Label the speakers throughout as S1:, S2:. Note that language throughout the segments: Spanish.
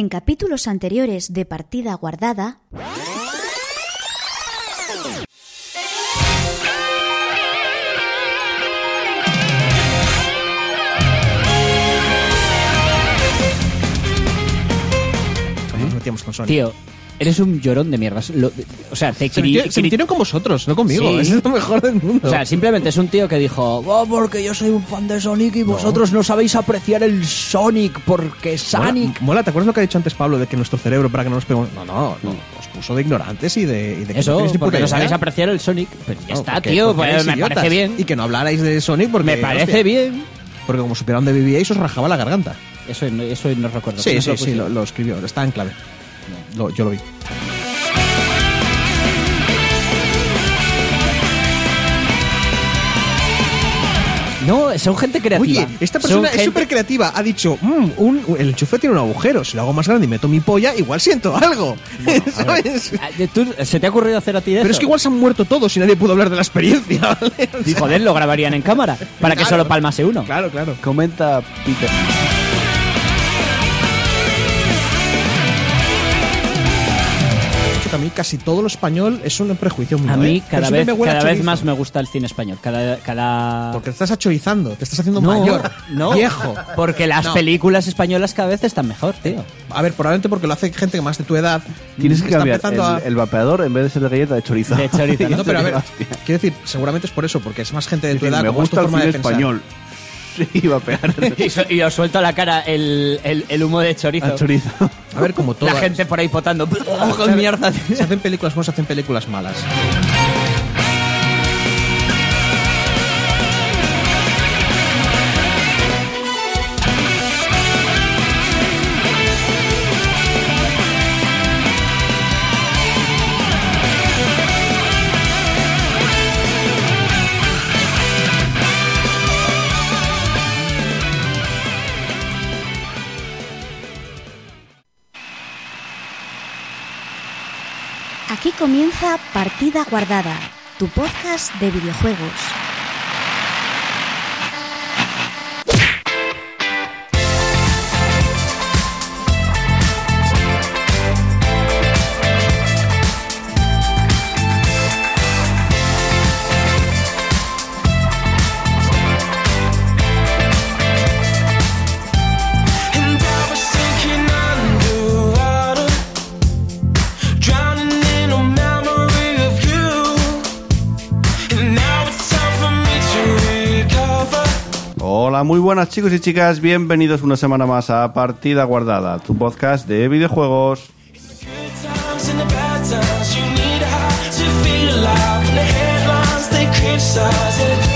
S1: En capítulos anteriores de Partida Guardada.
S2: Como nos metíamos con Sony.
S3: Tío, eres un llorón de mierdas. Lo- o sea, te
S2: se,
S3: cri-
S2: metieron, se
S3: cri-
S2: metieron con vosotros, no conmigo.
S3: Sí.
S2: Eso es lo mejor del mundo.
S3: O sea, simplemente es un tío que dijo, "Oh, porque yo soy un fan de Sonic y vosotros no sabéis apreciar el Sonic porque
S2: Mola-
S3: Sonic...
S2: Mola, ¿te acuerdas lo que ha dicho antes Pablo de que nuestro cerebro para que no nos peguemos? No, no, no, os puso de ignorantes y de, y de que no
S3: Mm. Eso,
S2: tenéis ni
S3: porque
S2: puta
S3: no
S2: idea.
S3: sabéis apreciar el Sonic. Pero
S2: No,
S3: ya está,
S2: porque-
S3: tío,
S2: porque
S3: pues,
S2: erais
S3: me
S2: idiotas.
S3: parece bien.
S2: Y que no hablarais de Sonic porque.
S3: me parece
S2: hostia,
S3: bien.
S2: Porque como supieron dónde vivía, eso os rajaba la garganta.
S3: Eso, no- eso no recuerdo. pues,
S2: Sí,
S3: Nos
S2: sí,
S3: lo
S2: sí, lo,
S3: pusieron.
S2: lo escribió, está en clave. Lo- yo lo vi.
S3: No, son gente creativa.
S2: Oye, esta
S3: Son
S2: persona es
S3: gente-
S2: súper creativa. Ha dicho, "Mm, un- el enchufe tiene un agujero. Si lo hago más grande y meto mi polla, igual siento algo. ¿Sabes?
S3: Ah, ¿tú- ¿Se te ha ocurrido hacer a ti eso?
S2: Pero es que igual se han muerto todos y nadie pudo hablar de la experiencia. ¿vale? O
S3: Y,
S2: sea,
S3: joder, lo grabarían en cámara para que
S2: Claro.
S3: solo palmase uno.
S2: claro, claro.
S4: Comenta Peter.
S2: Yo que a mí casi todo lo español es un prejuicio muy
S3: A
S2: grave.
S3: mí
S2: Pero
S3: cada
S2: siempre
S3: vez,
S2: me huele a
S3: cada vez
S2: chorizo.
S3: más me gusta el cine español. Cada, cada...
S2: Porque te estás achorizando, te estás haciendo mayor,
S3: no,
S2: viejo.
S3: Porque las
S2: No.
S3: películas españolas cada vez están mejor, tío.
S2: A ver, probablemente porque lo hace gente más de tu edad.
S4: Tienes que
S2: está
S4: cambiar el,
S2: empezando a-
S4: el vapeador en vez de ser de galleta de chorizo.
S3: De chorizo,
S2: No, pero a ver,
S4: Hostia.
S2: quiero decir, seguramente es por eso, porque es más gente de tu
S4: Decir,
S2: edad.
S4: me
S2: como es tu
S4: gusta el
S2: forma
S4: cine
S2: de pensar.
S4: español. Sí, vapear
S3: Y, so- y os suelto a la cara el, el- el humo de chorizo.
S4: al chorizo.
S2: A ver, como todo.
S3: La gente por ahí potando. ¡Oh, con
S2: Se-
S3: mierda! tío!
S2: Se hacen películas buenas, se hacen películas malas.
S1: Aquí comienza Partida Guardada, tu podcast de videojuegos.
S5: And I was sinking underwater, drowning in a memory of you. And now it's time for me to recover.
S4: Hola, muy buenas chicos y chicas. Bienvenidos una semana más a Partida Guardada, tu podcast de videojuegos.
S5: Good times and the bad times, you need a high to feel alive. And the headlines they criticize it.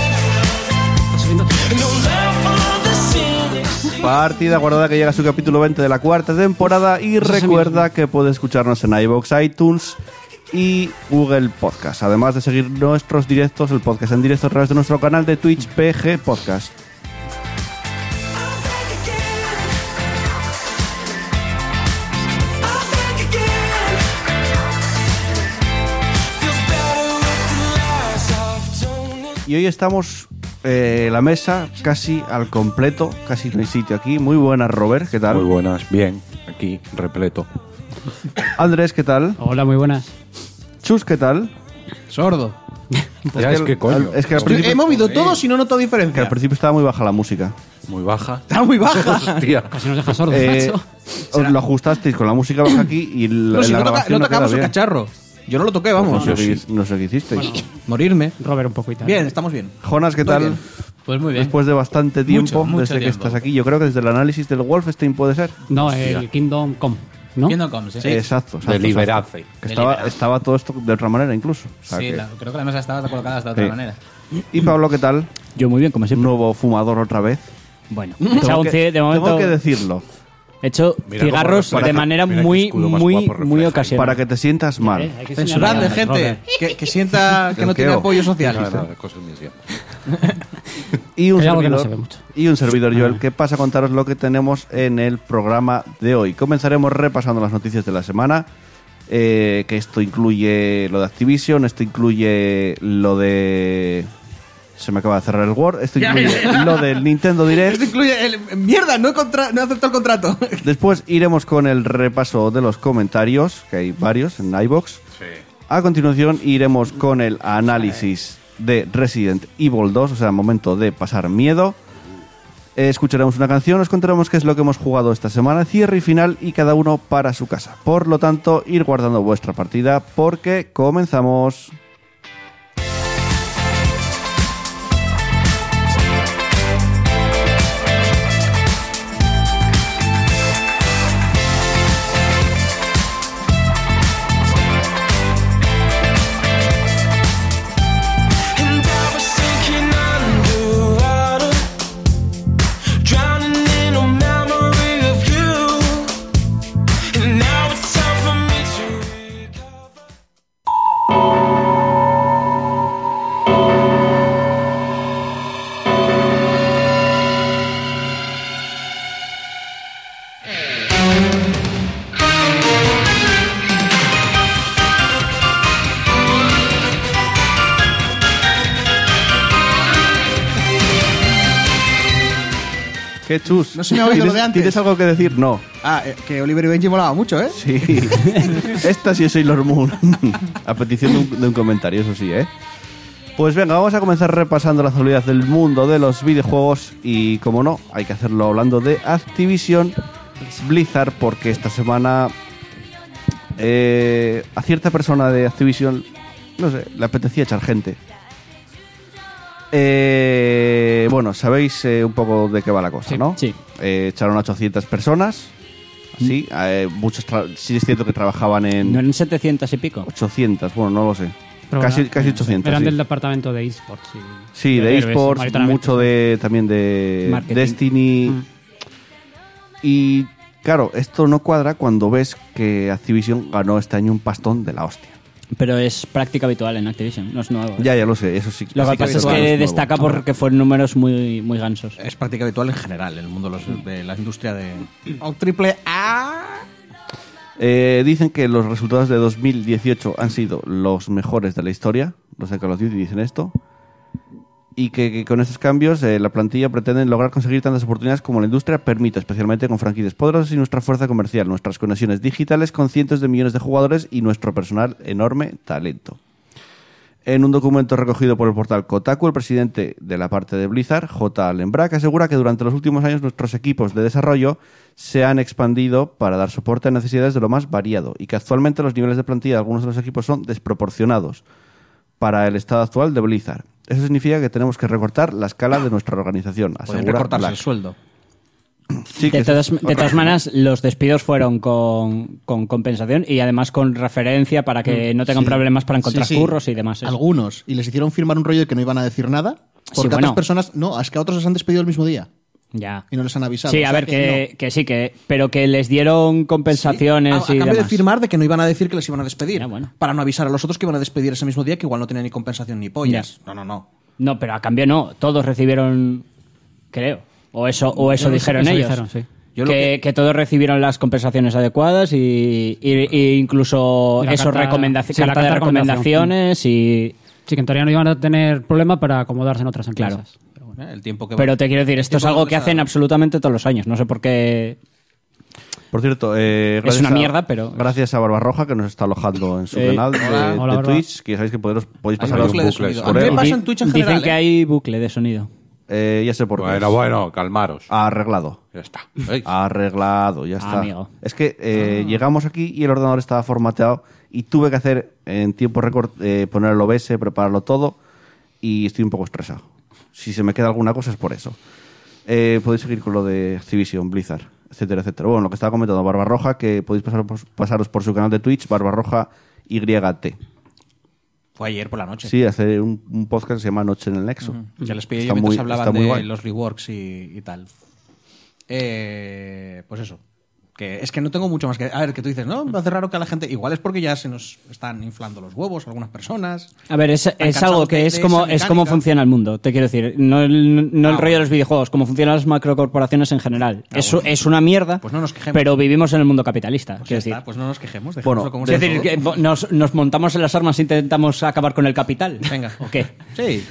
S5: No love for the cynics.
S4: Partida Guardada que llega a su capítulo 20 de la cuarta temporada. Y recuerda que puede escucharnos en iBox, iTunes y Google Podcast. Además de seguir nuestros directos, el podcast en directo a través de nuestro canal de Twitch PG Podcast.
S5: I'm back again. I'm back again. Feels better with the lies I've told it.
S4: Y hoy estamos eh, la mesa casi al completo, casi no hay sitio aquí. Muy buenas, Robert, ¿qué tal?
S6: Muy buenas, bien, aquí, repleto.
S4: Andrés, ¿qué tal?
S3: Hola, muy buenas.
S4: Chus, ¿qué tal?
S2: Sordo.
S6: ya es que coño.
S4: al- Pues es que al
S6: Estoy-
S2: He
S4: principio,
S2: movido todo si no noto
S4: que al
S2: diferencia.
S4: principio estaba muy baja la música.
S6: Muy baja.
S2: Está muy baja.
S6: Hostia.
S7: Si nos deja sordos,
S4: Eh,
S7: macho.
S4: os lo ajustasteis con la música baja aquí y la,
S2: No, si
S4: la
S2: no, toca-
S4: grabación
S2: no
S4: no queda
S2: tocamos el
S4: bien. Pues
S2: cacharro. Yo no lo toqué, vamos.
S4: No, sé
S6: Yo
S4: qué-
S6: sí.
S4: no sé qué hicisteis.
S2: Morirme.
S7: Robert un poco y tal.
S2: Bien, estamos bien.
S4: Jonas, ¿qué
S2: Muy
S4: tal?
S2: bien.
S7: Pues muy bien.
S4: Después de bastante tiempo,
S7: mucho
S4: desde que
S7: tiempo.
S4: estás aquí, yo creo que desde el análisis del Wolfenstein puede ser.
S7: no, el Kingdom Come, ¿no?
S8: Kingdom Come, sí. Sí,
S4: Exacto, exacto,
S6: Deliberate.
S4: exacto. Que estaba,
S8: Deliberate.
S4: estaba todo esto de otra manera incluso. O sea que-
S8: la- creo que la mesa estaba colocada de otra
S4: Sí.
S8: manera.
S4: Y Pablo, ¿qué tal?
S3: Yo muy bien, como siempre.
S4: Nuevo fumador otra vez.
S3: Bueno, he echado un
S4: que,
S3: ci- de
S4: tengo
S3: momento
S4: que decirlo.
S3: he hecho
S6: Mira cómo
S3: cigarros
S6: refleja-
S3: de manera
S6: mira qué
S3: muy,
S6: escudo más
S3: muy,
S6: guapo refleja
S3: muy
S6: ahí.
S3: ocasional.
S4: Para que te sientas mal.
S7: Eh, Hay que
S2: Censuradle,
S7: señalarlo,
S2: gente.
S7: Robert.
S2: Que, que sienta que no
S4: Bloqueo.
S2: tiene apoyo
S6: Nada,
S2: social.
S6: nada, cosas mías ya.
S4: Y un,
S7: Es algo que no
S4: servidor,
S7: se ve mucho.
S4: y un servidor, Joel, que pasa a contaros lo que tenemos en el programa de hoy. Comenzaremos repasando las noticias de la semana, eh, que esto incluye lo de Activision, esto incluye lo de Se me acaba de cerrar el Word. Esto incluye lo del Nintendo Direct.
S9: Esto incluye el... ¡Mierda! No he, contra- no he aceptado el contrato.
S4: Después iremos con el repaso de los comentarios, que hay varios en iBox. A continuación iremos con el análisis de Resident Evil 2, o sea, momento de pasar miedo. Eh, Escucharemos una canción, os contaremos qué es lo que hemos jugado esta semana, cierre y final y cada uno para su casa. Por lo tanto, ir guardando vuestra partida porque comenzamos.
S5: And I was sinking underwater, drowning in a memory of you. And now it's time for me to recover.
S4: ¡Qué chus!
S9: No se me ha oído lo de
S4: ¿Tienes-
S9: antes.
S4: ¿Tienes algo que decir? No.
S9: Ah, eh, que Oliver y Benji molaba mucho, ¿eh?
S4: Sí. Esta sí es Sailor Moon. A petición de un, de un comentario, eso sí, ¿eh? Pues venga, vamos a comenzar repasando las actualidad del mundo de los videojuegos y, como no, hay que hacerlo hablando de Activision Blizzard porque esta semana eh, a cierta persona de Activision, no sé, le apetecía echar gente. Eh, bueno, sabéis eh, un poco de qué va la cosa,
S7: Sí,
S4: ¿no?
S7: sí.
S4: Eh, echaron a 800 personas, Sí, eh, muchos tra- sí es cierto que trabajaban en
S3: ¿No eran 700 y pico?
S4: 800, bueno, no lo sé.
S7: Pero
S4: Casi,
S7: era-
S4: casi 800.
S7: Eran
S4: sí.
S7: del departamento de esports. y-
S4: Sí, de
S7: héroes,
S4: esports,
S7: mayoritariamente.
S4: mucho de también de
S3: Marketing.
S4: Destiny.
S7: Mm.
S4: Y claro, esto no cuadra cuando ves que Activision ganó este año un pastón de la hostia.
S3: Pero es práctica habitual en Activision, no es nuevo. ¿eh?
S4: Ya, ya lo sé, eso sí.
S3: Lo
S4: sí
S3: que pasa es
S4: habitual,
S3: que
S4: nuevo.
S3: destaca porque fueron números muy, muy gansos.
S10: Es práctica habitual en general en el mundo de los- de la industria de. O triple A.
S4: Eh, dicen que los resultados de 2018 han sido los mejores de la historia. Los de Call of Duty dicen esto. Y que, que con estos cambios eh, la plantilla pretende lograr conseguir tantas oportunidades como la industria permite, especialmente con franquicias poderosas y nuestra fuerza comercial, nuestras conexiones digitales con cientos de millones de jugadores y nuestro personal enorme talento. En un documento recogido por el portal Kotaku, el presidente de la parte de Blizzard, J. Allenbrack, asegura que durante los últimos años nuestros equipos de desarrollo se han expandido para dar soporte a necesidades de lo más variado y que actualmente los niveles de plantilla de algunos de los equipos son desproporcionados para el estado actual de Blizzard. Eso significa que tenemos que recortar la escala de nuestra organización.
S10: Pueden
S4: asegura
S10: recortarse
S4: Black.
S10: el sueldo.
S4: Sí, que
S3: De
S4: eso-
S3: todas, de todas maneras, los despidos fueron con, con compensación y además con referencia para que no tengan problemas para encontrar
S2: Sí, sí.
S3: curros y demás. eso.
S2: Algunos. Y les hicieron firmar un rollo de que no iban a decir nada.
S3: Sí,
S2: Porque a
S3: bueno.
S2: otras personas. No, es que a otros les han despedido el mismo día.
S3: Ya.
S2: Y no les han avisado.
S3: Sí,
S2: O
S3: a
S2: sea
S3: ver, que,
S2: no.
S3: que sí, que pero que les dieron compensaciones
S2: a, a
S3: y
S2: cambio
S3: demás.
S2: de firmar de que no iban a decir que les iban a despedir.
S3: Ya, bueno.
S2: Para no avisar a los otros que iban a despedir ese mismo día, que igual no tenían ni compensación ni pollas.
S3: Ya.
S2: No, no, no.
S3: No, pero a cambio no, todos recibieron, creo, o eso o eso
S7: Yo no sé
S3: dijeron
S7: qué se
S3: ellos.
S7: dijeron, sí.
S3: Que, que todos recibieron las compensaciones adecuadas y, y- y incluso
S7: Y la
S3: eso
S7: carta-
S3: recomendaci-
S7: sí, la
S3: carta de
S7: carta de recomendación.
S3: recomendaciones y
S7: Sí, que en teoría no iban a tener problema para acomodarse en otras
S3: Claro.
S7: empresas. Pero bueno.
S10: ¿eh? El tiempo que.
S3: pero te quiero decir, esto es
S2: tipo
S3: algo
S2: de
S3: que hacen
S2: empresa.
S3: absolutamente todos los años, no sé por qué
S4: Por cierto, eh, gracias
S3: una
S4: a-
S3: mierda, pero-
S4: Gracias a Barbarroja que nos está alojando en su
S3: Eh,
S4: canal de,
S7: hola.
S4: de
S7: Hola, Barba.
S4: Twitch, que ya sabéis que poderos- podéis
S6: Hay
S4: pasar
S6: un bucle
S2: sonido.
S6: por
S2: A mí me
S6: él.
S2: pasa
S3: Di-
S2: en Twitch en
S3: dicen
S2: general,
S3: que
S2: ¿eh?
S3: hay bucle de sonido.
S4: Eh, ya sé por qué.
S6: Bueno,
S4: es.
S6: bueno, calmaros.
S4: Ah. Arreglado.
S6: Ya está. Ey,
S4: Ah. Arreglado,
S10: Ah,
S4: ya está.
S3: Amigo.
S4: Es que eh, llegamos aquí y el ordenador estaba formateado y tuve que hacer en tiempo récord eh, poner el OBS, prepararlo todo y estoy un poco estresado. Si se me queda alguna cosa es por eso. Eh, podéis seguir con lo de Activision, Blizzard, etcétera, etcétera. Bueno, lo que estaba comentando Barbarroja, que podéis pasar por- pasaros por su canal de Twitch, Barbarroja YT.
S10: Fue ayer por la noche.
S4: Sí, hace un, un podcast que se llama Noche en el Nexo.
S10: Ya les pillé yo
S4: Está
S10: mientras
S4: muy-
S10: hablaban
S4: está muy
S10: de
S4: guay.
S10: los reworks y, y tal. Eh, pues eso. Que es que no tengo mucho más que. A ver, que tú dices, no, me hace raro que a la gente. Igual es porque ya se nos están inflando los huevos algunas personas.
S3: A ver, es,
S2: Están
S3: es algo
S2: cansados
S3: que
S2: de-
S3: es
S2: de
S3: como,
S2: esa
S3: es como
S2: mecánica.
S3: funciona el mundo, te quiero decir. No el, no el
S10: Ah,
S3: rollo de los videojuegos, como funcionan las macrocorporaciones en general. es, es una mierda,
S10: Pues no nos quejemos.
S3: pero vivimos en el mundo capitalista.
S10: Pues, ya
S3: quiero decir.
S10: está, pues no nos quejemos.
S4: Bueno,
S10: Bueno, como
S3: Es
S10: está
S3: decir,
S10: todo.
S3: que bo- nos, nos montamos en las armas e intentamos acabar con el capital.
S10: Venga.
S3: ¿O qué?
S10: Sí.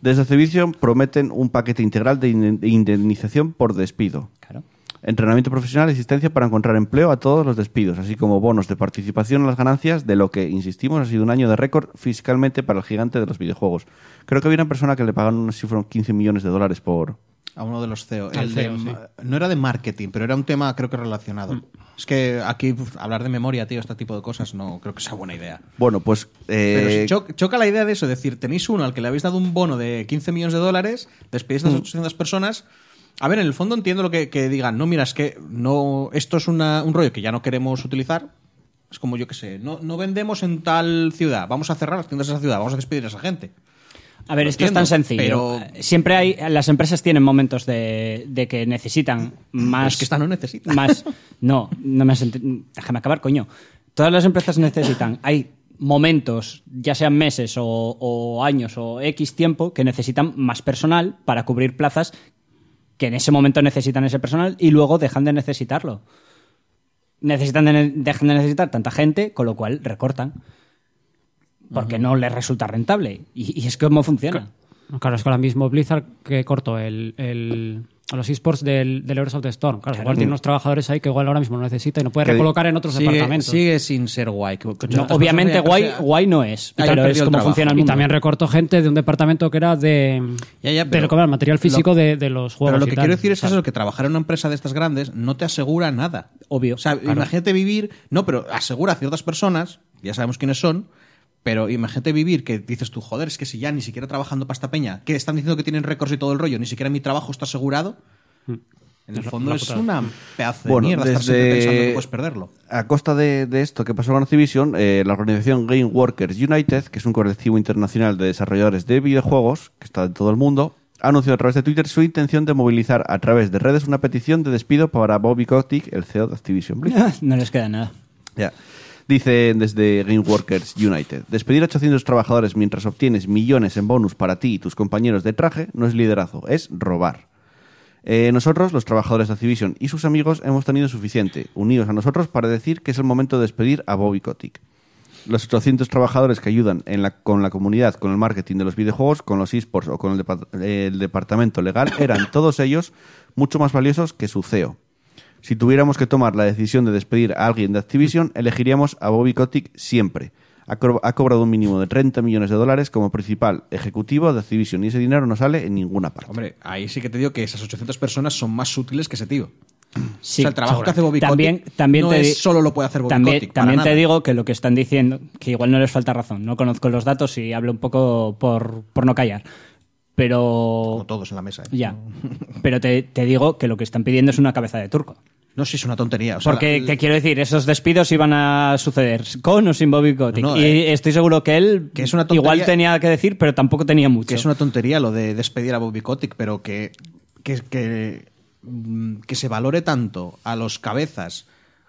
S4: Desde Activision prometen un paquete integral de inde- de indemnización por despido.
S7: Claro.
S4: Entrenamiento profesional y asistencia para encontrar empleo a todos los despidos, así como bonos de participación en las ganancias de lo que, insistimos, ha sido un año de récord fiscalmente para el gigante de los videojuegos. Creo que había una persona que le pagaron, unos si fueron 15 millones de dólares por...
S2: A uno de los CEO.
S7: Al
S2: El de-
S7: CEO, sí.
S2: No era de marketing, pero era un tema creo que relacionado. Es que aquí pf, hablar de memoria, tío, este tipo de cosas no creo que sea buena idea.
S4: Bueno, pues...
S2: Pero si
S4: eh,
S2: cho- choca la idea de eso, decir, tenéis uno al que le habéis dado un bono de 15 millones de dólares, despedís a esas 800 personas. A ver, en el fondo entiendo lo que, que digan, no, mira, es que no, esto es una- un rollo que ya no queremos utilizar. Es como yo que sé, no, no vendemos en tal ciudad, vamos a cerrar las tiendas de esa ciudad, vamos a despedir a esa gente.
S3: A ver,
S2: Lo
S3: esto es
S2: entiendo,
S3: tan sencillo.
S2: pero-
S3: Siempre hay. Las empresas tienen momentos de, de que necesitan más.
S2: Es que esta no necesita.
S3: Más. No, no me has ent- Déjame acabar, coño. Todas las empresas necesitan. Hay momentos, ya sean meses o, o años o X tiempo, que necesitan más personal para cubrir plazas que en ese momento necesitan ese personal y luego dejan de necesitarlo. Necesitan de ne- dejan de necesitar tanta gente, con lo cual recortan. Porque no les resulta rentable. Y, y es como funciona.
S7: Claro, es que ahora mismo Blizzard que corto el, el- a los esports del, del Heroes of the Storm. Claro, igual tiene unos trabajadores ahí que igual ahora mismo no necesita y no puede
S4: Que di-
S7: recolocar en otros departamentos.
S2: sigue sin ser guay. que- que
S3: No,
S2: otras
S3: obviamente
S2: personas
S3: guay,
S2: ya-
S3: guay no es,
S2: hayan
S3: pero es
S2: perdido el
S3: como
S2: trabajo.
S3: funciona el
S7: Y
S3: mundo.
S7: también recortó gente de un departamento que era de
S2: Ya, ya,
S7: del-
S2: pero-
S7: como era el material físico
S2: lo-
S7: de, de los juegos.
S2: Pero lo
S7: y
S2: que
S7: tal.
S2: quiero decir es
S7: O sea,
S2: eso, que trabajar en una empresa de estas grandes no te asegura nada.
S3: Obvio,
S2: O sea,
S3: claro.
S2: imagínate vivir, no, pero asegura a ciertas personas, ya sabemos quiénes son, pero imagínate vivir que dices tú, joder, es que si ya ni siquiera trabajando para esta peña, que están diciendo que tienen récords y todo el rollo, ni siquiera mi trabajo está asegurado.
S3: Hmm.
S2: En el fondo es una pedazo de
S4: Bueno,
S2: mierda estar
S4: desde-
S2: siempre pensando que puedes perderlo.
S4: A costa de, de esto que pasó con Activision, eh, la organización Game Workers United, que es un colectivo internacional de desarrolladores de videojuegos, que está en todo el mundo, anunció a través de Twitter su intención de movilizar a través de redes una petición de despido para Bobby Kotick, el CEO de Activision Blizzard.
S3: no les queda nada.
S4: Ya. Dice desde Game Workers United, despedir a 800 trabajadores mientras obtienes millones en bonus para ti y tus compañeros de traje no es liderazgo, es robar. Eh, nosotros, los trabajadores de Activision y sus amigos, hemos tenido suficiente, unidos a nosotros, para decir que es el momento de despedir a Bobby Kotick. Los 800 trabajadores que ayudan en la- con la comunidad, con el marketing de los videojuegos, con los esports o con el, depart- el departamento legal eran todos ellos mucho más valiosos que su CEO. Si tuviéramos que tomar la decisión de despedir a alguien de Activision, elegiríamos a Bobby Kotick siempre. Ha, cro- ha cobrado un mínimo de 30 millones de dólares como principal ejecutivo de Activision y ese dinero no sale en ninguna parte.
S2: Hombre, ahí sí que te digo que esas 800 personas son más útiles que ese tío.
S3: Sí,
S2: o sea, el trabajo que hace Bobby
S3: también,
S2: Kotick
S3: también
S2: no
S3: te
S2: es
S3: di-
S2: solo lo puede hacer Bobby
S3: también,
S2: Kotick, para
S3: También te
S2: nada.
S3: digo que lo que están diciendo, que igual no les falta razón, no conozco los datos y hablo un poco por, por no callar.
S2: Como
S3: Pero.
S2: todos en la mesa. ¿eh?
S3: Ya. Pero te, te digo que lo que están pidiendo es una cabeza de turco.
S2: No, sí, es una tontería. o sea,
S3: Porque,
S2: la-
S3: te quiero decir, esos despidos iban a suceder con o sin Bobby Kotick.
S2: No, no,
S3: y
S2: eh,
S3: estoy seguro que él
S2: que es una tontería-
S3: igual tenía que decir, pero tampoco tenía mucho.
S2: Que es una tontería lo de despedir a Bobby Kotick, pero que, que, que, mm, que se valore tanto a los cabezas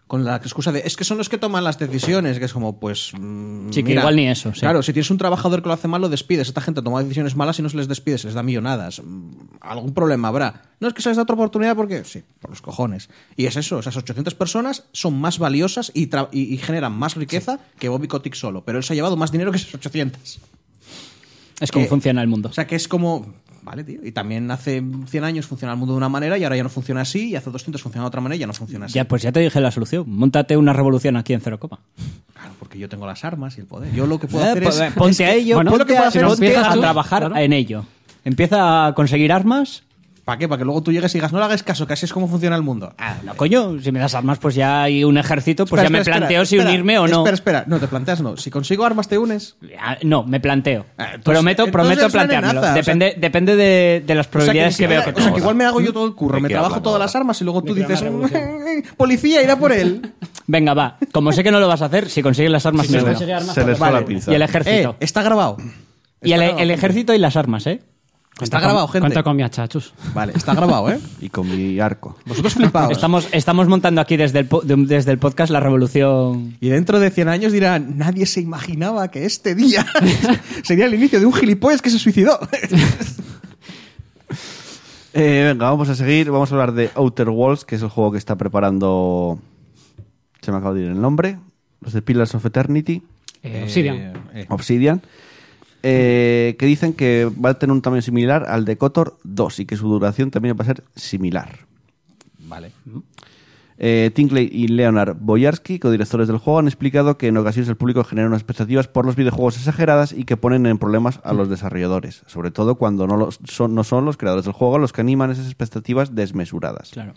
S2: con la excusa de es que son los que toman las decisiones, que es como, pues. mm,
S3: Sí, que igual ni eso, sí.
S2: Claro, si tienes un trabajador que lo hace mal, lo despides. Esta gente toma decisiones malas y no se les despides, se les da millonadas. Mm, Algún problema habrá. No es que se les da otra oportunidad porque. Sí, por los cojones. Y es eso, esas 800 personas son más valiosas y, tra- y, y generan más riqueza que Bobby Kotick solo. Pero él se ha llevado más dinero que esas 800.
S3: Es como
S2: que-
S3: funciona el mundo.
S2: eh, O sea, que es como... Vale, tío. Y también hace 100 años funcionaba el mundo de una manera y ahora ya no funciona así. Y hace 200 funcionaba de otra manera y ya no funciona así.
S3: ya, pues ya te dije la solución. Móntate una revolución aquí en Cero Coma.
S2: Claro, porque yo tengo las armas y el poder. Yo lo que puedo
S3: Eh,
S2: hacer
S3: po-
S2: es...
S3: eh, ponte
S2: es que-
S3: a ello,
S2: Yo lo que
S3: ponte,
S2: puedo
S3: a,
S2: hacer
S3: no,
S2: es que-
S3: empieza a
S2: tú-
S3: trabajar
S7: claro.
S3: en ello. Empieza a conseguir armas.
S2: ¿Para qué? Para que luego tú llegues y digas, no le hagas caso, que así es como funciona el mundo. Ah,
S3: No, coño, si me das armas, pues ya hay un ejército,
S2: espera,
S3: pues ya me
S2: espera,
S3: planteo
S2: espera,
S3: si
S2: espera,
S3: unirme o no.
S2: Espera, espera. No, te planteas no. Si consigo armas te unes.
S3: Ah, No, me planteo.
S2: Ah, entonces-
S3: prometo
S2: entonces
S3: prometo
S2: eres una
S3: planteármelo.
S2: nenaza, o sea-
S3: depende depende de, de
S2: O
S3: las
S2: sea,
S3: probabilidades
S2: ni
S3: que, veo
S2: siquiera-
S3: que
S2: O sea,
S3: tengo.
S2: que igual me hago yo todo el curro,
S6: ¿De
S2: me
S6: qué
S2: trabajo
S6: hablan
S2: todas
S6: ahora?
S2: las armas y luego tú
S7: crear
S2: dices, "Mm,
S7: la
S2: policía, irá por él.
S3: Venga, va. Como sé que no lo vas a hacer, si consigues las armas, me
S4: se les,
S3: uno.
S7: armas
S4: se
S7: para
S4: les fue
S2: Vale.
S4: la pinza.
S3: Y el ejército.
S2: Eh, está grabado.
S3: y el, el ejército y las armas, ¿eh?
S2: Está
S7: cuenta
S2: grabado,
S7: con-
S2: gente.
S7: Cuenta con mi achachus.
S2: Vale, está grabado, ¿eh?
S4: Y con mi arco.
S2: Vosotros flipaos.
S3: Estamos, estamos montando aquí desde el, po- de- desde el podcast la revolución.
S2: Y dentro de 100 años dirán, nadie se imaginaba que este día sería el inicio de un gilipollas que se suicidó.
S4: Eh, venga, vamos a seguir. Vamos a hablar de Outer Worlds, que es el juego que está preparando. Se me acaba
S2: Eh,
S4: de ir el nombre. Los de Pillars of Eternity,
S2: pues
S7: Eh, Obsidian.
S4: Obsidian. eh, que dicen que va a tener un tamaño similar al de Cotor 2 y que su duración también va a ser similar.
S6: Vale.
S4: Eh, Tinkley y Leonard Boyarsky, codirectores del juego, han explicado que en ocasiones el público genera unas expectativas por los videojuegos exageradas y que ponen en problemas a los desarrolladores, sobre todo cuando no, los- son, no son los creadores del juego los que animan esas expectativas desmesuradas.
S3: Claro.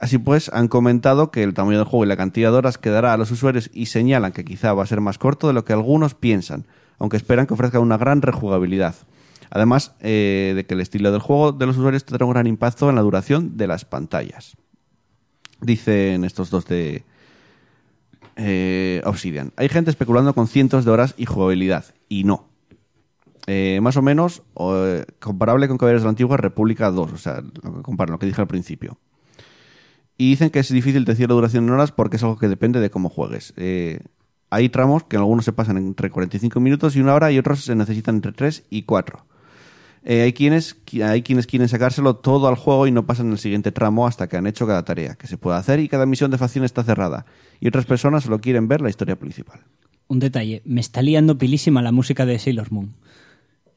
S4: Así pues, han comentado que el tamaño del juego y la cantidad de horas quedará a los usuarios y señalan que quizá va a ser más corto de lo que algunos piensan, aunque esperan que ofrezca una gran rejugabilidad. Además eh, de que el estilo del juego de los usuarios tendrá un gran impacto en la duración de las pantallas. Dicen estos dos de eh, Obsidian. Hay gente especulando con cientos de horas y jugabilidad, y no. Eh, más o menos o, eh, comparable con Caballeros de la Antigua República 2, o sea, lo que comparan, lo que dije al principio. Y dicen que es difícil decir la duración en horas porque es algo que depende de cómo juegues. Eh, hay tramos que algunos se pasan entre 45 minutos y una hora y otros se necesitan entre 3 y 4. Eh, hay, quienes, qui- hay quienes quieren sacárselo todo al juego y no pasan el siguiente tramo hasta que han hecho cada tarea que se puede hacer y cada misión de facción está cerrada. Y otras personas solo quieren ver la historia principal.
S3: Un detalle, me está liando pilísima la música de Sailor Moon.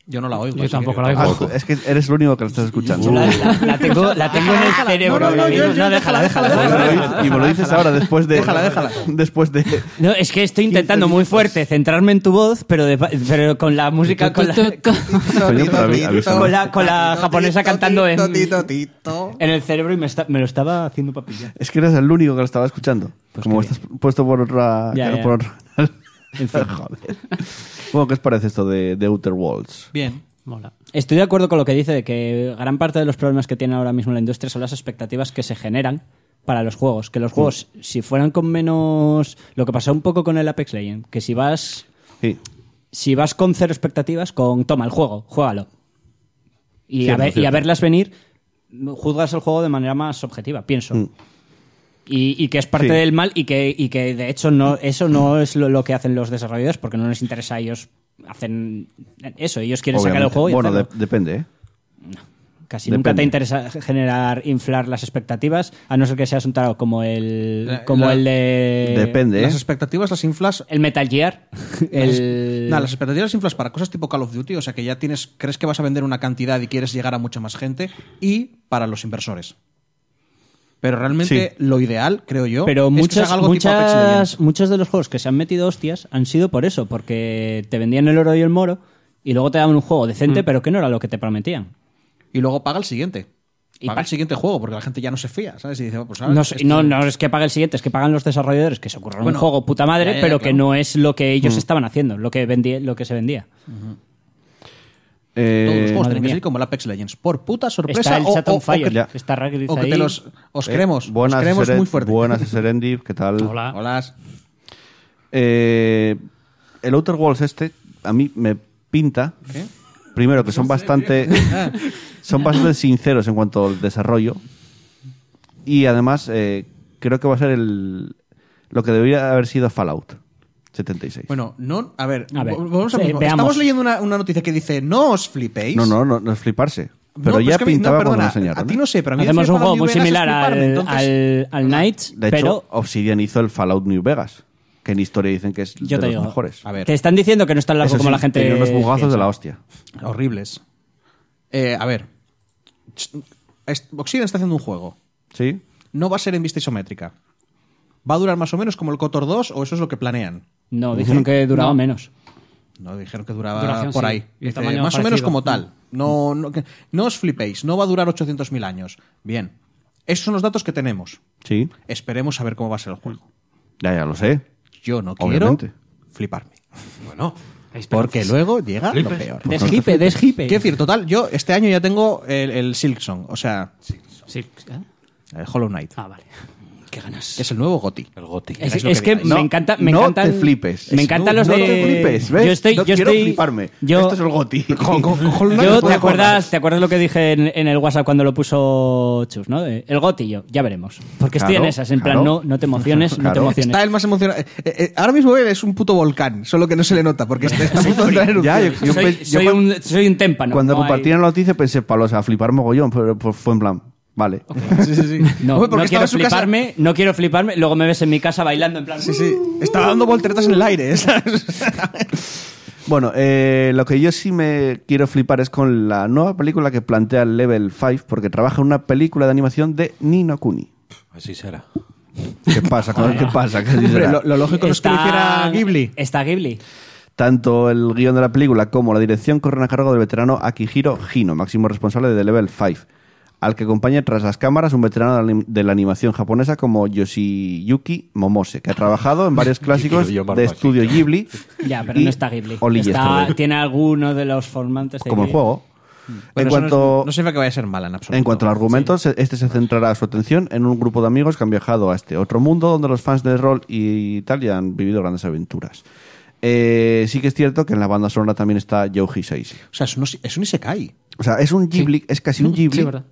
S2: Yo no la oigo.
S7: Yo
S2: así
S7: tampoco
S2: que-
S7: la oigo.
S4: Ah, jo- es que eres el único que lo estás escuchando.
S3: La, la- la tengo, la tengo en el cerebro.
S2: no, no, yo- yo- déjala,
S4: Y me lo dices- y me lo dices ahora después de.
S2: Déjala, déjala.
S4: Después de.
S3: No, es que estoy intentando muy fuerte centrarme en tu voz, pero, de- pero con la música, con la,
S4: Coño, pero avi- avísame.
S3: con la, con la japonesa cantando en,
S2: Tito, tito.
S3: en el cerebro y me, está- me lo estaba haciendo papilla.
S4: Es que eres el único que lo estaba escuchando.
S3: Pues
S4: como
S3: qué
S4: estás puesto por otra.
S3: Ya, ya.
S4: Por otra- Joder. Bueno, ¿qué os parece esto de, de Outer Worlds?
S2: Bien.
S7: Mola.
S3: Estoy de acuerdo con lo que dice de que gran parte de los problemas que tiene ahora mismo la industria son las expectativas que se generan para los juegos. Que los juegos, si fueran con menos... Lo que pasó un poco con el Apex Legends, que si vas
S4: Sí.
S3: si vas con cero expectativas, con toma el juego, juégalo. Y, a,
S6: Cierto,
S3: ver- y a
S6: cierto.
S3: verlas venir, juzgas el juego de manera más objetiva, pienso. Y, y que es parte
S4: Mm. Sí.
S3: del mal y que, y que de hecho no, eso no es lo, lo que hacen los desarrolladores porque no les interesa a ellos hacen eso, ellos quieren sacar el
S4: obviamente.
S3: juego y
S4: Bueno,
S3: hacerlo.
S4: de- depende, ¿eh?
S3: Casi nunca
S4: depende.
S3: te interesa generar, inflar las expectativas, a no ser que seas un tarado como el,
S2: La-
S3: como
S2: la-
S3: el de...
S4: depende, ¿eh?
S2: Las expectativas las inflas.
S3: El Metal Gear. El...
S2: Nada, las expectativas las inflas para cosas tipo Call of Duty, o sea que ya tienes, crees que vas a vender una cantidad y quieres llegar a mucha más gente, y para los inversores. Pero realmente lo ideal, creo yo,
S3: Pero
S2: es que se
S3: muchas,
S2: haga algo tipo Apex Legends.
S3: muchas, muchos de los juegos que se han metido hostias han sido por eso, porque te vendían el oro y el moro y luego te daban un juego
S2: Mm.
S3: decente, pero que no era lo que te prometían.
S2: Y luego paga el siguiente.
S3: Y
S2: paga
S3: pa-
S2: el siguiente juego, porque la gente ya no se fía, ¿sabes? Y dice, "Bueno, pues ahora
S3: No,
S2: este-
S3: sé- no, no es que pague el siguiente, es que pagan los desarrolladores que se ocurrieron
S2: Bueno,
S3: un juego puta
S2: ya,
S3: madre,
S2: ya, ya,
S3: pero que
S2: claro. Mm.
S3: no es lo que ellos estaban haciendo, lo que, vendía, lo que se vendía.
S4: Eh,
S2: Todos los juegos tienen que
S3: mía.
S2: ser pues como el Apex Legends. Por puta sorpresa.
S3: Está el
S2: o,
S3: Chat
S2: o-
S3: on
S2: o
S3: Fire,
S2: que-
S4: ya.
S3: está Ragged
S2: o que
S3: ahí.
S2: te los, os
S4: eh,
S2: queremos. os
S4: buenas,
S2: queremos
S4: Seren-
S2: muy fuerte.
S4: Buenas, Serendi. ¿Qué tal?
S7: Hola.
S2: Hola.
S4: Eh, el Outer Worlds este, a mí me pinta. Primero, que son bastante. son bastante sinceros en cuanto al desarrollo. Y además, eh, creo que va a ser el. Lo que debería haber sido Fallout 76.
S2: Bueno, no, a ver,
S3: A ver,
S2: vol- volvemos al
S3: eh,
S2: mismo.
S3: veamos.
S2: Estamos leyendo una, una noticia que dice, no os flipéis.
S4: no, no, no, no es fliparse.
S2: No,
S4: Pero ya
S2: es que a mí- no,
S4: pintaba cuando
S2: perdona,
S4: lo enseñaron.
S2: A ti
S4: ¿eh?
S2: no sé, pero a mí
S3: Hacemos
S2: decir
S3: un juego
S2: Fallout
S3: muy
S2: New Vegas es
S3: similar al,
S2: fliparme, entonces-
S3: al, al Knights,
S4: De hecho,
S3: pero
S4: Obsidian hizo el Fallout New Vegas, que en historia dicen que es
S3: yo
S4: de
S3: te
S4: los
S3: digo,
S4: mejores.
S2: A ver.
S3: te están diciendo que no es tan largo
S4: Eso
S3: como
S4: sí,
S3: la gente...
S4: tenía unos bugazos de la
S3: piensa.
S4: hostia.
S2: Horribles. Eh, a ver. Es- Obsidian está haciendo un juego.
S4: ¿Sí?
S2: No va a ser en vista isométrica. Va a durar más o menos como el Cotor 2, o eso es lo que planean.
S3: No, dijeron que duraba menos.
S2: No, dijeron que duraba
S7: Duración,
S2: ah, por
S7: sí.
S2: ahí. Dice,
S7: Y
S2: más
S7: tamaño
S2: o menos
S7: parecido.
S2: como tal. No, no, que- no os flipéis, no va a durar 800.000 años. Bien. Esos son los datos que tenemos.
S4: Sí.
S2: Esperemos a ver cómo va a ser el juego.
S4: Ya, ya lo sé.
S2: Yo no
S4: Obviamente.
S2: quiero fliparme.
S6: Bueno,
S2: Porque luego llega lo peor.
S4: Pues
S3: Deshipe, deshipe.
S2: Quiero decir, total, yo este año ya tengo el, el Silksong, o sea,
S7: Sí.
S2: pues,
S7: ¿eh?
S2: el Hollow Knight,
S7: Ah, vale.
S3: Qué ganas.
S2: que es el nuevo GOTI.
S6: el goti.
S3: Es,
S2: lo
S3: es
S2: que
S3: que,
S2: digáis.
S3: me
S4: No,
S3: encanta, me
S4: no
S3: encantan,
S4: te flipes.
S3: Me encantan
S4: No,
S3: los
S4: no
S3: de.
S4: te flipes, ¿ves?
S3: Yo estoy,
S4: No
S3: yo
S4: quiero
S3: estoy-
S4: fliparme.
S3: Yo,
S4: Esto es el goti.
S3: yo- ¿te, acuerdas, ¿Te acuerdas lo que dije en, en el WhatsApp cuando lo puso Chus, no? De, El goti, yo, ya veremos. Porque estoy
S4: Claro,
S3: en esas, en plan, no,
S4: claro.
S3: no te emociones, no te
S4: Claro.
S3: emociones.
S2: Está el más emocionado. eh, eh, eh, ahora mismo él es un puto volcán, solo que no se le nota porque está está a punto de traer un
S4: Ya, yo, yo
S3: soy,
S4: pe- yo
S3: soy
S4: cuan-
S3: un, soy un témpano.
S4: cuando
S3: no hay-
S4: compartieron la noticia pensé, palos, a flipar mogollón, pero pues, fue en plan, vale.
S2: Sí, sí, sí. Hombre,
S3: No,
S2: porque
S3: no
S2: estaba
S3: quiero
S2: en su casa-
S3: fliparme, no quiero fliparme. Luego me ves en mi casa bailando en plan. "Uh".
S2: Sí, sí. Estaba dando volteretas en el aire. ¿sabes?
S4: Bueno, eh, lo que yo sí me quiero flipar es con la nueva película que plantea Level 5, porque trabaja en una película de animación de Nino Kuni.
S6: Así será.
S4: ¿Qué pasa? con- ¿Qué pasa? ¿Qué
S2: Hombre,
S4: será?
S2: lo, lo lógico es que lo hiciera Ghibli.
S3: Está Ghibli.
S4: Tanto el guión de la película como la dirección corren a cargo del veterano Akihiro Hino, máximo responsable de The Level 5, al que acompaña tras las cámaras un veterano de la anim- de la animación japonesa como Yoshiyuki Momose, que ha trabajado en varios clásicos
S6: Quiero llamarlo
S4: de
S6: así.
S4: estudio Ghibli.
S3: Ya, pero
S4: y
S3: no está Ghibli.
S4: Oli
S3: Está-
S4: Yesterday,
S3: tiene alguno de los formantes de
S4: como el
S3: Ghibli.
S4: juego.
S2: Pero
S4: en
S2: eso
S4: cuanto,
S2: no, es- no se ve que vaya a ser mala en absoluto.
S4: en cuanto al argumento, se- este se centrará su atención en un grupo de amigos que han viajado a este otro mundo donde los fans de rol y tal ya han vivido grandes aventuras. Eh, sí que es cierto que en la banda sonora también está Yoji Saishi.
S2: O sea, eso, no, eso ni se cae.
S4: O sea, es un Ghibli, es casi un Ghibli,
S7: Sí, verdad.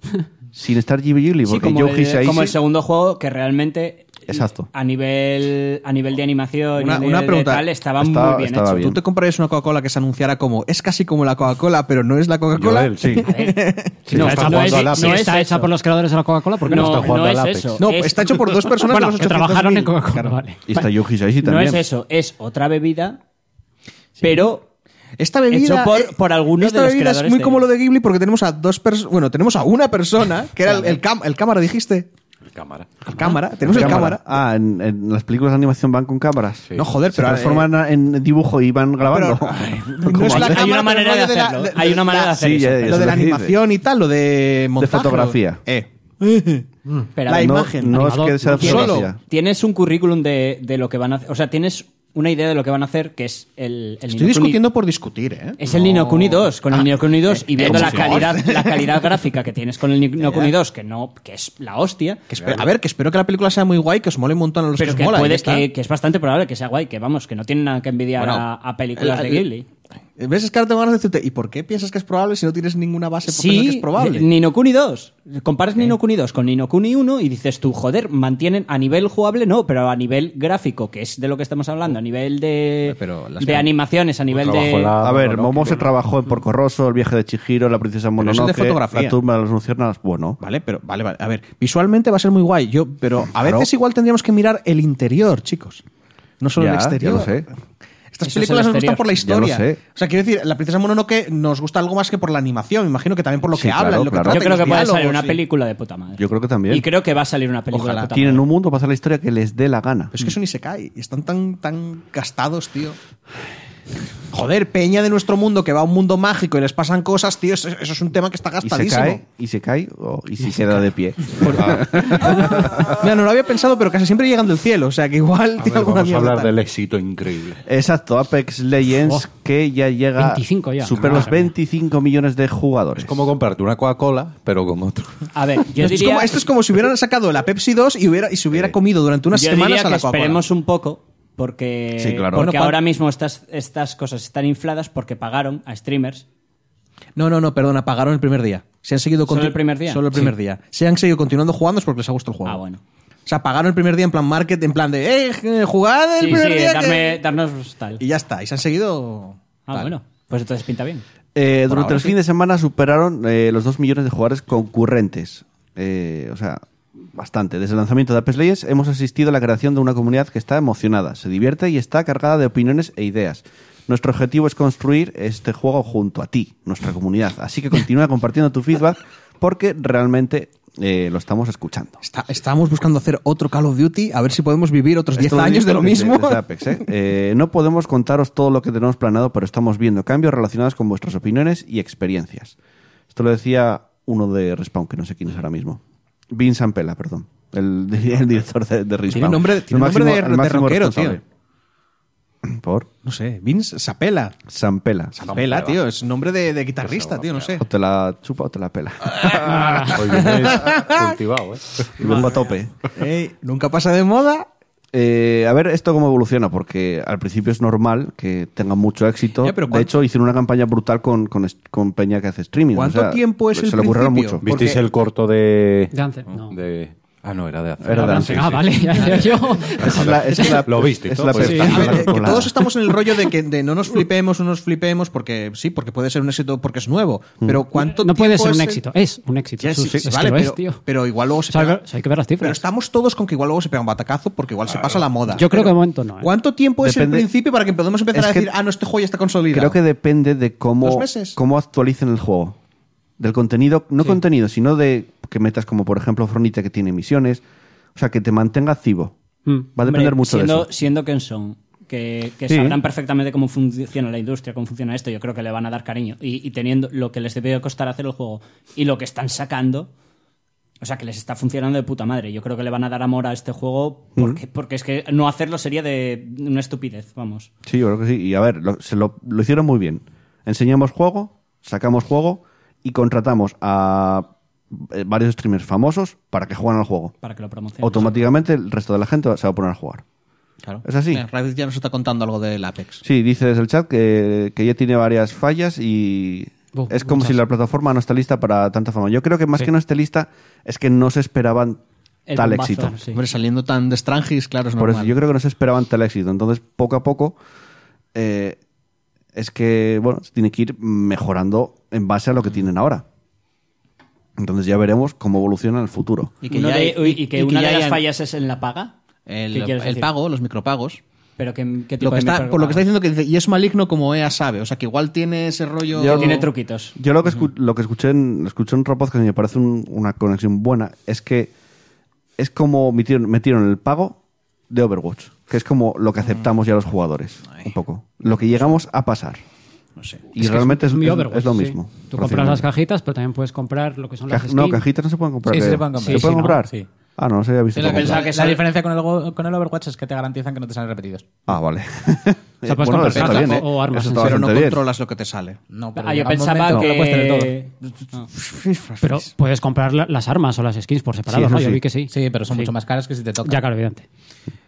S4: sin estar Ghibli Ghibli,
S3: Sí,
S4: porque
S3: como,
S4: Yoji
S3: el, eh,
S4: Saishi...
S3: como el segundo juego que realmente
S4: Exacto.
S3: a nivel a nivel de animación y
S2: Una-
S3: a
S2: una
S3: nivel de
S2: pregunta.
S3: tal, estaba,
S4: Estaba-
S3: muy bien
S4: estaba
S3: hecho.
S4: bien.
S2: ¿Tú te comprarías una Coca-Cola que se anunciara como es casi como la Coca-Cola, pero no es la Coca-Cola?
S6: Joel,
S3: Sí,
S6: sí.
S7: No,
S3: no,
S7: está
S3: está
S7: jugando
S3: jugando
S7: es-
S3: al Apex.
S7: si
S3: No es
S7: está hecha
S3: eso.
S7: por los creadores de la Coca-Cola, ¿por qué no,
S3: No,
S7: está jugando
S3: no
S7: al
S3: es
S7: Apex?
S3: eso.
S2: No, pues
S3: Es-
S2: está hecho por dos personas de
S7: Bueno,
S2: los
S7: que trabajaron
S2: 800.000.
S7: en Coca-Cola, vale.
S4: Y está Yoji Saishi
S3: No
S4: también.
S3: es eso, es otra bebida, pero
S2: Esta bebida
S3: Hecho por-
S2: eh,
S3: por alguno de
S2: esta
S3: los
S2: bebida es
S3: creadores
S2: muy
S3: de-
S2: como lo de Ghibli porque tenemos a dos personas, bueno, tenemos a una persona que era el, el cam- el cámara dijiste,
S6: El cámara.
S2: el cámara, tenemos el cámara.
S4: Ah, en, en las películas de animación van con cámaras.
S2: No joder,
S4: Se
S2: pero
S4: transforman en dibujo y van grabando.
S2: pero- ay, no es la
S4: antes.
S3: hay una
S2: cámara,
S3: manera
S2: pero
S3: de
S2: rollo de la-
S3: hacerlo.
S2: de-
S3: Hay una manera de
S2: la-
S3: hacer
S4: sí, eh,
S3: eso.
S4: ya-
S2: lo de la
S4: lo que dice.
S2: animación y tal, lo de montaje,
S4: fotografía.
S2: lo- eh.
S3: Pero
S2: La
S3: a ver,
S4: no,
S2: imagen,
S4: No es
S7: animador,
S4: que sea
S2: solo.
S4: fotografía.
S3: tienes un currículum de, de lo que van a hacer, o sea, tienes una idea de lo que van a hacer que es el,
S2: Estoy
S3: el Ni no Kuni-
S2: discutiendo por discutir, ¿eh?
S3: Es el Nino Kuni 2,
S2: Ah,
S3: con el Nino Kuni 2 y viendo la
S2: sí.
S3: calidad, la calidad gráfica que tienes con el Nino Kuni 2, que no, que es la hostia.
S2: Que espero- a ver, que espero que la película sea muy guay, que os mole un montón a los
S3: pero
S2: que os
S3: que,
S2: mola. y
S3: puede-
S2: ya está.
S3: que, que es bastante probable que sea guay, que vamos, que no tiene nada que envidiar
S2: Bueno,
S3: a, a películas
S2: el-
S3: de
S2: el-
S3: Ghibli.
S2: ¿Ves? Es que ahora te van a decirte, ¿y por qué piensas que es probable si no tienes ninguna base por pensar que es probable?
S3: Nino Kuni 2. Comparas Nino Kuni 2 con Nino Kuni 1 y dices tú, joder, mantienen a nivel jugable, no, pero a nivel gráfico, que es de lo que estamos hablando, a nivel de,
S2: Pero las-
S3: de animaciones, a nivel
S6: trabajo
S3: de...
S6: la-
S4: A ver,
S6: no,
S4: Momo se trabajó en Porco Rosso, El viaje de Chihiro, La princesa
S2: Pero eso es de
S4: Mononoke,
S2: fotografía.
S4: La tumba de los luciérnagas, bueno.
S2: Vale, pero vale, vale. A ver, visualmente va a ser muy guay, yo, pero a
S4: Claro.
S2: veces igual tendríamos que mirar el interior, chicos. No solo
S4: Ya,
S2: el exterior.
S4: ya lo sé.
S2: Estas
S3: Eso es
S2: películas
S3: el
S2: nos gustan
S3: exterior.
S2: por la
S4: Ya lo
S2: historia.
S4: sé.
S2: O sea, quiero decir, la princesa Mononoke nos gusta algo más que por la animación, me imagino que también por lo
S4: Sí,
S2: que
S4: claro,
S2: hablan, lo que
S4: claro.
S2: trata
S3: Yo
S2: y
S3: creo
S2: los
S3: que puede salir
S2: diálogos,
S3: una
S2: sí.
S3: película de puta madre.
S4: Yo creo que también.
S3: Y creo que va a salir una película
S2: Ojalá.
S3: de puta madre.
S4: Tienen un mundo para hacer la historia que les dé la gana.
S2: Pero es que eso ni se cae. Y están tan, tan gastados, tío. Joder, peña de nuestro mundo que va a un mundo mágico y les pasan cosas, tío. Eso, eso es un tema que está
S4: Y se
S2: gastadísimo.
S4: cae, y se cae, o- y si queda de pie.
S2: Mira, no lo había pensado, pero casi siempre llegan del cielo. O sea, que igual
S6: A
S2: tiene
S6: ver,
S2: alguna
S6: vamos a
S2: mierda.
S6: hablar
S2: tal.
S6: del éxito increíble.
S4: Exacto, Apex Legends,
S2: Oh.
S4: que ya llega.
S7: 25 ya.
S4: Supera los 25 millones de jugadores.
S6: Es como comprarte una Coca-Cola, pero con otro.
S3: A ver, yo
S2: Esto, es
S3: diría,
S2: como, esto es como si hubieran sacado la Pepsi 2 y, hubiera, y se hubiera comido durante unas
S3: yo
S2: semanas
S3: diría
S2: a
S3: que
S2: la Coca-Cola.
S3: esperemos un poco porque,
S4: Sí,
S3: porque
S4: claro.
S2: Bueno, ¿cuál-
S3: ahora mismo estas, estas cosas están infladas porque pagaron a streamers.
S2: No, no, no, perdona, pagaron el primer día. Se han seguido
S3: ¿Solo
S2: continu-
S3: el primer día?
S2: Solo el primer
S3: Sí.
S2: día. Se han seguido continuando jugando es porque les ha gustado el juego.
S3: Ah, bueno.
S2: O sea, pagaron el primer día en plan market, en plan de, eh, jugad el
S3: Sí,
S2: primer
S3: sí,
S2: día. que-".
S3: darme, darnos tal.
S2: Y ya está, y se han seguido.
S3: Ah,
S2: tal.
S3: bueno. Pues entonces pinta bien.
S4: Eh, durante
S2: ahora
S4: el
S2: sí.
S4: fin de semana superaron eh, los 2 millones de jugadores concurrentes. Eh, o sea, bastante. Desde el lanzamiento de Apex Legends hemos asistido a la creación de una comunidad que está emocionada, se divierte y está cargada de opiniones e ideas. Nuestro objetivo es construir este juego junto a ti, nuestra comunidad. Así que continúa compartiendo tu feedback porque realmente eh, lo estamos escuchando.
S2: Está- estábamos buscando hacer otro Call of Duty, a ver si podemos vivir otros 10
S4: Esto
S2: Pues años de lo
S4: desde-
S2: mismo.
S4: desde Apex, ¿eh? Eh, no podemos contaros todo lo que tenemos planeado, pero estamos viendo cambios relacionados con vuestras opiniones y experiencias. Esto lo decía uno de Respawn, que no sé quién es ahora mismo. Vin Sampela, perdón. El, el director de, de Respawn.
S2: nombre-
S4: El
S2: tiene nombre de-
S4: el
S2: de
S4: máximo
S2: rockero,
S4: responsable. Por
S2: No sé, Vince Sapela.
S4: Sampela.
S2: Sapela, tío, es nombre de, de guitarrista, tío, no sé.
S4: O te la chupa o te la pela.
S6: Hoy vienes cultivado, ¿eh?
S4: Vengo a tope.
S2: Ey, nunca pasa de moda.
S4: Eh, a ver esto cómo evoluciona, porque al principio es normal que tenga mucho éxito.
S2: Ya, pero
S4: de
S2: ¿cuán-
S4: hecho, hicieron una campaña brutal con, con, est- con Peña que hace streaming.
S2: ¿Cuánto
S4: o sea,
S2: tiempo es
S4: se
S2: el
S4: le ocurrieron
S2: principio?
S4: mucho.
S6: ¿Visteis el corto de.
S7: De Ance- no.
S6: de- Ah, no, era de hacer.
S4: Era de antes,
S7: Ah, vale, ya decía yo.
S2: este
S4: Esa es la- esa es la-
S6: Lo viste. y
S4: es
S6: todo,
S4: la
S6: pues,
S4: perfecta.
S2: A ver,
S4: Claro,
S2: que, que
S4: claro.
S2: todos estamos en el rollo de que de no nos flipemos, no nos flipemos, porque sí, porque puede ser un éxito porque es nuevo.
S4: Mm.
S2: Pero ¿cuánto
S7: No puede
S2: tiempo
S7: ser un
S2: es el-
S7: éxito. Es un éxito.
S2: Ya,
S7: Jesús.
S2: sí, sí,
S7: es
S2: vale,
S7: que lo es,
S2: pero,
S7: tío.
S2: pero igual luego
S7: O
S2: se
S7: sea,
S2: pega-
S7: hay que ver las
S2: Pero
S7: cifras.
S2: estamos todos con que igual luego se pega un batacazo porque igual se pasa la moda.
S7: Yo creo
S2: Pero
S7: que de momento no, ¿eh?
S2: ¿Cuánto tiempo es
S4: Depende-
S2: el principio para que podamos empezar
S4: Es
S2: a
S4: que-
S2: decir, ah, no, este juego ya está consolidado?
S4: Creo que depende de
S2: ¿Dos
S4: cómo,
S2: meses?
S4: cómo actualicen el juego. Del contenido, no contenido, sino de que metas como por ejemplo Fornite que tiene misiones. O sea, que te mantenga activo.
S7: Mm.
S4: Va a depender
S3: Hombre,
S4: mucho
S3: siendo,
S4: de eso.
S3: Siendo quien son, que, que
S4: Sí.
S3: sabrán perfectamente cómo funciona la industria, cómo funciona esto, yo creo que le van a dar cariño. Y, y teniendo lo que les debe costar hacer el juego y lo que están sacando, o sea, que les está funcionando de puta madre. Yo creo que le van a dar amor a este juego porque, porque es que no hacerlo sería de una estupidez, vamos.
S4: Sí, yo creo que sí. Y a ver, lo, se lo, lo hicieron muy bien. Enseñamos juego, sacamos juego y contratamos a eh, varios streamers famosos para que jueguen al juego.
S3: Para que lo promocionen.
S4: Automáticamente el resto de la gente se va a poner a jugar.
S2: Claro.
S4: Es así.
S2: Eh, Raid ya nos está contando algo del Apex.
S4: Sí, dice desde el chat que, que ya tiene varias fallas y
S7: Oh,
S4: es como
S7: muchas.
S4: si la plataforma no está lista para tanta fama. Yo creo que más que no esté lista es que no se esperaban
S3: El
S4: tal
S3: bombazo,
S4: éxito.
S3: sí.
S2: Hombre, saliendo tan de Strangis, claro, es
S4: Por
S2: normal.
S4: eso yo creo que no se esperaban tal éxito. Entonces, poco a poco, eh, es que, bueno, se tiene que ir mejorando en base a lo que tienen ahora. Entonces ya veremos cómo evoluciona en el futuro.
S2: Y
S3: Uno
S2: ya
S3: de-
S2: hay-
S3: uy, y
S2: y
S3: que
S2: que
S3: una
S2: ya
S3: de las
S2: hayan
S3: fallas es en la paga. ¿Qué
S2: El,
S3: quieres
S2: el
S3: decir?
S2: pago, los micropagos.
S3: Pero que, ¿qué tipo
S2: Lo que
S3: de
S2: está,
S3: micro-
S2: por lo que está diciendo que dice, y es maligno como EA sabe. O sea, que igual tiene ese rollo.
S3: Que tiene truquitos.
S4: Yo lo que, escu- lo que escuché, en, lo escuché en otro podcast y me parece un- una conexión buena es que es como metieron, metieron el pago de Overwatch, que es como lo
S7: Ah.
S4: que aceptamos ya los jugadores, un poco. Lo que llegamos a pasar. Y realmente es,
S7: Mi
S4: es-
S7: Overwatch,
S4: es lo
S7: sí.
S4: mismo.
S7: Tú compras las cajitas, pero también puedes comprar lo que son las
S4: Caj-
S7: skins.
S4: no, cajitas no se pueden comprar.
S10: Sí, sí
S4: creo.
S10: se pueden comprar.
S4: ¿Se
S10: Sí, sí,
S4: pueden
S10: ¿no?
S4: comprar?
S10: Sí.
S4: Ah, no, no se había visto.
S10: La,
S4: cómo comprar.
S3: que
S10: la
S3: sale-
S10: diferencia con el, go- con el Overwatch es que te garantizan que no te salen repetidos.
S4: Ah, vale.
S7: O sea, puedes comprar
S4: está
S7: cajas
S4: bien, ¿eh?
S7: o armas,
S4: Eso
S7: sí.
S4: está
S2: Pero no
S4: bastante bien.
S2: controlas lo que te sale.
S10: No, pero
S3: Ah, yo
S10: llega un
S3: pensaba
S10: momento
S3: que...
S10: lo puedes tener todo.
S7: Pero puedes comprar la- las armas o las skins por separado,
S4: Sí, eso
S7: ¿no? Yo
S4: sí.
S7: vi que sí.
S10: Sí, pero son mucho más caras que si te toca.
S7: Ya, claro, evidente.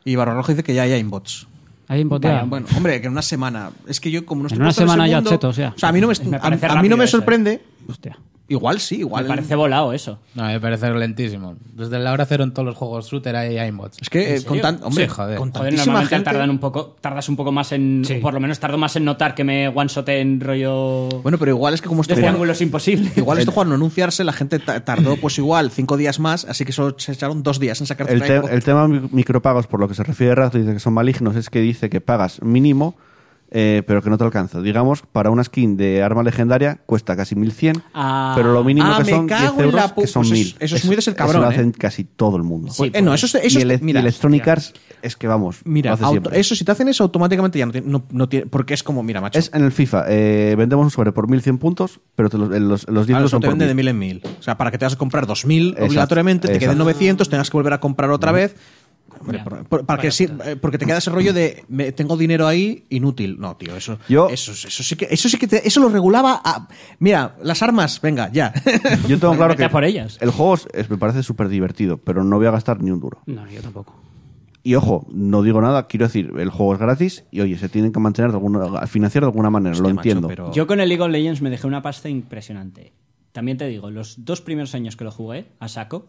S2: Y Barro Rojo dice que ya hay inbots.
S7: Ahí en botea.
S2: Vaya, bueno, hombre, que en una semana. Es que yo, como no estoy
S7: En una
S2: puesto ese
S7: semana ya,
S2: mundo-
S7: chetos, ya.
S2: O sea, a mí no me, est-
S3: Me
S2: a-
S3: parece
S2: a, mí no
S3: rápido
S2: me
S3: eso,
S7: ¿eh?
S2: sorprende.
S7: Hostia.
S2: Igual sí,
S3: Me
S2: igual.
S3: parece volado eso.
S10: No, me parece lentísimo. Desde la hora cero en todos los juegos shooter hay aimbots.
S2: Es que eh, con
S10: serio?
S2: tan- hombre,
S10: Sí, joder.
S2: con
S3: Joder,
S2: tantísima
S3: normalmente
S2: gente-
S3: tardan un poco, tardas un poco más en,
S7: Sí.
S3: o por lo menos tardo más en notar que me one shot en rollo
S2: Bueno, pero igual es que como
S3: de
S2: este juego.
S3: triángulos imposibles.
S2: Igual este juego al no anunciarse, la gente ta- tardó pues igual cinco días más, así que solo se echaron dos días en sacar
S4: El, te- el tema mi- micropagos, por lo que se refiere Razo, dice que son malignos, es que dice que pagas mínimo, eh, pero que no te alcanza. Digamos, para una skin de arma legendaria cuesta casi 1100,
S3: Ah.
S4: pero lo mínimo
S2: Ah,
S4: que
S2: me
S4: son 10
S2: cago en
S4: euros,
S2: la pu-
S4: que son
S2: pues
S4: 1000.
S2: eso- eso es muy de ser cabrón,
S4: Eso lo
S2: ¿eh?
S4: hacen casi todo el mundo.
S3: Sí,
S2: Eh, no, eso, es- eso
S4: y
S2: es-
S4: el, e- y
S2: mira,
S4: Electronic Arts es que vamos,
S2: mira,
S4: lo hace
S2: auto-
S4: siempre.
S2: eso si te hacen eso automáticamente ya no tiene, no- no tiene- porque es como, mira, macho.
S4: Es en el FIFA, eh, vendemos un sobre por 1100 puntos, pero te los, en los, los 10
S2: Claro, eso
S4: euros son
S2: te
S4: por
S2: vende de
S4: 1000.
S2: mil en mil. O sea, para que te vas a comprar 2000
S4: Exacto,
S2: obligatoriamente, te queden
S4: exacto.
S2: 900, tengas que volver a comprar otra vez. Hombre,
S3: Ya.
S2: por- por- para que sí, eh, porque te queda ese rollo de me- tengo dinero ahí inútil. No, tío, eso
S4: Yo-
S2: eso, eso sí que eso sí que te- eso lo regulaba a mira, las armas, venga, ya.
S4: Yo tengo claro
S3: Vete
S4: que
S3: a por ellas.
S4: el juego es- es- me parece súper divertido, pero no voy a gastar ni un duro.
S7: No, yo tampoco.
S4: Y ojo, no digo nada, quiero decir, el juego es gratis y oye, se tienen que mantener de alguna, financiar de alguna manera, lo
S2: Hostia, macho,
S4: entiendo.
S2: pero-
S3: Yo con el League of Legends me dejé una pasta impresionante. También te digo, los dos primeros años que lo jugué a saco,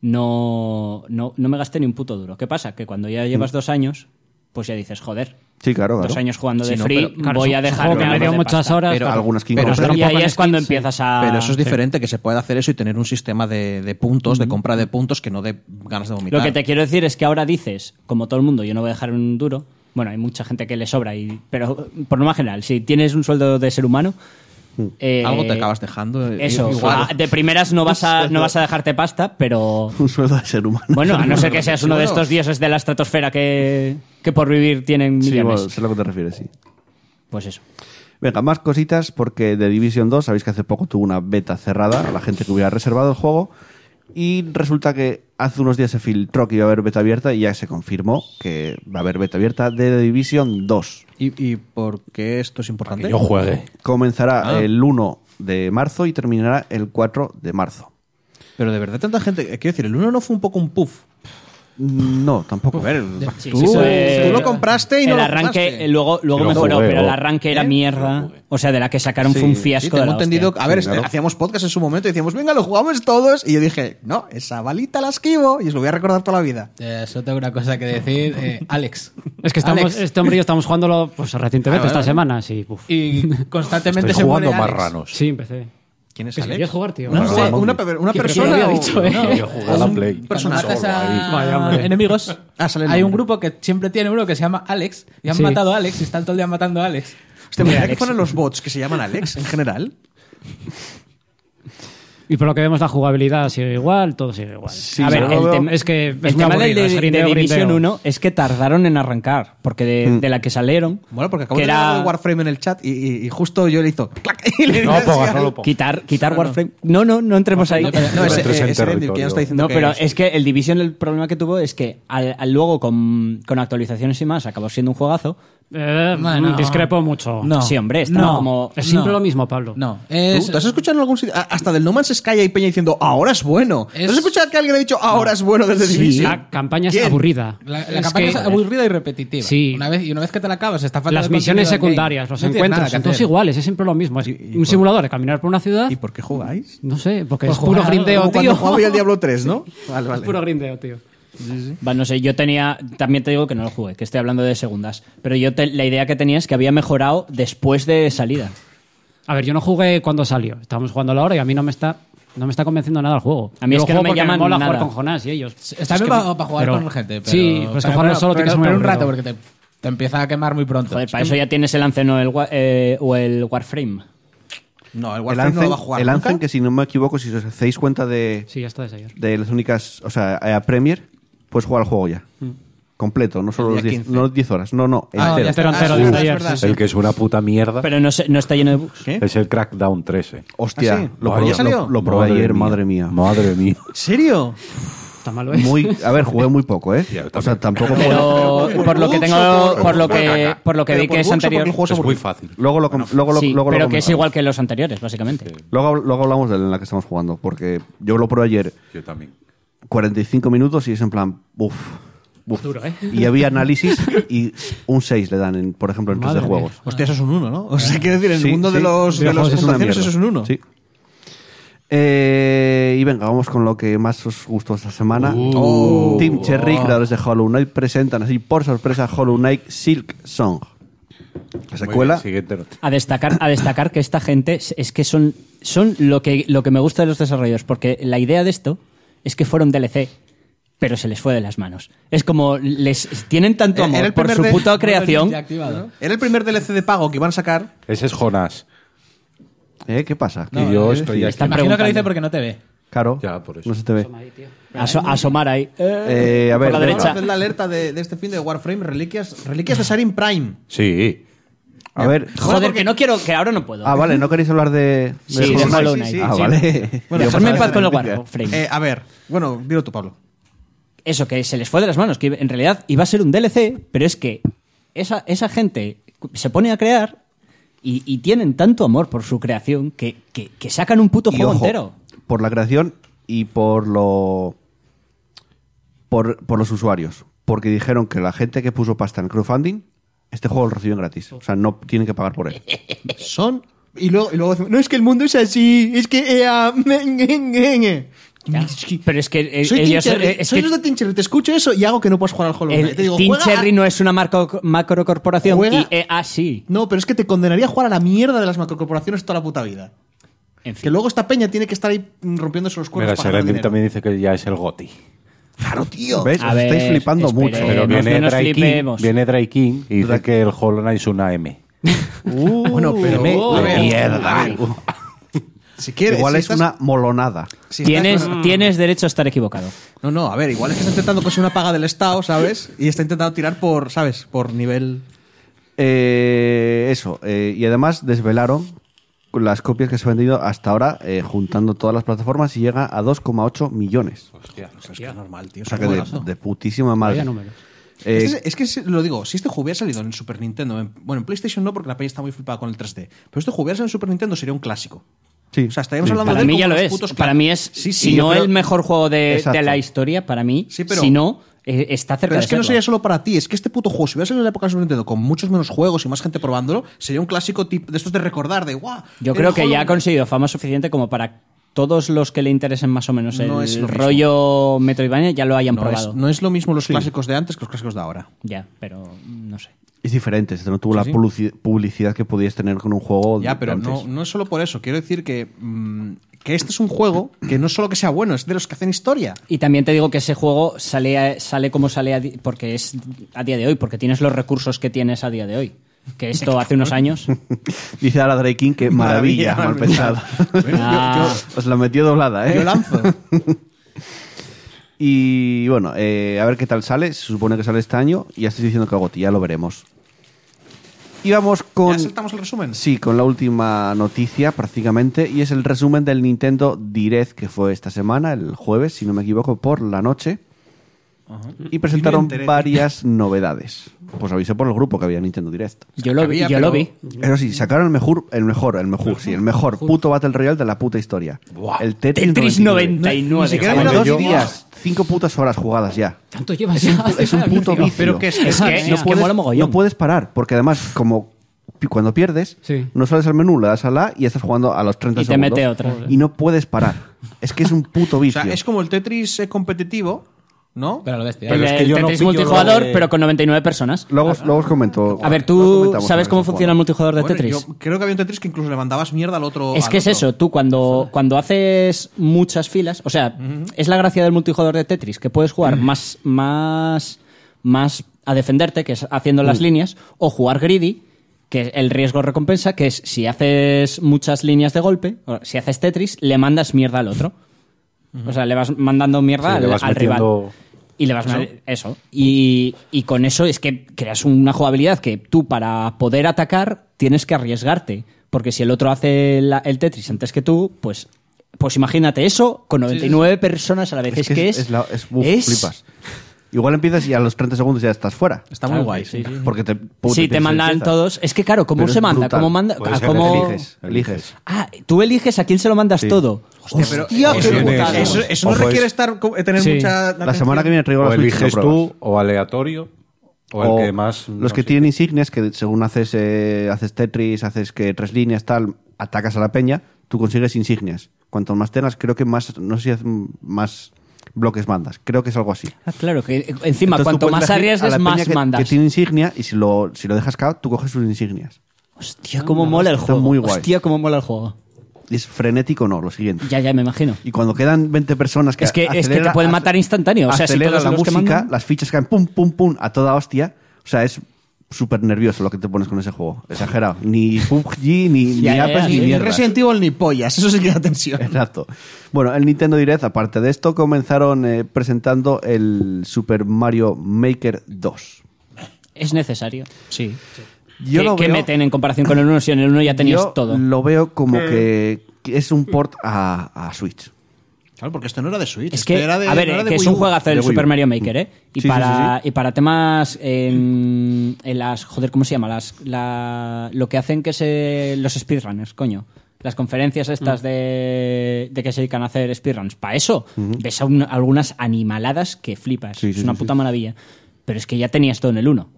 S3: no, no, no me gasté ni un puto duro. ¿Qué pasa? Que cuando ya llevas dos años, pues ya dices, joder,
S4: Sí, claro, claro.
S3: dos años jugando
S2: Sí,
S3: de
S2: no,
S3: free,
S2: pero,
S7: claro,
S3: voy
S7: es
S3: a
S7: un
S3: dejar
S7: juego que
S3: ganas
S7: me dio
S3: de
S7: muchas
S3: pasta.
S7: horas,
S4: Pero algún skin
S2: pero-
S4: completo.
S2: pero-
S3: Y
S7: Poco
S3: ahí
S7: más
S3: es cuando
S7: skins, sí.
S3: empiezas a...
S2: Pero eso es
S3: Sí.
S2: diferente, que se puede hacer eso y tener un sistema de, de puntos, de compra de puntos, que no de ganas de vomitar.
S3: Lo que te quiero decir es que ahora dices, como todo el mundo, yo no voy a dejar un duro. Bueno, hay mucha gente que le sobra, y, pero por norma general, si tienes un sueldo de ser humano. eh,
S2: Algo te acabas dejando. eh,
S3: Eso,
S2: igual.
S3: ah, de primeras no vas, a, no vas a dejarte pasta, pero.
S4: Un sueldo de ser humano.
S3: Bueno, a no ser que seas uno de
S2: Bueno.
S3: estos dioses de la estratosfera que, que por vivir tienen
S4: sí, bueno,
S3: millones.
S4: sé a lo que te refieres, sí.
S3: Pues eso.
S4: Venga, más cositas porque The Division 2, sabéis que hace poco tuvo una beta cerrada a la gente que hubiera reservado el juego y resulta que hace unos días se filtró que iba a haber beta abierta y ya se confirmó que va a haber beta abierta de The Division 2.
S2: ¿Y, y por qué esto es importante?
S6: Yo juegue.
S4: Comenzará
S2: Ah.
S4: el 1 de marzo y terminará el 4 de marzo.
S2: Pero de verdad, tanta gente. eh, Quiero decir, el 1 no fue un poco un puff.
S4: No, tampoco. A ver,
S3: Sí,
S4: tú-
S3: sí, fue-
S2: tú lo compraste y no
S3: el
S2: lo
S3: arranque
S2: jugaste.
S3: eh, luego luego
S4: Yo lo
S3: mejoró,
S4: jugué,
S3: pero el
S4: luego.
S3: arranque era
S2: ¿Eh?
S3: mierda. O sea, de la que sacaron fue un fiasco.
S2: tengo
S3: de la
S2: entendido.
S3: hostia.
S2: A ver,
S3: Sí,
S2: este,
S3: claro.
S2: hacíamos podcast en su momento y decíamos, venga, lo jugamos todos. Y yo dije, no, esa balita la esquivo y os lo voy a recordar toda la vida.
S10: Eh, solo tengo una cosa que decir. eh, Alex.
S7: Es que estamos,
S10: Alex.
S7: este hombre y yo estamos jugándolo pues, recientemente,
S10: Ah,
S7: estas
S10: vale.
S7: semanas. Y, uf.
S10: Y constantemente
S6: Estoy
S10: se muere
S6: jugando
S10: Alex. Pues
S6: marranos.
S7: Sí, empecé.
S2: ¿Quién es
S7: ¿Que si
S2: Alex?
S7: querías jugar, tío?
S2: No,
S6: Marrano
S2: sé,
S6: Zombie.
S2: una, pe- una
S10: Que- que
S2: persona.
S10: había
S2: o-
S10: dicho, ¿eh?
S2: no,
S6: Yo jugaba a la Play.
S10: Cuando
S2: personaje
S10: matas
S6: solo
S10: a
S6: ahí.
S7: Vaya, hombre.
S10: enemigos,
S2: Ah, sale el
S10: hay un
S2: nombre.
S10: grupo que siempre tiene uno que se llama Alex y han
S7: Sí.
S10: matado a Alex y están todo el día matando a Alex.
S2: Hostia, Este, mira, que fueron los bots que se llaman Alex en general.
S7: Y por lo que vemos, la jugabilidad sigue igual, todo sigue igual.
S3: A ver, el tem-
S7: es que es
S3: el
S7: muy
S3: tema del
S7: aburrido,
S3: de,
S7: es
S3: de
S7: grindeo,
S3: Division
S7: grindeo.
S3: 1 es que tardaron en arrancar, porque de, de la que salieron,
S2: Bueno, porque acabo
S3: que
S2: de
S3: era
S2: ver el Warframe en el chat y, y- y justo yo le hizo clac y le
S6: No
S2: di así
S6: pongas,
S2: al-
S6: no lo pongas.
S3: quitar, quitar Warframe. No, no, no entremos ahí.
S10: No, pero-
S2: No, ese,
S6: Entres en
S2: ese Endgame,
S6: territorio.
S2: que ya no está diciendo
S3: No,
S2: que
S3: pero
S2: es-
S3: es que el Division el problema que tuvo es que al, al luego con, con actualizaciones y más acabó siendo un juegazo.
S7: Eh,
S10: Bueno.
S7: Discrepo mucho.
S10: No.
S3: Sí, hombre, estaba como-
S7: Es siempre
S10: no.
S7: lo mismo, Pablo.
S10: No,
S2: ¿Tú,
S10: es,
S2: tú has escuchado en algún sitio? a- Hasta del No Man's Sky hay peña diciendo, ahora es bueno. ¿No
S10: Es-
S2: has escuchado que alguien ha dicho, ahora es bueno desde Division?
S7: La campaña es
S2: ¿Quién?
S7: aburrida.
S10: La, la
S7: Es
S10: campaña
S7: que-
S10: es aburrida y repetitiva.
S7: Sí.
S10: Una vez, y una vez que te la acabas, está falta
S7: Las
S10: de
S7: misiones
S10: contenido del
S7: secundarias, los
S10: game. No tienes nada
S7: encuentros,
S10: que
S7: son todos
S10: hacer.
S7: iguales, es siempre lo mismo. Es
S2: y
S7: un
S2: por-
S7: simulador de caminar por una ciudad.
S2: ¿Y por qué jugáis?
S7: No sé, porque
S10: Pues
S7: es puro
S10: jugar,
S7: grindeo,
S2: Como cuando
S7: tío.
S2: jugaba yo el Diablo 3, ¿no? Vale,
S7: Es
S2: vale.
S7: puro grindeo, tío.
S3: Va, no sé, yo tenía, también te digo que no lo jugué, que estoy hablando de segundas, pero yo te- la idea que tenía es que había mejorado después de salida.
S7: A ver, yo no jugué cuando salió. Estábamos jugando a la hora y a mí no me está, no me está convenciendo nada el juego.
S3: A mí
S7: Yo
S3: es
S7: lo
S3: que no
S7: juego
S3: me
S7: porque
S3: llaman
S7: mola jugar
S3: nada.
S7: con Jonás y ellos.
S10: Está bien para, para jugar
S7: pero-
S10: con gente, pero,
S7: Sí, pero es que jugarlo solo
S10: pero,
S7: tienes muy
S10: pero un
S7: aburrido.
S10: rato porque te, te empieza a quemar muy pronto.
S3: Joder, para eso ya tienes el Anthem o el, Wa- eh, o el Warframe.
S2: No, el
S4: el
S2: Warframe
S4: Anthem,
S2: no lo va a jugar
S4: el
S2: nunca.
S4: Anthem, que si no me equivoco, si os hacéis cuenta de,
S7: Sí, ya está desde ayer.
S4: de las únicas, o sea, a Premier, puedes jugar al juego ya. Completo, no
S2: Mm.
S4: solo
S2: El
S4: los
S2: día
S4: 10
S2: 15.
S4: no los 10 horas, no, no,
S10: Ah,
S4: entero.
S10: ya está.
S7: Entero, entero,
S2: Ah,
S7: desde
S2: es
S7: ayer,
S2: verdad,
S7: sí.
S2: sí.
S6: El que es una puta mierda
S3: Pero no, se- no está lleno de bugs.
S2: ¿Qué?
S6: es el Crackdown 13.
S4: Hostia,
S2: ¿Ah, sí?
S4: lo,
S2: ¿Ya
S4: probé-
S2: salió?
S4: lo- lo probé ayer, madre mía.
S6: Madre mía.
S2: ¿En serio?
S7: Está malo, ¿eh?
S4: Muy, a ver, jugué muy poco, ¿eh?
S6: Ya, yo
S4: O sea, tampoco
S3: Pero
S2: Pero por
S3: por lo que
S2: bugs
S3: tengo,
S2: o por-
S3: por lo que,
S6: Pero
S3: por lo que
S2: Pero
S3: vi
S2: por
S3: que es
S2: bugs o porque
S3: anterior.
S2: el juego es
S6: Es muy
S2: aburrido.
S6: fácil.
S4: Luego lo, com- luego lo-
S3: Sí,
S4: luego lo
S3: pero que es
S4: comentamos.
S3: igual que los anteriores, básicamente.
S4: Luego, luego hablamos de la que estamos jugando, porque yo lo probé ayer
S6: Yo también.
S4: 45 minutos y es en plan, uff.
S7: Duro, ¿eh?
S4: Y había análisis y un 6 le dan, en, por ejemplo, en tres de
S7: Madre mía.
S4: juegos.
S2: Hostia, eso es un 1, ¿no? O sea, quiero decir, en el
S4: Sí,
S2: mundo de
S4: sí.
S2: los, de los
S4: Videojuegos es una
S2: puntuaciones eso es un
S4: mierda.
S2: 1.
S4: Sí. Eh, y venga, vamos con lo que más os gustó esta semana.
S2: Uh.
S4: Team
S2: Oh.
S4: Cherry, creadores de Hollow Knight, presentan así por sorpresa Hollow Knight Silk Song. La secuela.
S6: Siguiente nota.
S3: A destacar, a destacar que esta gente es- es que son, son lo, que, lo que me gusta de los desarrolladores, porque la idea de esto es que fueron DLC, pero se les fue de las manos. Es como les tienen tanto
S2: Era- era
S3: amor
S2: el
S3: por
S2: primer
S3: su
S2: de-
S3: puta
S2: Bueno,
S3: creación.
S10: Ya activado.
S2: Era el primer DLC de pago que iban a sacar.
S6: Ese es Jonás.
S4: ¿Eh? ¿Qué pasa?
S6: Y yo estoy aquí.
S3: Están
S10: Imagino que lo
S3: preguntando.
S10: dice porque no te ve.
S4: Claro.
S6: Ya, por eso.
S4: No se te ve.
S3: Aso- asomar ahí.
S4: Eh, a ver,
S3: por la
S4: venga.
S3: derecha.
S2: Haced la alerta de, de este fin de Warframe, reliquias, reliquias de Sarin Prime.
S6: Sí.
S4: A ver.
S3: Joder,
S2: porque-
S3: que no quiero, que ahora no puedo.
S4: Ah, vale, no queréis hablar de. de
S3: Sí, de Hollow Knight.
S4: Ah,
S3: Sí.
S4: vale.
S2: Bueno,
S4: Digo,
S3: Dejadme en
S4: pasad
S3: paz
S4: de
S3: con el
S4: la noticia.
S3: Warframe.
S2: Eh, a ver, bueno, dilo tú, Pablo.
S3: Eso, que se les fue de las manos, que en realidad iba a ser un DLC, pero es que esa, esa gente se pone a crear y, y tienen tanto amor por su creación que, que- que sacan un puto
S4: Y
S3: juego
S4: ojo,
S3: entero.
S4: Por la creación y por lo. Por, por los usuarios. Porque dijeron que la gente que puso pasta en el crowdfunding, este juego lo reciben gratis. O sea, no tienen que pagar por él.
S2: Son. Y luego, y luego decimos, no es que el mundo es así, es que. eh, ah, me, me, me, me".
S3: Ya.
S2: Es que-
S3: Pero es que eh,
S2: soy
S3: ellos-
S2: Tincherry,
S3: eh, es
S2: soy
S3: que
S2: los de Tincherry, te escucho eso y hago que no puedas jugar al Hollow Knight.
S3: el-
S2: Te digo,
S3: Team
S2: "Juega
S3: Cherry
S2: a-
S3: no es una marco- macrocorporación
S2: Juega-
S3: y EA sí.
S2: No, pero es que te condenaría a jugar a la mierda de las macrocorporaciones toda la puta vida.
S3: En
S2: Que
S3: fin.
S2: luego esta peña tiene que estar ahí mm, rompiéndose los
S6: Mira,
S2: cuernos para ganar
S6: Serendip
S2: dinero.
S6: también dice que ya es el Goti.
S2: Eh, Claro, tío.
S4: ¿Ves?
S3: A
S4: Os estáis
S3: ver,
S4: flipando
S3: espere.
S4: mucho.
S3: Eh,
S6: Pero
S3: no-
S6: viene,
S3: no nos
S6: Dry King,
S3: flipemos.
S6: viene Dry King y dice que el Hollow Knight es una M.
S2: Ah, bueno, pero.
S6: M
S2: a ver,
S6: de mierda.
S2: a ver, si quieres.
S4: Igual
S2: si
S4: es
S2: estás-
S4: una molonada.
S2: si estás-
S3: Tienes, tienes derecho a estar equivocado.
S2: No, no, a ver, igual es que está intentando coser una paga del Estado, ¿sabes? Y está intentando tirar por, ¿sabes? Por nivel.
S4: Eh, eso. eh, y además desvelaron las copias que se han vendido hasta ahora, eh, juntando todas las plataformas, y llega a 2,8 millones.
S2: Es que es normal, tío.
S4: O sea que de, de putísima
S7: Vaya
S4: madre.
S7: números.
S4: Eh,
S2: Este es, es que si- lo digo, si este juego hubiera salido en Super Nintendo, en- bueno, en PlayStation no, porque la peña está muy flipada con el 3D, pero este juego hubiera salido en Super Nintendo sería un clásico.
S4: sí.
S2: O sea, estaríamos
S4: Sí.
S2: hablando
S3: Para
S2: de él
S3: mí
S2: como
S3: ya lo
S2: los
S3: es.
S2: putos clásicos.
S3: Para mí es,
S2: Sí,
S3: si
S2: sí,
S3: no
S2: yo creo-
S3: el mejor juego de, de
S4: Exacto.
S3: la historia, para mí,
S2: Sí, pero-
S3: si no, eh, está cerca
S2: Pero
S3: de
S2: es que no
S3: serlo.
S2: sería solo para ti, es que este puto juego, si hubiera salido en la época de Super Nintendo con muchos menos juegos y más gente probándolo, sería un clásico tip de estos de recordar, de guau.
S3: Yo
S2: el
S3: creo que
S2: Hollow
S3: ya ha conseguido fama suficiente como para todos los que le interesen más o menos el
S2: No es lo mismo.
S3: rollo Metroidvania ya lo hayan
S2: No
S3: probado.
S2: es, no es lo mismo los clásicos de antes que los clásicos de ahora.
S3: Ya, pero no sé.
S4: Es diferente, esto no tuvo la
S2: sí.
S4: publici- publicidad que podías tener con un juego. de
S2: Ya, pero
S4: antes.
S2: no, no es solo por eso. Quiero decir que, mm, que este es un juego que no es solo que sea bueno, es de los que hacen historia.
S3: Y también te digo que ese juego sale, a- sale como sale a di- porque es a día de hoy, porque tienes los recursos que tienes a día de hoy. Que esto hace unos años.
S4: Dice ahora Drake King que maravilla,
S3: Maravilla,
S4: mal pensado.
S3: Ah.
S4: Os la metió doblada, ¿eh?
S3: Yo lanzo.
S4: y bueno, eh, a ver qué tal sale. Se supone que sale este año. Y ya estoy diciendo que agotí, ya lo veremos. Y vamos con.
S2: ¿Ya saltamos el resumen?
S4: Sí, con la última noticia prácticamente. Y es el resumen del Nintendo Direct que fue esta semana, el jueves, si no me equivoco, por la noche. Y presentaron
S2: enteré.
S4: varias novedades. Pues avisé por el grupo que había Nintendo Direct.
S3: Yo lo vi-
S2: Había, yo lo pero-
S4: Eso sí, sacaron el mejor, el mejor, el mejor, sí, el mejor puto Battle Royale de la puta historia. El
S3: Tetris 99.
S4: Ni siquiera
S3: Joder,
S4: dura dos
S3: yo-
S4: días, cinco putas horas jugadas ya.
S7: Tanto llevas ya.
S4: Es un puto vicio.
S3: Es que, es que mola mogollón.
S4: no puedes parar, porque además, como pi- cuando pierdes,
S7: Sí.
S4: no sales al menú, le das a la y estás jugando a los 30
S3: Y te
S4: segundos.
S3: mete otra.
S4: Y no puedes parar. Es que es un puto
S2: O
S4: vicio.
S2: sea, es como el Tetris eh, competitivo, ¿no?
S10: Pero lo bestia.
S3: El,
S6: es que yo no
S3: Tetris
S6: pillo
S3: multijugador,
S6: lo de-
S3: pero con 99 personas.
S4: Luego, os- luego os comento.
S3: A ver,
S4: luego
S3: ¿tú
S4: comentamos
S3: sabes
S4: sobre
S3: cómo
S4: ese
S3: funciona el
S4: juego.
S3: multijugador de
S2: Bueno,
S3: Tetris?
S2: yo creo que había un Tetris que incluso levantabas mierda al otro.
S3: Es
S2: al
S3: que es
S2: otro.
S3: eso, tú cuando, cuando haces muchas filas, o sea, es la gracia del multijugador de Tetris, que puedes jugar más, más, más a defenderte, que es haciendo las líneas, o jugar greedy, que es el riesgo recompensa, que es si haces muchas líneas de golpe, o si haces Tetris, le mandas mierda al otro. O sea, le vas mandando mierda
S6: Sí,
S3: al,
S6: le vas
S3: al rival.
S6: metiendo-
S3: Y le vas mal- eso. Y, y con eso es que creas una jugabilidad que tú para poder atacar tienes que arriesgarte. Porque si el otro hace la- el Tetris antes que tú, pues, pues imagínate eso con 99 personas a la vez. Es, que es.
S4: es la- es- uf,
S3: es-
S4: flipas. Igual empiezas y a los 30 segundos ya estás fuera.
S2: Está muy guay. Sí,
S4: Porque te,
S3: Sí, te mandan todos. Es que claro, ¿cómo
S4: Pero
S3: se
S4: es
S3: manda?
S4: brutal.
S3: ¿Cómo manda?
S4: Puede
S3: ah,
S4: ser
S3: ¿cómo-
S4: que eliges, eliges.
S3: Ah, tú eliges a quién se lo mandas todo. Hostia,
S2: Pero
S3: qué
S2: eso,
S3: putada.
S2: eso- eso
S6: O
S2: no
S6: pues-
S2: requiere estar, co- tener
S7: Sí.
S2: mucha.
S4: La
S2: atención.
S4: semana que viene traigo
S6: O
S4: la Switch,
S6: eliges
S4: lo pruebas.
S6: tú, o aleatorio, o, el que más.
S4: Los
S6: no
S4: que
S6: sé.
S4: tienen insignias, que según haces, eh, haces Tetris, haces que tres líneas, tal, atacas a la peña, tú consigues insignias. Cuanto más tengas, creo que más, no sé si hacen más bloques mandas. Creo que es algo así.
S3: Ah, claro, que eh, encima,
S4: Entonces, tú
S3: cuanto
S4: puedes
S3: más
S4: elegir a la
S3: arriesgas,
S4: peña
S3: más
S4: que,
S3: mandas.
S4: Que tiene insignia y si lo, si lo dejas cao, tú coges sus insignias.
S3: Hostia, cómo mola el
S4: está
S3: juego.
S4: muy guay.
S3: Hostia, cómo mola el juego.
S4: Y Es frenético, no, lo siguiente.
S3: Ya, ya me imagino.
S4: Y cuando quedan 20 personas que
S3: Es que- es que te
S4: acelera-
S3: pueden matar instantáneo, o sea, si
S4: acelera
S3: todos
S4: la
S3: los que
S4: música,
S3: mandan-
S4: las fichas caen pum, pum, pum a toda hostia. O sea, es súper nervioso lo que te pones con ese juego. Exagerado. Ni PUBG, ni, ni
S3: Ya, ya,
S4: Apex,
S3: ya,
S4: ni
S2: Ni, ni
S4: mierdas.
S2: Resident Evil ni pollas, eso sí que da tensión.
S4: Exacto. Bueno, el Nintendo Direct, aparte de esto, comenzaron eh, presentando el Super Mario Maker 2.
S3: Es necesario. Sí.
S4: Yo
S3: ¿Qué,
S4: lo
S3: qué
S4: veo-
S3: meten en comparación con el 1 si en el 1 ya tenías
S4: yo
S3: todo?
S4: Lo veo como que, que es un port a, a Switch.
S2: Claro, porque esto no era de Switch.
S3: Es
S2: esto
S3: que,
S2: era de,
S3: a ver, eh,
S2: no era de
S3: que es
S2: Wii
S3: un
S2: U.
S3: juegazo
S4: de
S3: el
S4: Wii U.
S3: Super Mario Maker, ¿eh? Y,
S4: Sí, sí,
S3: para,
S4: sí, sí.
S3: y para temas en, en las... Joder, ¿cómo se llama? Las, la- lo que hacen que se... Los speedrunners, coño. Las conferencias estas
S4: Mm.
S3: de, de que se dedican a hacer speedruns. Para eso, ves a un- algunas animaladas que flipas.
S4: Sí, sí,
S3: es una
S4: sí,
S3: puta maravilla. Pero es que ya tenías todo en el 1.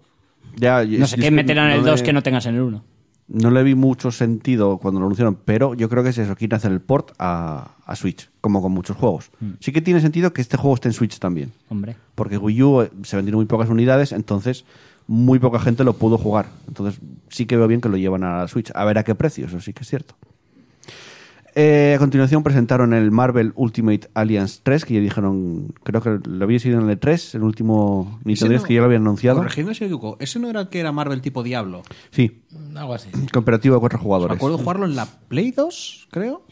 S4: Ya,
S3: No sé qué meterán en el 2 que no tengas en el 1.
S4: No le vi mucho sentido cuando lo anunciaron, pero yo creo que es eso, quieren hacer el port a, a Switch, como con muchos juegos. Sí que tiene sentido que este juego esté en Switch también,
S3: Hombre.
S4: porque Wii U eh, se vendieron muy pocas unidades, entonces muy poca gente lo pudo jugar. Entonces sí que veo bien que lo llevan a la Switch. A ver a qué precio, eso sí que es cierto. Eh, a continuación presentaron el Marvel Ultimate Alliance 3, que ya dijeron, creo que lo había sido en el E3, el último Nintendo 10
S2: no-
S4: que ya lo habían anunciado.
S2: Corregidme si me equivoco. Ese no era el que era Marvel tipo Diablo.
S4: Sí,
S10: Algo así.
S4: cooperativo a cuatro
S2: Me
S4: jugadores.
S2: acuerdo jugarlo en la Play 2, creo.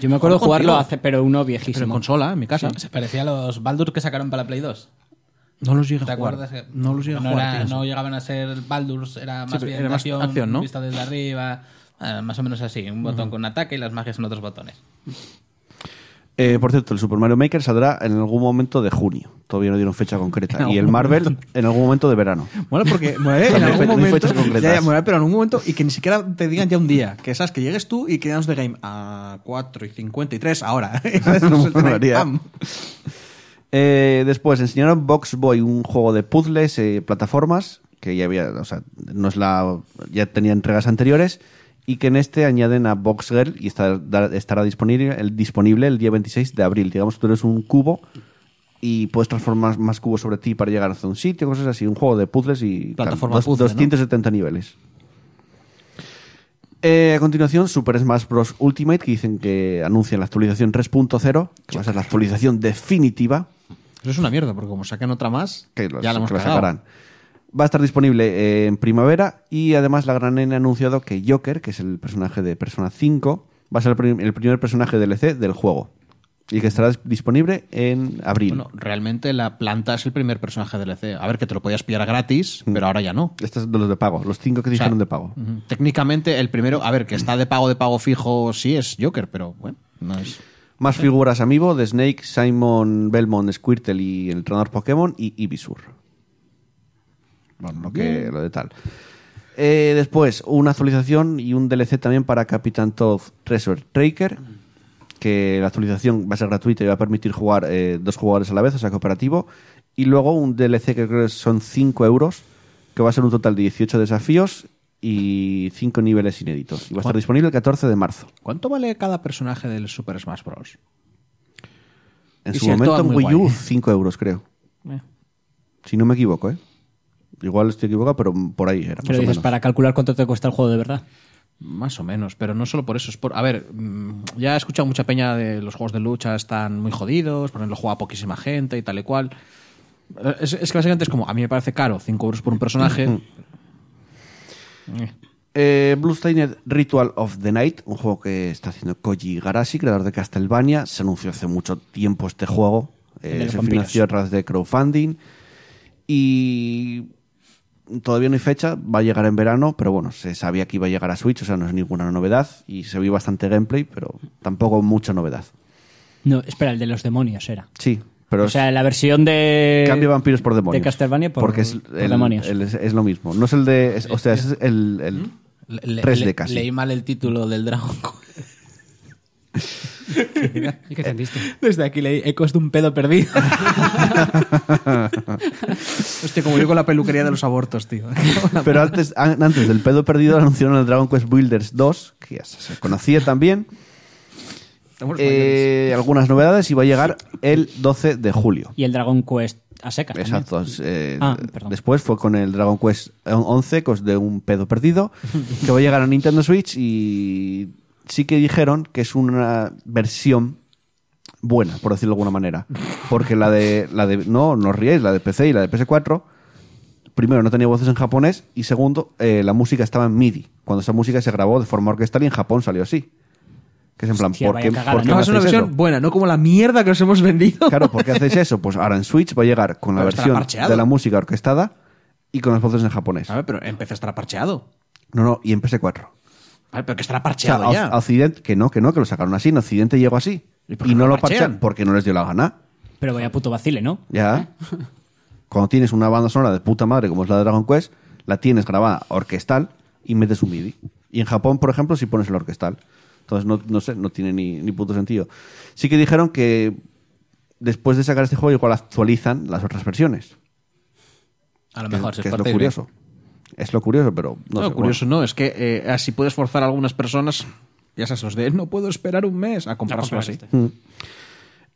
S3: Yo me acuerdo
S2: Juego
S3: jugarlo
S2: contigo.
S3: hace, pero
S2: Pero
S3: uno
S2: en
S3: viejísimo.
S2: consola, en mi casa.
S10: Se parecía a los Baldur que sacaron para la Play 2.
S2: No los llega
S10: ¿Te
S2: a jugar.
S10: acuerdas? que-
S2: No los llega a
S10: no
S2: jugar.
S10: era-
S2: tío.
S10: no llegaban a ser Baldurs, era más
S2: pero
S10: bien
S2: era más
S10: acción,
S2: acción, ¿no?
S10: vista desde arriba, ah, más o menos así. Un botón con ataque y las magias con otros botones.
S4: Eh, por cierto, el Super Mario Maker saldrá en algún momento de junio. Todavía no dieron fecha concreta. Y el Marvel en algún momento de verano.
S2: Mola porque
S10: eh,
S2: mola, en
S4: No hay fe-
S2: algún
S4: no hay
S2: momento.
S4: fechas concretas.
S2: Ya, ya, mola, pero en algún momento y que ni siquiera te digan ya un día. Que sabes que llegues tú y quedamos de game a 4 y 53 ahora. Ese es el
S4: No
S10: pues,
S2: tema.
S4: molaría.
S2: Pam.
S4: Eh, después enseñaron Box Boy, un juego de puzzles, eh, plataformas, que ya había, o sea, no es la, ya tenía entregas anteriores, y que en este añaden a Box Girl y estará, estará disponible, el, disponible el día 26 de abril. Digamos que tú eres un cubo y puedes transformar más cubos sobre ti para llegar hacia un sitio, cosas así, un juego de puzzles y
S10: Plataforma
S4: dos-
S10: puzzle, ¿no?
S4: 270 niveles. Eh, a continuación, Super Smash Bros. Ultimate, que dicen que anuncian la actualización 3.0, que va a ser la actualización definitiva.
S10: Pero es una mierda, porque como sacan otra más,
S4: que los-
S10: ya la hemos
S4: que lo
S10: cagado.
S4: sacarán. Va a estar disponible eh, en primavera y además la gran N ha anunciado que Joker, que es el personaje de Persona 5, va a ser el, prim- el primer personaje DLC del juego y que estará dis- disponible en abril.
S10: Bueno, realmente la planta es el primer personaje DLC. A ver, que te lo podías pillar gratis,
S4: Mm.
S10: pero ahora ya no.
S4: Estos son los de pago, los cinco que
S10: sea,
S4: dijeron de pago.
S10: Ujú. Técnicamente, el primero, a ver, que está de pago de pago fijo, sí es Joker, pero bueno, no es.
S4: Más figuras amiibo de Snake, Simon, Belmont, Squirtle y el entrenador Pokémon y Ibisur. Bueno, lo, que, lo de tal. Eh, después, una actualización y un DLC también para Capitán Toad Treasure Tracker. Que la actualización va a ser gratuita y va a permitir jugar eh, dos jugadores a la vez, o sea, cooperativo. Y luego un DLC que creo que son 5 euros, que va a ser un total de 18 desafíos y 5 niveles inéditos. Y va a estar
S10: Juan-
S4: disponible el 14 de marzo.
S10: ¿Cuánto vale cada personaje del Super Smash Bros?
S4: En
S10: Y
S4: su
S10: si el
S4: momento
S10: Toad
S4: en
S10: muy
S4: Wii U,
S10: guay, ¿eh?
S4: 5 euros, creo.
S10: Eh.
S4: Si no me equivoco, ¿eh? Igual estoy equivocado, pero mm, por ahí era. Más
S3: Pero
S4: o
S3: dices,
S4: menos.
S3: para calcular cuánto te cuesta el juego de verdad.
S10: Más o menos, pero no solo por eso. Es por, a ver, mm, ya he escuchado mucha peña de los juegos de lucha están muy jodidos, por ejemplo, juega poquísima gente y tal y cual. Eh, Es, es que básicamente es como, a mí me parece caro, 5 euros por un personaje.
S4: Eh, Bloodstained Ritual of the Night, un juego que está haciendo Koji Garashi, creador de Castlevania. Se anunció hace mucho tiempo este juego. Eh,
S3: El de los
S4: se
S3: vampiros.
S4: financió a través de crowdfunding. Y todavía no hay fecha, va a llegar en verano, pero bueno, se sabía que iba a llegar a Switch, o sea, no es ninguna novedad. Y se vio bastante gameplay, pero tampoco mucha novedad.
S3: No, espera, el de los demonios era.
S4: Sí, pero
S3: o
S4: es-
S3: sea, la versión de.
S4: Cambia vampiros por demonios.
S3: De Castlevania por,
S4: Porque es,
S3: por
S4: el-
S3: demonios. ¿Mm?
S4: el- es, es lo mismo. No es el de. es- o sea, es el. el
S11: Le-
S4: 3D
S11: le-
S4: casi.
S11: Leí mal el título del Dragon Quest.
S12: ¿Y qué entendiste?
S11: Desde aquí leí Ecos de un pedo perdido.
S10: Hostia, como yo con la peluquería de los abortos, tío.
S4: Pero antes, an- antes del pedo perdido anunciaron el Dragon Quest Builders 2, que ya se se conocía también. Eh, algunas novedades y va a llegar el 12 de julio.
S3: Y el Dragon Quest a secas. también.
S4: Exacto. es, eh,
S3: Ah, perdón.
S4: después fue con el Dragon Quest 11, cos de un pedo perdido, que va a llegar a Nintendo Switch y sí que dijeron que es una versión buena, por decirlo de alguna manera. Porque la de, la de no, no os riéis, la de PC y la de PS4, primero no tenía voces en japonés y segundo, eh, la música estaba en MIDI. Cuando esa música se grabó de forma orquestal y en Japón salió así. Que es en plan,
S3: Hostia,
S4: ¿por
S3: vaya
S4: qué,
S3: cagada,
S4: por qué
S3: ¿no?
S4: me
S10: No, es una
S4: hacéis
S10: versión
S4: eso?
S10: buena, no como la mierda que os hemos vendido.
S4: Claro, ¿por qué hacéis eso? Pues ahora en Switch va a llegar con la
S10: Pero estará
S4: versión
S10: parcheado.
S4: de la música orquestada y con las voces en japonés.
S10: A ver, pero empecé a estar parcheado.
S4: No, no, y en PS4.
S10: A ver, pero que estará
S4: O sea,
S10: parcheado
S4: a-
S10: ya.
S4: a Occidente, que no, que no, que lo sacaron así. En Occidente llegó así.
S10: ¿Y
S4: Y,
S10: por qué
S4: no
S10: no
S4: lo
S10: lo parchean?
S4: parchean porque no les dio la gana.
S3: Pero vaya puto vacile, ¿no?
S10: ¿Eh?
S4: Ya. Cuando tienes una banda sonora de puta madre como es la de Dragon Quest, la tienes grabada orquestal y metes un MIDI. Y en Japón, por ejemplo, si pones el orquestal. Entonces, no, no sé, no tiene ni, ni puto sentido. Sí que dijeron que después de sacar este juego, igual actualizan las otras versiones.
S11: A lo
S4: que-
S11: mejor se
S4: que es
S11: parte
S4: lo
S11: bien.
S4: curioso. Es lo curioso, pero no,
S10: No,
S4: sé,
S10: curioso no, es que eh, así puedes forzar a algunas personas, ya sabes, los de no puedo esperar un mes a comprárselo así.
S4: bueno. Mm.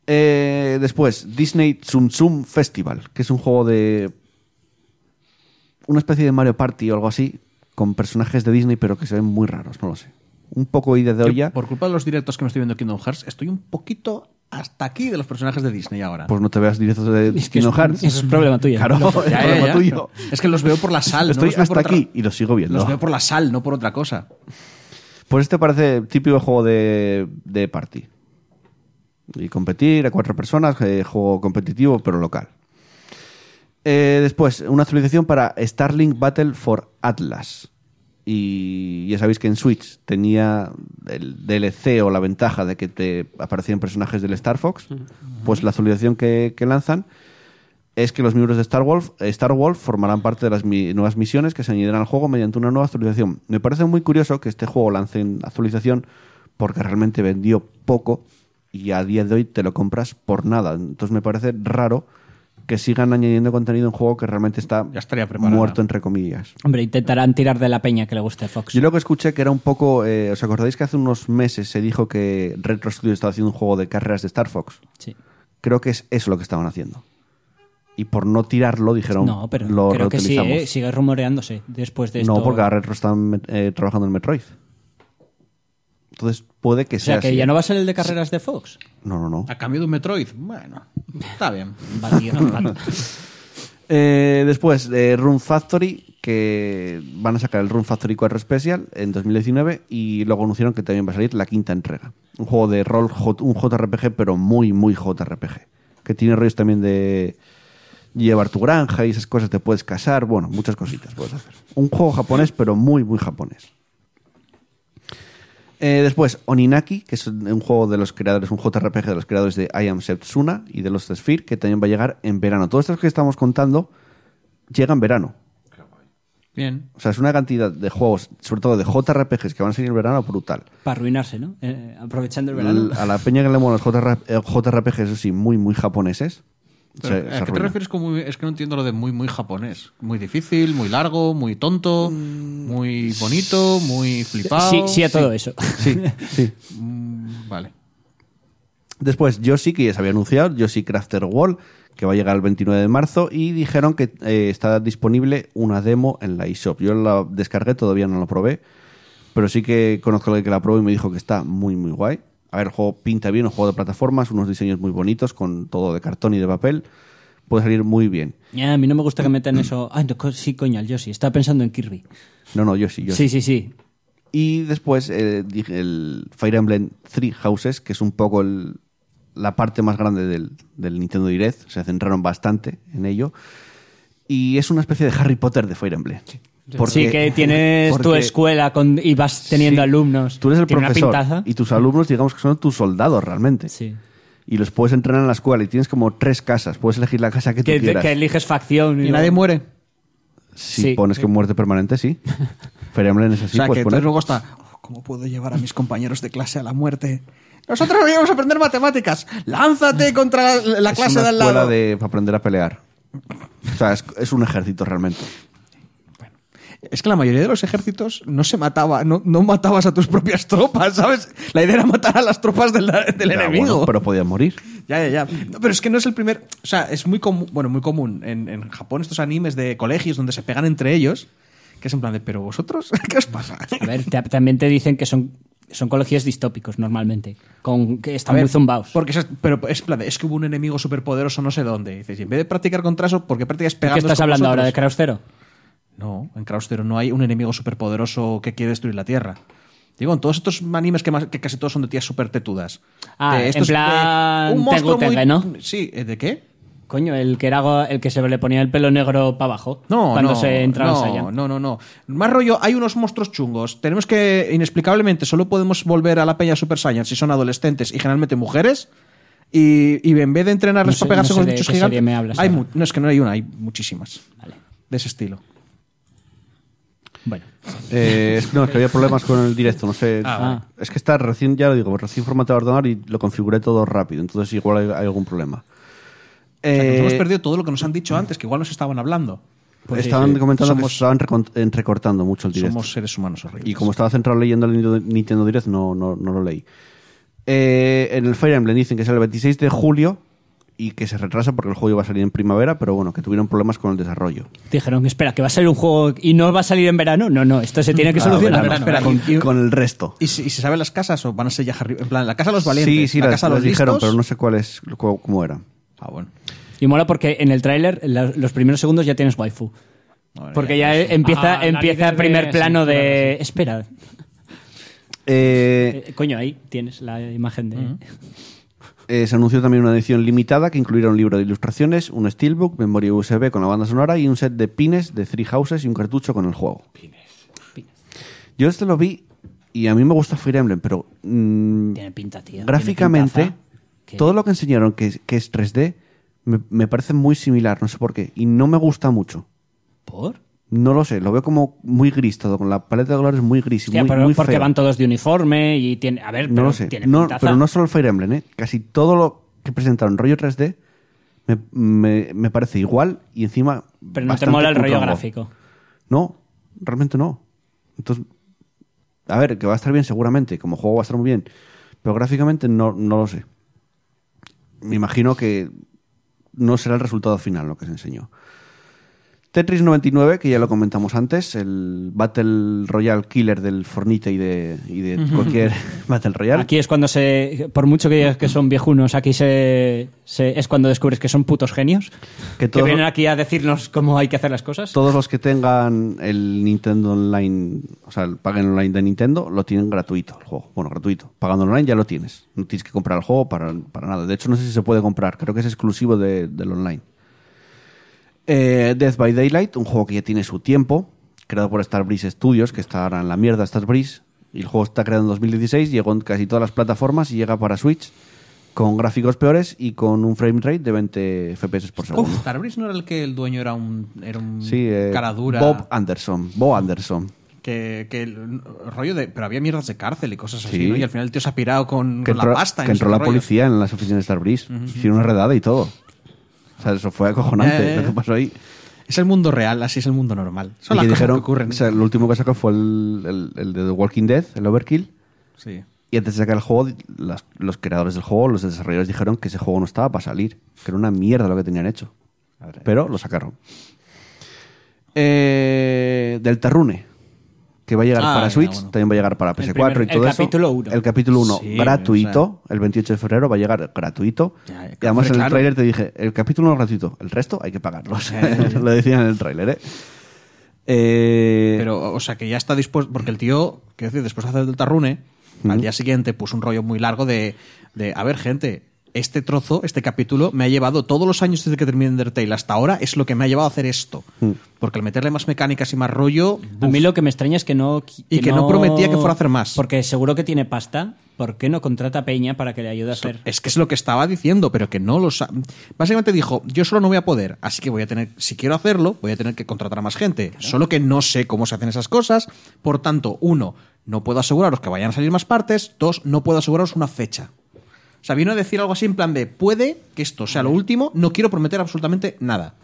S4: Eh, después, Disney Tsum Tsum Festival, que es un juego de una especie de Mario Party o algo así, con personajes de Disney, pero que se ven muy raros, no lo sé. Un poco idea de
S10: Yo,
S4: olla,
S10: por culpa de los directos que me estoy viendo en Kingdom Hearts, estoy un poquito hasta aquí de los personajes de Disney ahora.
S4: pues no te veas directos de
S3: Es que
S4: Kingdom
S3: es-
S4: Hearts.
S3: eso es problema tuyo.
S4: Claro,
S3: No,
S4: es
S10: Ya, ya,
S4: problema
S10: ya.
S4: tuyo.
S10: Es que los veo por la sal. no
S4: Estoy
S10: los veo por
S4: hasta
S10: otra-
S4: aquí y lo sigo viendo.
S10: Los veo por la sal, no por otra cosa.
S4: Pues este parece típico juego de, de party. Y competir a cuatro personas, eh, juego competitivo pero local. Eh, después, una actualización para Starlink Battle for Atlas. Y ya sabéis que en Switch tenía el DLC o la ventaja de que te aparecían personajes del Star Fox. Pues la actualización que, que lanzan es que los miembros de Star Wolf, eh, Star Wolf formarán parte de las mi- nuevas misiones que se añadirán al juego mediante una nueva actualización. Me parece muy curioso que este juego lance en actualización porque realmente vendió poco y a día de hoy te lo compras por nada. Entonces me parece raro que sigan añadiendo contenido a un juego que realmente está muerto, entre comillas.
S3: Hombre, intentarán tirar de la peña que le guste a Fox.
S4: Yo lo que escuché que era un poco. eh, ¿Os acordáis que hace unos meses se dijo que Retro Studios estaba haciendo un juego de carreras de Star Fox?
S3: Sí.
S4: Creo que es eso lo que estaban haciendo. Y por no tirarlo, dijeron.
S3: no, pero
S4: lo
S3: creo que sí,
S4: reutilizamos".
S3: ¿eh? sigue rumoreándose después de esto.
S4: No, porque ahora Retro están eh, trabajando en Metroid. Entonces puede que
S3: O sea,
S4: sea.
S3: que
S4: así. ¿eh?
S3: ya no va a ser el de carreras de Fox.
S4: No, no, no.
S10: A cambio de un Metroid. Bueno, está bien.
S4: Eh, después, eh, Room Factory, que van a sacar el Room Factory 4 Special en 2019 y luego anunciaron que también va a salir la quinta entrega. Un juego de rol, J- un JRPG, pero muy, muy JRPG. Que tiene rollos también de llevar tu granja y esas cosas, te puedes casar, bueno, muchas cositas puedes hacer. Un juego japonés, pero muy, muy japonés. Eh, después, Oninaki, que es un un juego de los creadores, un JRPG de los creadores de I Am Setsuna y de los Sphere, que también va a llegar en verano. Todos estos que estamos contando llegan en verano.
S10: Bien.
S4: O sea, es una cantidad de juegos, sobre todo de JRPGs, que van a salir en verano brutal.
S3: Para arruinarse, ¿no? Eh, aprovechando el verano.
S4: L- A la peña que le mola los JR- eh, JRPGs, eso sí, muy, muy japoneses. se-
S10: Pero,
S4: se
S10: ¿A qué te
S4: arruina.
S10: refieres con muy- Es que no entiendo lo de muy, muy japonés. Muy difícil, muy largo, muy tonto,
S4: Mm.
S10: muy bonito, muy flipado.
S3: Sí, sí a todo eso.
S4: Sí, sí.
S10: Mm, Vale.
S4: Después, Yoshi, que ya se había anunciado, Yoshi Crafter Wall, que va a llegar el 29 de marzo, y dijeron que eh, está disponible una demo en la eShop. Yo la descargué, todavía no la probé, pero sí que conozco a alguien que la probó y me dijo que está muy, muy guay. A ver, el juego pinta bien, un juego de plataformas, unos diseños muy bonitos, con todo de cartón y de papel. Puede salir muy bien.
S3: Ya, a mí no me gusta que metan eso. Ah, no, co- sí, coño, al Yoshi. Estaba pensando en Kirby.
S4: No, no, Yoshi, Yoshi.
S3: Sí, sí, sí.
S4: Y después eh, dije el Fire Emblem Three Houses, que es un poco el- la parte más grande del, del Nintendo Direct. Se centraron bastante en ello. Y es una especie de Harry Potter de Fire Emblem.
S3: sí, que tienes tu
S4: porque
S3: escuela con- y vas teniendo
S4: Sí.
S3: alumnos.
S4: Tú eres el
S3: Tiene una
S4: profesor.
S3: pintaza.
S4: Y tus alumnos, digamos que son tus soldados realmente.
S3: Sí.
S4: Y los puedes entrenar en la escuela. Y tienes como tres casas. Puedes elegir la casa que tú
S3: Que,
S4: quieras.
S3: que eliges facción.
S10: Y nadie muere.
S4: si
S3: sí.
S4: pones que muerte permanente, sí. Fire Emblem es
S10: O
S4: así.
S10: sea, que
S4: puedes pues
S10: entonces
S4: poner.
S10: luego está. "Oh, ¿Cómo puedo llevar a mis compañeros de clase a la muerte? Nosotros veníamos a aprender matemáticas. Lánzate contra la, la
S4: Es
S10: clase
S4: una
S10: de al
S4: escuela
S10: lado.
S4: de- para aprender a pelear. O sea, es, es un ejército realmente.
S10: Es que la mayoría de los ejércitos no se mataba, no, no matabas a tus propias tropas, ¿sabes? La idea era matar a las tropas del, del
S4: Ya,
S10: enemigo.
S4: bueno, pero podías morir.
S10: Ya, ya, ya. No, pero es que no es el primer. O sea, es muy común. Bueno, muy común en, en Japón estos animes de colegios donde se pegan entre ellos. Que es en plan de, ¿pero vosotros? ¿Qué os pasa?
S3: A ver, te- también te dicen que son, son colegios distópicos normalmente. Con, que
S10: A
S3: están
S10: ver,
S3: muy zumbaos.
S10: Porque es, pero es en plan de, es que hubo un enemigo superpoderoso no sé dónde. Y dices, y en vez de practicar contra eso, ¿por qué practicas
S3: ¿De
S10: pegando
S3: qué estás hablando ahora? ¿De Kraus Zero?
S10: No, en Kraus Zero no hay un enemigo superpoderoso que quiere destruir la Tierra. Digo, en todos estos animes que, más- que casi todos son de tías súper tetudas.
S3: Ah,
S10: De
S3: en
S10: estos,
S3: plan
S10: eh, un monstruo
S3: Tengu
S10: muy-
S3: Tengen, ¿no?
S10: Sí, eh, ¿de qué?
S3: Coño, el que, era, el que se le ponía el pelo negro para abajo.
S10: No,
S3: cuando
S10: no,
S3: se entraba en
S10: no,
S3: Saiyan.
S10: no, no, no. Más rollo, hay unos monstruos chungos. Tenemos que, inexplicablemente, solo podemos volver a la peña Super Saiyan si son adolescentes y generalmente mujeres. Y, y en vez de entrenarles
S3: No sé-
S10: para pegarse
S3: no sé
S10: con
S3: de
S10: bichos
S3: qué
S10: gigantes,
S3: serie me hablas
S10: hay
S3: ahora.
S10: mu- no es que no hay una, hay muchísimas
S3: Vale.
S10: de ese estilo.
S3: Bueno.
S4: Eh, es- no, es que había problemas con el directo, no sé.
S10: Ah,
S3: vale.
S4: Es que está recién, ya lo digo, recién formateado el ordenador y lo configuré todo rápido, entonces igual hay, hay algún problema.
S10: O sea, que nos
S4: Eh,
S10: hemos perdido todo lo que nos han dicho antes, que igual nos estaban hablando.
S3: Pues sí,
S4: estaban
S3: sí.
S4: comentando que
S10: Somos-
S4: estaban recon- entrecortando mucho el directo.
S10: Somos seres humanos horribles.
S4: Y como estaba centrado leyendo el Nintendo- Nintendo Direct, no, no, no lo leí. Eh, en el Fire Emblem dicen que sale el 26 de julio y que se retrasa porque el juego iba a salir en primavera, pero bueno, que tuvieron problemas con el desarrollo.
S3: Dijeron, espera, que va a salir un juego y no va a salir en verano. No, no, esto se tiene que
S4: Ah,
S3: solucionar.
S4: verano,
S3: en
S10: espera,
S3: verano.
S10: espera,
S4: con, con el resto.
S10: ¿Y, si- y se saben las casas o van a ser ya Harry- En plan, la casa de los valientes,
S4: sí, sí,
S10: la
S4: las,
S10: casa de los
S4: las dijeron,
S10: listos?
S4: pero no sé cuál es, cu- cómo era.
S10: Ah, bueno.
S3: Y mola porque en el tráiler, la- los primeros segundos ya tienes waifu.
S10: Bueno,
S3: Porque
S10: ya-
S3: ya empieza,
S7: Ah, la
S3: empieza
S7: líder
S3: el primer
S7: de-
S3: plano
S7: sí,
S3: de...
S7: claro,
S3: Espera,
S4: Eh,
S3: eh, coño, ahí tienes la imagen de...
S4: eh, se anunció también una edición limitada que incluirá un libro de ilustraciones, un steelbook, memoria USB con la banda sonora y un set de pines de Three Houses y un cartucho con el juego. Pines. Yo este lo vi y a mí me gusta Fire Emblem, pero mm,
S3: Tiene pinta, tío. tiene
S4: gráficamente
S3: pintaza que-
S4: todo lo que enseñaron que, es- que es 3D me, me parece muy similar, no sé por qué, y no me gusta mucho.
S3: ¿Por?
S4: No lo sé, lo veo como muy gris todo, con la paleta de colores muy gris.
S3: Hostia,
S4: muy,
S3: pero
S4: muy
S3: porque
S4: feo.
S3: van todos de uniforme y tiene. A ver,
S4: No
S3: pero
S4: lo sé.
S3: tiene
S4: No,
S3: pintaza.
S4: pero no solo el Fire Emblem, ¿eh? casi todo lo que presentaron rollo 3D me, me- me parece igual y encima.
S3: Pero no te
S4: bastante
S3: mola el rollo
S4: cutrón.
S3: gráfico.
S4: No, realmente no. Entonces, a ver, que va a estar bien seguramente, como juego va a estar muy bien, pero gráficamente no, no lo sé. Me imagino que no será el resultado final lo que se enseñó. Tetris 99, que ya lo comentamos antes, el Battle Royale Killer del Fornite y de, y de
S3: Ujú.
S4: cualquier Battle Royale.
S3: Aquí es cuando se. Por mucho que digas que son viejunos, aquí se, se- es cuando descubres que son putos genios.
S4: Que
S3: Que,
S4: todos-
S3: vienen aquí a decirnos cómo hay que hacer las cosas.
S4: Todos los que tengan el Nintendo Online, o sea, el paguen online de Nintendo, lo tienen gratuito el juego. Bueno, gratuito. Pagando online ya lo tienes. No tienes que comprar el juego para, para nada. De hecho, no sé si se puede comprar. Creo que es exclusivo de- del online. Eh, Death by Daylight, un juego que ya tiene su tiempo, creado por Starbreeze Studios, que está ahora en la mierda Starbreeze. Y el juego está creado en 2016, llegó en casi todas las plataformas y llega para Switch con gráficos peores y con un frame rate de 20 FPS por segundo.
S10: Uf, Starbreeze no era el que el dueño era un, era un
S4: Sí, eh,
S10: Mm. cara dura.
S4: Bob Anderson. Bob Anderson.
S10: Que, que el rollo de. Pero había mierdas de cárcel y cosas así,
S4: Sí.
S10: ¿no? Y al final el tío se ha pirado con,
S4: Que
S10: con
S4: entró,
S10: la pasta. y
S4: que
S10: no sé
S4: entró
S10: qué
S4: la
S10: rollos.
S4: policía en las oficinas de Starbreeze.
S10: Ujú.
S4: Hicieron una redada y todo. O sea, eso fue acojonante
S10: Ya, ya, ya.
S4: lo que pasó ahí.
S10: Es el mundo real, así es el mundo normal. Son
S4: y
S10: las
S4: que
S10: cosas
S4: dijeron,
S10: que ocurren.
S4: o sea, lo último que sacó fue el, el- el de The Walking Dead, el Overkill.
S10: Sí.
S4: Y antes de sacar el juego, las- los creadores del juego, los desarrolladores dijeron que ese juego no estaba para salir. Que era una mierda lo que tenían hecho. Pero lo sacaron. Eh, Deltarune. Que va a llegar
S3: Ah,
S4: para
S3: ya,
S4: Switch,
S3: bueno.
S4: también va a llegar para
S3: El
S4: PS4
S3: primer-
S4: y todo
S3: el
S4: eso.
S3: capítulo uno.
S4: El capítulo 1
S3: Sí,
S4: gratuito. El 28 de febrero va a llegar gratuito. y además en el
S3: claro.
S4: tráiler te dije, el capítulo 1 gratuito, el resto hay que pagarlo. O sea, lo decían en el tráiler, ¿eh? Eh,
S10: Pero, o sea, que ya está dispuesto. Porque el tío, quiero decir, después de hacer el tarrune, al día siguiente puso un rollo muy largo de, de, A ver, gente, este trozo, este capítulo, me ha llevado todos los años desde que terminé Undertale hasta ahora, es lo que me ha llevado a hacer esto. Porque al meterle más mecánicas y más rollo.
S3: A mí lo que me extraña es que no.
S10: Y que no prometía que fuera a hacer más.
S3: Porque seguro que tiene pasta. ¿Por qué no contrata a Peña para que le ayude a hacer?
S10: Es que es lo que estaba diciendo, pero que no lo sabe. Básicamente dijo, yo solo no voy a poder, así que voy a tener, si quiero hacerlo, voy a tener que contratar a más gente. Solo que no sé cómo se hacen esas cosas. Por tanto, uno, no puedo aseguraros que vayan a salir más partes. Dos, no puedo aseguraros una fecha. O sea, vino a decir algo así en plan de, puede que esto sea lo último, no quiero prometer absolutamente nada.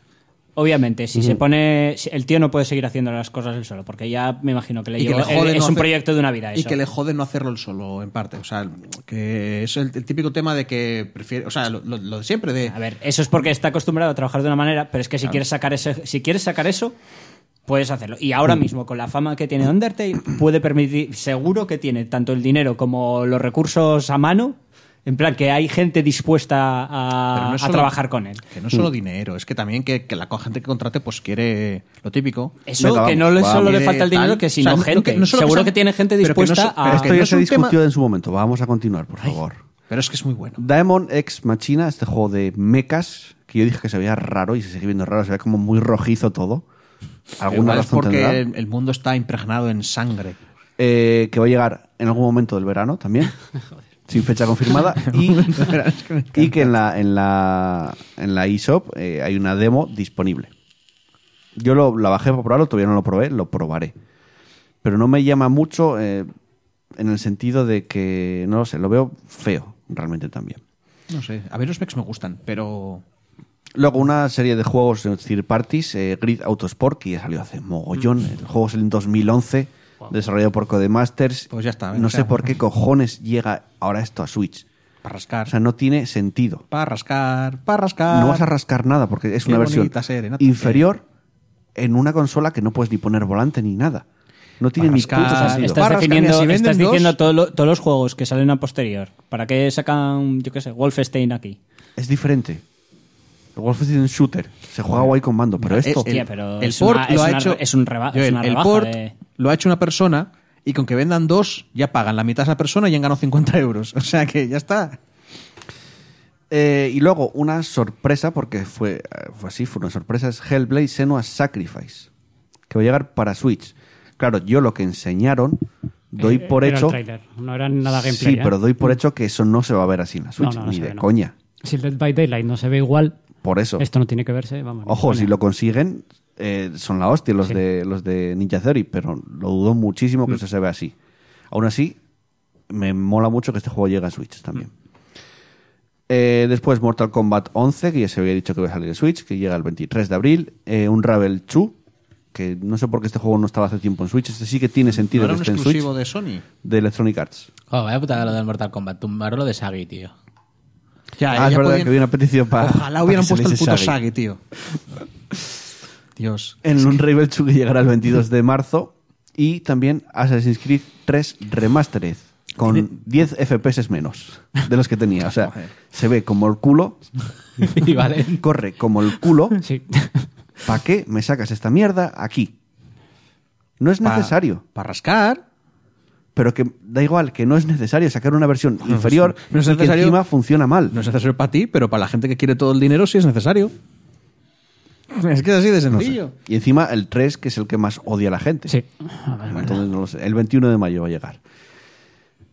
S3: Obviamente, si se pone. si- El tío no puede seguir haciendo las cosas él solo, porque ya me imagino que le,
S10: Y que
S3: llegó-
S10: le jode
S3: él-
S10: no
S3: Es un
S10: hacer-
S3: proyecto de una vida.
S10: Y
S3: eso.
S10: que le jode no hacerlo él solo, en parte. O sea, que es el, el típico tema de que prefiere. O sea, lo, lo- lo de siempre, de.
S3: A ver, eso es porque está acostumbrado a trabajar de una manera, pero es que si
S10: Claro.
S3: quieres sacar ese, si quieres sacar eso, puedes hacerlo. Y ahora
S10: Mm.
S3: mismo, con la fama que tiene Undertale, puede permitir, seguro que tiene tanto el dinero como los recursos a mano. En plan, que hay gente dispuesta
S10: Pero
S3: a,
S10: no es
S3: a
S10: solo-
S3: trabajar con él.
S10: Que no es
S4: Mm.
S10: solo dinero, es que también que, que la co- gente que contrate pues quiere lo típico.
S3: Eso, que no le- solo le falta el dinero, que sino gente. Seguro que tiene gente dispuesta a-
S4: Esto ya se discutió en su momento. Vamos a continuar, por favor.
S10: Pero es que es muy bueno.
S4: Daemon X Machina, este juego de mechas, que yo dije que se veía raro y se sigue viendo raro, se ve como muy rojizo todo. Alguna
S10: Igual es
S4: razón
S10: porque
S4: tendrá.
S10: el, el mundo está impregnado en sangre.
S4: Eh, que va a llegar en algún momento del verano también. Sin fecha confirmada. Y, y que en la, en la, en la eShop eh, hay una demo disponible. Yo lo, la bajé para probarlo, todavía no lo probé, lo probaré. Pero no me llama mucho eh, en el sentido de que, no lo sé, lo veo feo realmente también.
S10: No sé, a ver, los Vex me gustan, pero...
S4: Luego una serie de juegos de third parties, eh, Grid Autosport, que ya salió hace
S10: Mm.
S4: mogollón. El juego salió en 2011, desarrollado por Codemasters.
S10: Pues ya está,
S4: No
S10: o sea.
S4: sé por qué cojones llega ahora esto a Switch.
S10: Para rascar.
S4: O sea, no tiene sentido.
S10: Para rascar, para rascar.
S4: No vas a rascar nada porque es
S10: Ah. Qué
S4: una versión
S10: bonita serenata.
S4: inferior en una consola que no puedes ni poner volante ni nada. No tiene ni puto
S3: Estás-
S4: sentido.
S3: estás definiendo- estás diciendo todo lo- todos los juegos que salen a posterior. ¿Para qué sacan, yo qué sé, Wolfenstein aquí?
S4: Es diferente. El Wolfenstein es un shooter. Se juega guay con mando, pero
S3: Eh,
S4: esto...
S3: hostia, pero
S10: el
S3: es
S10: port
S3: una-
S10: lo
S3: es
S10: ha
S3: una-
S10: hecho
S3: es un reba-
S10: Joel,
S3: es una
S10: el
S3: rebaja
S10: port
S3: de-
S10: lo ha hecho una persona y con que vendan dos ya pagan la mitad a esa persona y han ganado 50 euros o sea que ya está
S4: Eh, y luego una sorpresa, porque fue, eh, fue así, fue una sorpresa, es Hellblade Senua's Sacrifice, que va a llegar para Switch. Claro, yo lo que enseñaron, doy
S7: Eh,
S4: por
S7: era el
S4: hecho...
S7: tráiler, no era nada gameplay.
S4: Sí,
S7: ¿eh?
S4: pero doy por hecho que eso no se va a ver así en la Switch,
S7: No, no, no
S4: ni
S7: se
S4: de
S7: ve, no.
S4: coña.
S7: Si el Dead by Daylight no se ve igual,
S4: Por eso.
S7: esto no tiene que verse. Vamos, ni de
S4: Ojo,
S7: coña.
S4: si lo consiguen, eh, son la hostia los,
S7: Sí.
S4: de, los de Ninja Theory, pero lo dudo muchísimo que
S7: Mm.
S4: eso se vea así. Aún así, me mola mucho que este juego llegue a Switch también.
S10: Mm.
S4: Eh, después Mortal Kombat 11, que ya se había dicho que iba a salir en Switch, que llega el 23 de abril. Eh, un Ravel 2, que no sé por qué este juego no estaba hace tiempo en Switch. Este sí que tiene sentido
S10: ¿No era
S4: que
S10: un
S4: esté en Switch. Ah,
S10: exclusivo de Sony?
S4: De Electronic Arts.
S13: Oh, vaya putada lo del Mortal Kombat. Tumbarlo de Sagi, tío.
S10: Ya,
S4: ah, es verdad que había una petición para.
S10: Ojalá hubieran puesto el puto Sagi, tío. Dios.
S4: En un Ravel 2 que llegará el 22 de marzo. Y también Assassin's Creed 3 Remastered. Con 10 FPS menos de los que tenía. O sea, se ve como el culo.
S13: Y vale.
S4: Corre como el culo.
S7: Sí.
S4: ¿Para qué me sacas esta mierda aquí? No es
S10: Pa-
S4: necesario.
S10: Para rascar.
S4: Pero que da igual, que no es necesario sacar una versión inferior
S10: no es
S4: y que
S10: necesario.
S4: encima funciona mal.
S10: No es necesario para ti, pero para la gente que quiere todo el dinero sí es necesario. Es que es así de
S4: No sé.
S10: sencillo.
S4: Y encima el 3, que es el que más odia a la gente.
S7: Sí.
S4: Entonces, no lo sé. El 21 de mayo va a llegar.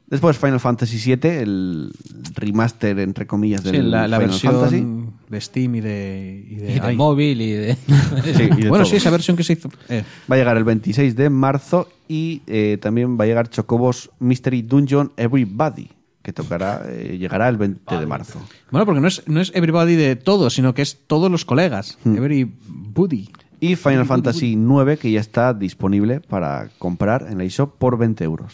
S4: Después Final Fantasy VII, el remaster, entre comillas, del
S10: Sí, la, la
S4: Final
S10: versión
S4: Fantasy.
S10: de Steam y de... y de-
S13: Y de
S10: ay.
S13: móvil y de...
S4: Sí, y de todo.
S10: bueno, sí, esa versión que se hizo. Eh,
S4: Va a llegar el 26 de marzo y eh, también va a llegar Chocobos Mystery Dungeon Everybody, que tocará eh, llegará el 20 de marzo.
S10: Bueno, porque no es, no es everybody de todos, sino que es todos los colegas.
S4: Hmm.
S10: Everybody.
S4: Y Final Fantasy IX, que ya está disponible para comprar en la eShop por 20 euros.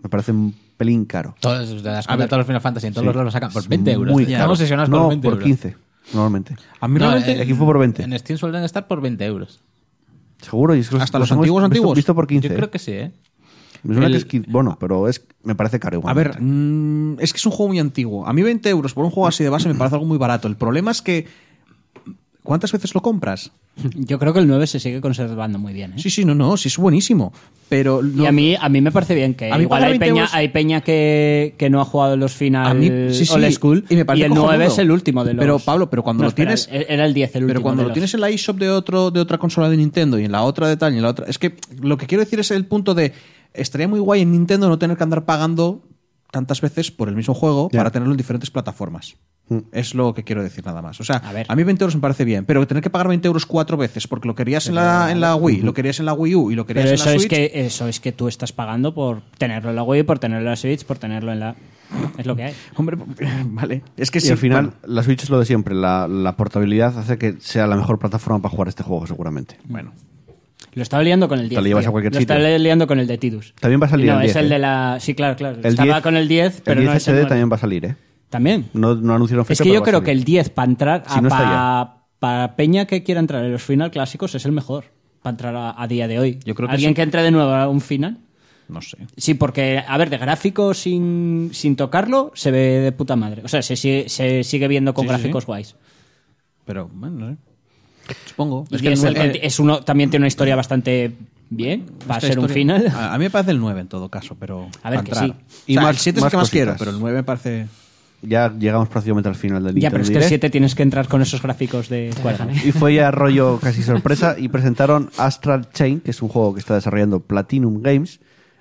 S4: Me parece un pelín caro.
S13: Todos, te das cuenta,
S10: ver.
S13: todos los Final Fantasy, en todos los
S4: Sí.
S13: lo sacan por
S4: Es
S13: 20 euros.
S4: muy
S13: Están
S4: caro.
S13: obsesionados
S4: no,
S13: con los 20
S4: por
S13: euros.
S4: 15, normalmente.
S10: A mí
S13: No,
S10: realmente...
S13: en-
S4: Aquí fue por 20.
S13: En Steam suelen estar por 20 euros.
S4: Seguro. y es que
S10: ¿Hasta los
S4: hemos
S10: antiguos
S4: visto-
S10: antiguos?
S4: Visto por 15.
S13: Yo creo que sí, ¿eh?
S4: Me suena
S13: el-
S4: que es qui- bueno, pero es, me parece caro
S10: A
S4: igual.
S10: ver, mm, es que es un juego muy antiguo. A mí 20 euros por un juego así de base me parece algo muy barato. El problema es que... ¿Cuántas veces lo compras?
S3: Yo creo que el 9 se sigue conservando muy bien. ¿eh?
S10: Sí, sí, no, no, sí es buenísimo. Pero no-
S3: Y a mí, a mí me parece bien que
S10: A mí
S3: igual
S10: pagar
S3: hay
S10: 20
S3: peña,
S10: euros-
S3: hay peña que, que no ha jugado los final
S10: A mí- sí, sí,
S3: old school
S10: y me parece
S3: el 9
S10: cojonudo.
S3: es el último de los
S10: Pero, Pablo, pero cuando
S3: No,
S10: lo
S3: espera,
S10: tienes-
S3: e- era el 10 el último.
S10: Pero cuando
S3: de
S10: lo
S3: los-
S10: tienes en la eShop de, otro, de otra consola de Nintendo y en la otra de tal y en la otra... Es que lo que quiero decir es el punto de... Estaría muy guay en Nintendo no tener que andar pagando tantas veces por el mismo juego
S4: Ya.
S10: para tenerlo en diferentes plataformas. Es lo que quiero decir nada más. O sea,
S3: Mm. A
S10: a,
S3: ver.
S10: mí 20 euros me parece bien, pero tener que pagar 20 euros cuatro veces porque lo querías en la, en la Wii, lo querías en la Wii U y lo querías
S3: mm, Pero
S10: en
S3: eso
S10: la
S3: es,
S10: Switch...
S3: que, eso es que tú estás pagando por tenerlo en la Wii, por tenerlo en la Switch, por tenerlo en la. Es lo que hay.
S10: Hombre, vale. Es que
S4: y
S10: sí,
S4: al final,
S10: bueno.
S4: la Switch es lo de siempre. La, la portabilidad hace que sea la mejor plataforma para jugar este juego, seguramente.
S3: Lo estaba liando con el 10.
S4: Te lo llevas
S3: tío.
S4: a cualquier
S3: Lo
S4: sitio.
S3: estaba liando con el de Tidus.
S4: También va a salir
S3: No,
S4: el
S3: es
S4: 10,
S3: el
S4: ¿eh?
S3: de la. Sí, claro, claro.
S4: El
S3: estaba
S4: 10
S3: con el 10, pero
S4: el
S3: no
S4: 10
S3: es el
S4: HD
S3: 9.
S4: también va a salir, ¿eh?
S3: También.
S4: No, no anunciaron
S3: Es
S4: fecha,
S3: que
S4: pero
S3: yo
S4: va a
S3: creo
S4: salir.
S3: que el 10 para entrar a
S4: Si no está
S3: para, para Peña que quiera entrar en los final clásicos es el mejor para entrar a, a día de hoy.
S10: Yo creo que
S3: Alguien
S10: sí.
S3: que entre de nuevo a un final.
S10: No sé.
S3: Sí, porque, a ver, de gráfico sin, sin tocarlo se ve de puta madre. O sea, se sigue, se sigue viendo con
S10: Sí, sí,
S3: gráficos
S10: sí.
S3: guays.
S10: Pero, bueno, no sé. Supongo.
S3: Y es el que- es uno, también tiene una historia bastante bien para
S10: Esta
S3: ser un
S10: historia-
S4: Ah,
S3: final.
S10: A, a mí me parece el 9 en todo caso, pero.
S3: A ver,
S10: pa'
S3: que
S10: entrar.
S3: sí.
S10: Y
S4: Y más-
S10: más, el 7 es
S4: más
S10: el que más quiero,
S4: cositas.
S10: pero el 9 me parece.
S4: Ya llegamos prácticamente al final del
S3: ya, pero es que el
S4: Direct.
S3: 7 tienes que entrar con esos gráficos de cuadrado.
S4: Y fue ya rollo casi sorpresa y presentaron Astral Chain, que es un juego que está desarrollando Platinum Games,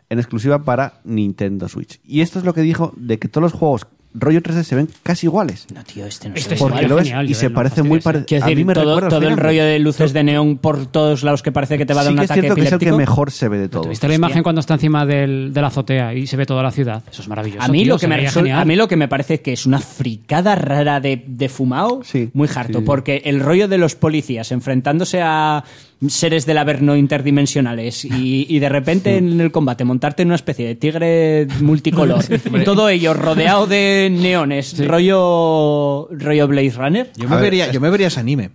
S4: en exclusiva para Nintendo Switch. Y esto es lo que dijo de que todos los juegos rollo 3D se ven casi iguales.
S3: No, tío, este no
S7: Este
S3: se ve
S7: es
S4: porque
S3: igual.
S7: igual.
S4: lo
S7: genial,
S4: es y
S7: Joel,
S4: se
S7: no
S4: parece
S7: fastidies,
S4: muy
S7: eh.
S4: parecido.
S3: Quiero
S4: A mí
S3: decir,
S4: me
S3: todo,
S4: recuerda al
S3: todo el
S4: Final.
S3: rollo de luces de neón por todos lados que parece que te va a dar
S4: Sí
S3: un
S4: que es
S3: ataque
S4: cierto que es el que
S3: epiléptico.
S4: mejor se ve de todo.
S7: ¿Tuviste la
S3: Hostia.
S7: imagen cuando está encima del, de la azotea y se ve toda la ciudad? Eso es maravilloso.
S3: A mí,
S7: tío,
S3: lo que
S7: se
S3: me
S7: veía
S3: resol-
S7: genial.
S3: a mí lo que me parece que es una fricada rara de, de fumado
S4: Sí,
S3: muy harto,
S4: sí, sí.
S3: porque el rollo de los policías enfrentándose a seres del averno interdimensionales y, y de repente en el combate montarte en una especie de tigre multicolor, todo ello rodeado de neones, rollo, rollo Blade Runner.
S10: Yo
S4: A
S10: me,
S4: ver,
S10: vería, yo me vería ese anime.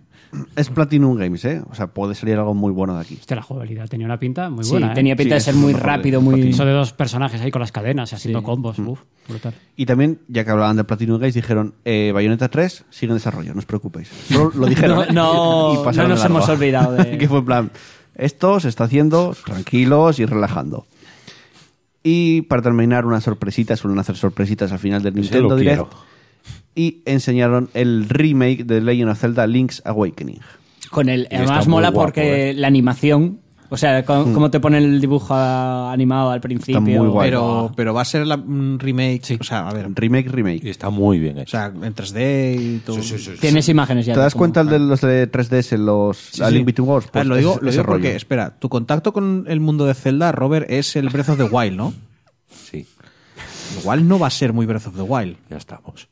S4: Es Platinum Games, ¿eh? O sea, puede salir algo muy bueno de aquí.
S7: Hostia, la jugabilidad tenía una pinta muy
S3: Sí,
S7: buena. ¿eh?
S3: tenía pinta
S4: Sí,
S3: de
S4: es
S3: ser
S4: lo
S3: muy
S4: mejor de
S3: rápido,
S4: Joaquín.
S3: muy...
S7: Eso de dos personajes ahí con las cadenas, haciendo combos.
S4: Mm.
S7: Uf, brutal.
S4: Y también, ya que hablaban de Platinum Games, dijeron, eh, Bayonetta 3 sigue en desarrollo, no os preocupéis. Solo lo dijeron.
S3: No, no,
S4: y pasaron
S3: no nos
S4: de largo.
S3: hemos olvidado de-
S4: que fue en plan, esto se está haciendo tranquilos y relajando. Y para terminar, unas sorpresitas, suelen hacer sorpresitas al final del Nintendo
S6: lo
S4: Direct.
S6: quiero.
S4: Y enseñaron el remake de Legend of Zelda Link's Awakening.
S3: Con el,
S6: está
S3: además
S6: muy
S3: mola
S6: guapo,
S3: porque la animación O sea, co-
S2: Mm.
S3: como te pone el dibujo a- animado al principio. Ah.
S2: Pero, pero va a ser la, un remake. O sea, a ver.
S4: Remake, remake.
S2: Y
S6: está muy bien hecho.
S2: O sea, en 3D y todo.
S3: Tienes imágenes ya.
S4: ¿Te
S3: de
S4: das
S3: cómo-
S4: cuenta de los de 3DS, los
S2: ah. Sí,
S4: A
S2: sí.
S4: Link Between
S2: A
S4: Worlds?
S10: Ah,
S2: ver, Ah, lo
S4: Pues
S2: digo,
S4: ese-
S2: lo
S4: ese
S2: digo porque,
S4: rollo.
S2: espera, tu contacto con el mundo de Zelda, Robert, es el Breath of the Wild, ¿no?
S6: Sí.
S2: Igual no va a ser muy Breath of the Wild.
S6: Ya estamos.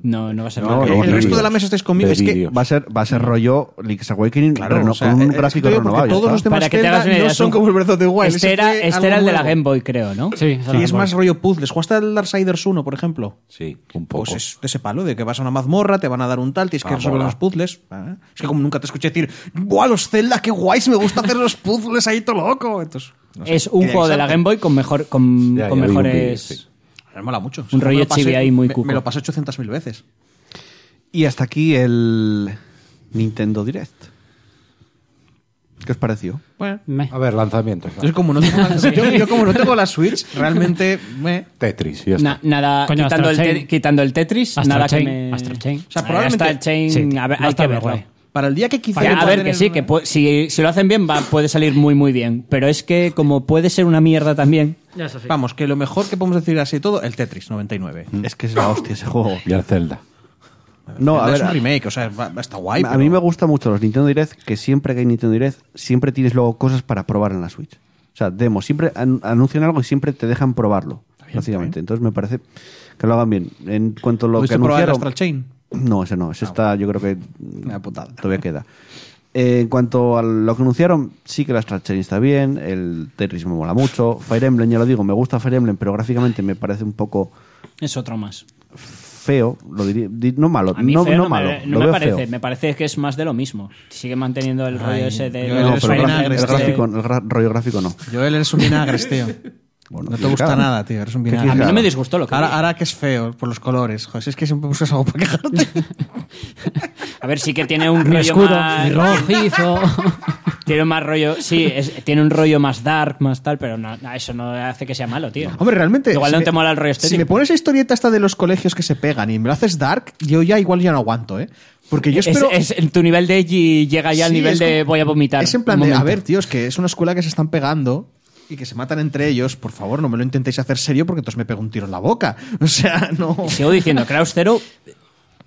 S3: No, no va a ser
S4: No,
S3: nada.
S4: no,
S2: el
S4: de
S2: resto
S4: vídeos.
S2: de la mesa estáis conmigo.
S4: De
S2: Es que
S4: vídeos. va a ser va a ser rollo Link's Awakening
S2: Claro,
S4: reno-
S2: o sea,
S4: con un
S2: eh,
S4: gráfico
S2: esto digo porque
S4: renovado. ya
S2: todos
S4: está.
S2: los temas
S3: Para que te hagas una
S2: Zelda
S3: idea.
S2: no
S3: es
S2: son
S3: un-
S2: como el Breath of the Wild,
S3: Este
S2: ese
S3: era,
S2: fue
S3: este
S2: algo
S3: era el de la
S2: nuevo.
S3: Game Boy, creo, ¿no?
S7: Sí,
S2: Sí, es más rollo puzzles. ¿Jugaste al Darksiders 1, por ejemplo?
S6: Sí, un poco.
S2: Pues es de ese palo, de que vas a una mazmorra, te van a dar un tal, tienes que
S6: Ah,
S2: resolver
S6: mola.
S2: los puzzles. Ah, Es que como nunca te escuché decir, ¡buah, los Zelda, qué guays! Me gusta hacer los puzzles ahí todo loco. Entonces, no sé,
S3: Es un
S2: quería
S3: juego de la
S2: avisarte.
S3: Game Boy con, mejor, con,
S6: Ya, ya
S3: con
S6: vi un vídeo,
S3: mejores...
S6: sí.
S2: Me mola mucho.
S3: Un rollo
S2: Me lo pasé-
S3: chibi ahí muy
S2: me-
S3: cuco.
S2: Me lo pasé 800.000 veces.
S4: Y hasta aquí el Nintendo Direct. ¿Qué os pareció?
S2: Bueno.
S7: Me.
S6: A ver, lanzamientos. va.
S2: Yo como no tengo la, yo, yo como no tengo la Switch, realmente me...
S6: Tetris, ya está.
S3: Na- nada,
S7: Coño,
S3: quitando, el
S7: Astral
S3: te-
S7: Chain.
S3: quitando el Tetris,
S7: Astral
S3: nada
S7: Chain,
S3: que me...
S7: Astral Chain.
S2: O sea, probablemente-
S3: Astral Chain,
S7: Sí,
S3: a ver,
S7: va a
S3: hay que
S7: estar muy
S3: verlo.
S7: guay.
S2: Para el día que
S3: O
S2: quizá...
S3: sea,
S2: yo
S3: a
S2: pueda
S3: ver, que
S2: tener
S3: sí,
S2: una-
S3: que pu- si, si lo hacen bien va, puede salir muy muy bien, pero es que como puede ser una mierda también,
S2: Vamos, que lo mejor que podemos decir así todo, el Tetris 99.
S4: Es que es la hostia ese juego.
S6: Y el Zelda.
S4: Mm. No, a
S2: es
S4: ver,
S2: un remake, o sea, va- va- está guay.
S4: a mí me gusta mucho los Nintendo Direct, que siempre que hay Nintendo Direct, siempre tienes luego cosas para probar en la Switch. O sea, demos, siempre an- anuncian algo y siempre te dejan probarlo, básicamente. Entonces me parece que lo hagan bien. En cuanto a lo que
S2: ¿Pudiste probar el
S4: anunciaron...
S2: Astral Chain?
S4: No, ese no, ese está, yo creo que
S2: Una putada.
S4: todavía queda. Eh, en cuanto a lo que anunciaron, sí que la Astral Chain está bien, el Tetris me mola mucho, Fire Emblem, ya lo digo, me gusta Fire Emblem, pero gráficamente me parece un poco
S3: es otro más.
S4: feo, lo diría, di- no malo,
S3: A mí
S4: no,
S3: feo
S4: no
S3: me-
S4: malo,
S3: no
S4: lo
S3: me
S4: veo
S3: parece,
S4: feo.
S3: me parece que es más de lo mismo. Sigue manteniendo el rollo ese de... este,
S2: yo
S3: de-
S4: No,
S2: Eres
S4: pero el
S2: un
S4: gra- el,
S6: este
S2: vinagre,
S4: gráfico, el gra- rollo gráfico no.
S2: Joel, eres un vinagres, tío. no te
S4: y
S2: gusta
S4: claro.
S2: nada, tío. Eres un
S4: ¿Qué
S2: vinagre.
S4: quieres A mí no que me haga?
S3: disgustó lo que
S2: ahora,
S3: vi.
S2: ahora que es feo por los colores. Joder, si es que siempre buscas algo para quejarte.
S3: A ver, sí que tiene un
S7: Mi
S3: rollo
S7: escudo,
S3: más...
S7: mi rojizo.
S3: Tiene más rollo, sí, es- tiene un rollo más dark, más tal, pero no- no, eso no hace que sea malo, tío.
S2: Hombre, realmente.
S3: Igual
S2: si
S3: no
S2: me-
S3: te mola el rollo
S2: Si
S3: estético.
S2: me pones la historieta esta de los colegios que se pegan y me lo haces dark, yo ya igual ya no aguanto, ¿eh? Porque yo
S3: Es-
S2: espero.
S3: es- en tu nivel de edgy llega ya al
S2: Sí,
S3: nivel
S2: es
S3: de
S2: como-
S3: voy a vomitar.
S2: Es en plan
S3: un
S2: de, a
S3: momento.
S2: ver, tíos, que es una escuela que se están pegando y que se matan entre ellos. Por favor, no me lo intentéis hacer serio porque entonces me pego un tiro en la boca. O sea, no.
S3: Y sigo diciendo, Kraus Zero,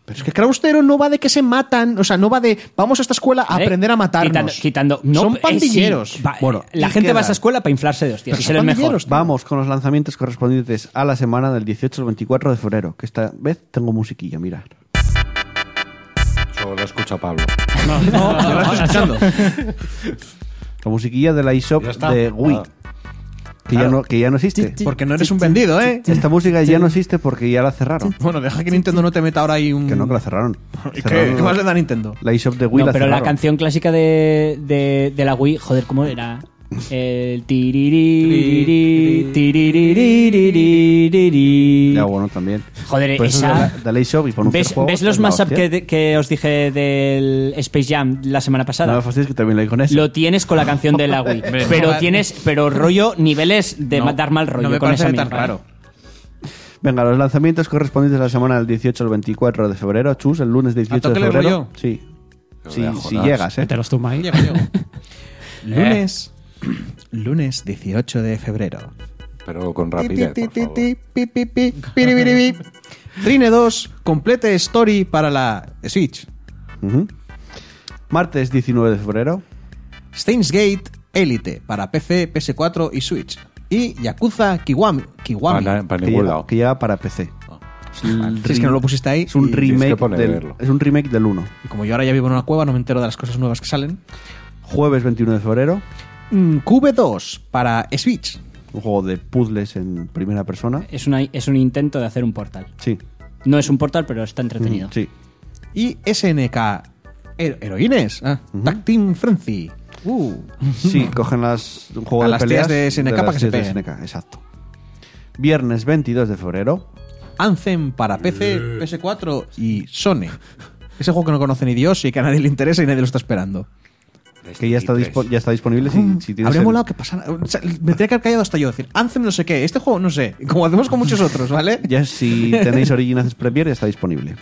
S2: Pero es que Kraustero no va de que se matan, o sea, no va de vamos a esta escuela a
S3: ¿vale?
S2: aprender a matarnos.
S3: ¿Eh? Quitando, quitando- no,
S2: Son
S3: eh,
S2: pandilleros.
S3: sí, va-
S4: Bueno,
S3: la
S4: y
S3: gente
S4: queda-
S3: va a esa escuela para inflarse de hostias
S2: Pero
S3: y
S2: son
S3: ser el mejor.
S2: pandilleros, tío.
S4: Vamos con los lanzamientos correspondientes a la semana del 18 al 24 de febrero, que esta vez tengo musiquilla, mira.
S6: Solo lo escucha Pablo.
S4: La musiquilla de la eShop
S6: Ya está.
S4: de Wii,
S6: Ah.
S4: que, ya no, que ya no existe.
S2: Porque no eres un vendido, ¿eh?
S4: Esta música ya no existe porque ya la cerraron.
S2: Bueno, deja que Nintendo no te meta ahora ahí un.
S4: Que no, que la cerraron.
S2: ¿Qué,
S4: Cerraron
S2: qué más le da a Nintendo?
S4: La eShop de Wii
S3: No,
S4: la
S3: pero la
S4: cerraron.
S3: canción clásica de, de, de la Wii, joder, ¿cómo era? El tiriri, tiriri,
S4: Ya, bueno, también.
S3: Joder,
S2: Pues
S4: Por eso
S3: esa-
S4: es de la- de la eShop y por un
S3: ¿Ves,
S4: juego,
S3: ves los
S4: es la
S3: mashup
S4: hostia.
S3: que, de- que os dije del Space Jam la semana
S4: No
S3: pasada?
S4: me fastidies que también lo hay con eso.
S3: lo tienes con la canción de la Wii. pero tienes, pero rollo, niveles de
S2: No,
S3: ma- dar mal rollo
S2: no me
S3: con
S2: parece
S3: esa
S2: tan
S3: mierda.
S2: raro.
S4: Venga, los lanzamientos correspondientes a la semana del 18 al 24 de febrero. Chus, el lunes 18 de
S2: toque le
S4: febrero.
S2: voy yo?
S4: Sí.
S6: No
S4: Sí,
S6: me
S4: si
S6: jodas.
S4: llegas, ¿eh?
S7: Te los tumba ahí.
S2: Llego, llego. Lunes.
S3: Eh.
S2: Lunes 18 de febrero.
S6: Pero con rapidez,
S2: Ti,
S6: por
S2: ti,
S6: favor.
S2: ti, pi, pi, pi, piribiribi. Trine 2, complete story para la Switch.
S4: Ujú. Martes 19 de febrero.
S2: Steins Gate Elite para PC, PS4 y Switch. Y Yakuza Kiwami. Kiwami.
S6: Para, para
S4: Que
S6: ningún
S4: llega,
S6: lado. Ah.
S4: que llega para PC.
S2: Si es que no lo pusiste ahí.
S4: Es un
S2: y-
S6: tienes
S4: remake
S6: que poner
S4: del,
S6: verlo.
S4: es un remake del 1.
S2: y como yo ahora ya vivo en una cueva, no me entero de las cosas nuevas que salen.
S4: Jueves 21 de febrero.
S2: Mm, QV2 para Switch.
S4: Un juego de puzzles en primera persona.
S2: Eh,
S3: Es, una- es un intento de hacer un portal.
S4: Sí.
S3: No es un portal, pero está entretenido.
S4: Mm, Sí.
S2: Y SNK Her- Heroines. Ah, Tag Team Frenzy. Uh.
S4: Sí, cogen las, un juego
S2: A
S4: de
S2: las
S4: peleas
S2: tías de SNK
S4: las
S2: para que se
S4: tías de
S2: peguen.
S4: SNK, exacto. Viernes 22 de febrero.
S2: Anthem para PC, PS4 y Sony. Ese juego que no conoce ni Dios y que a nadie le interesa y nadie lo está esperando.
S4: Que ya está, dispo- ya está disponible si, si tienes
S2: Habría
S4: el-
S2: molado que pasara. o sea, me tenía que haber callado hasta yo decir, Anthem no sé qué, este juego no sé. Como hacemos con muchos otros, ¿vale?
S4: Ya si tenéis Origin Access Premier ya está disponible.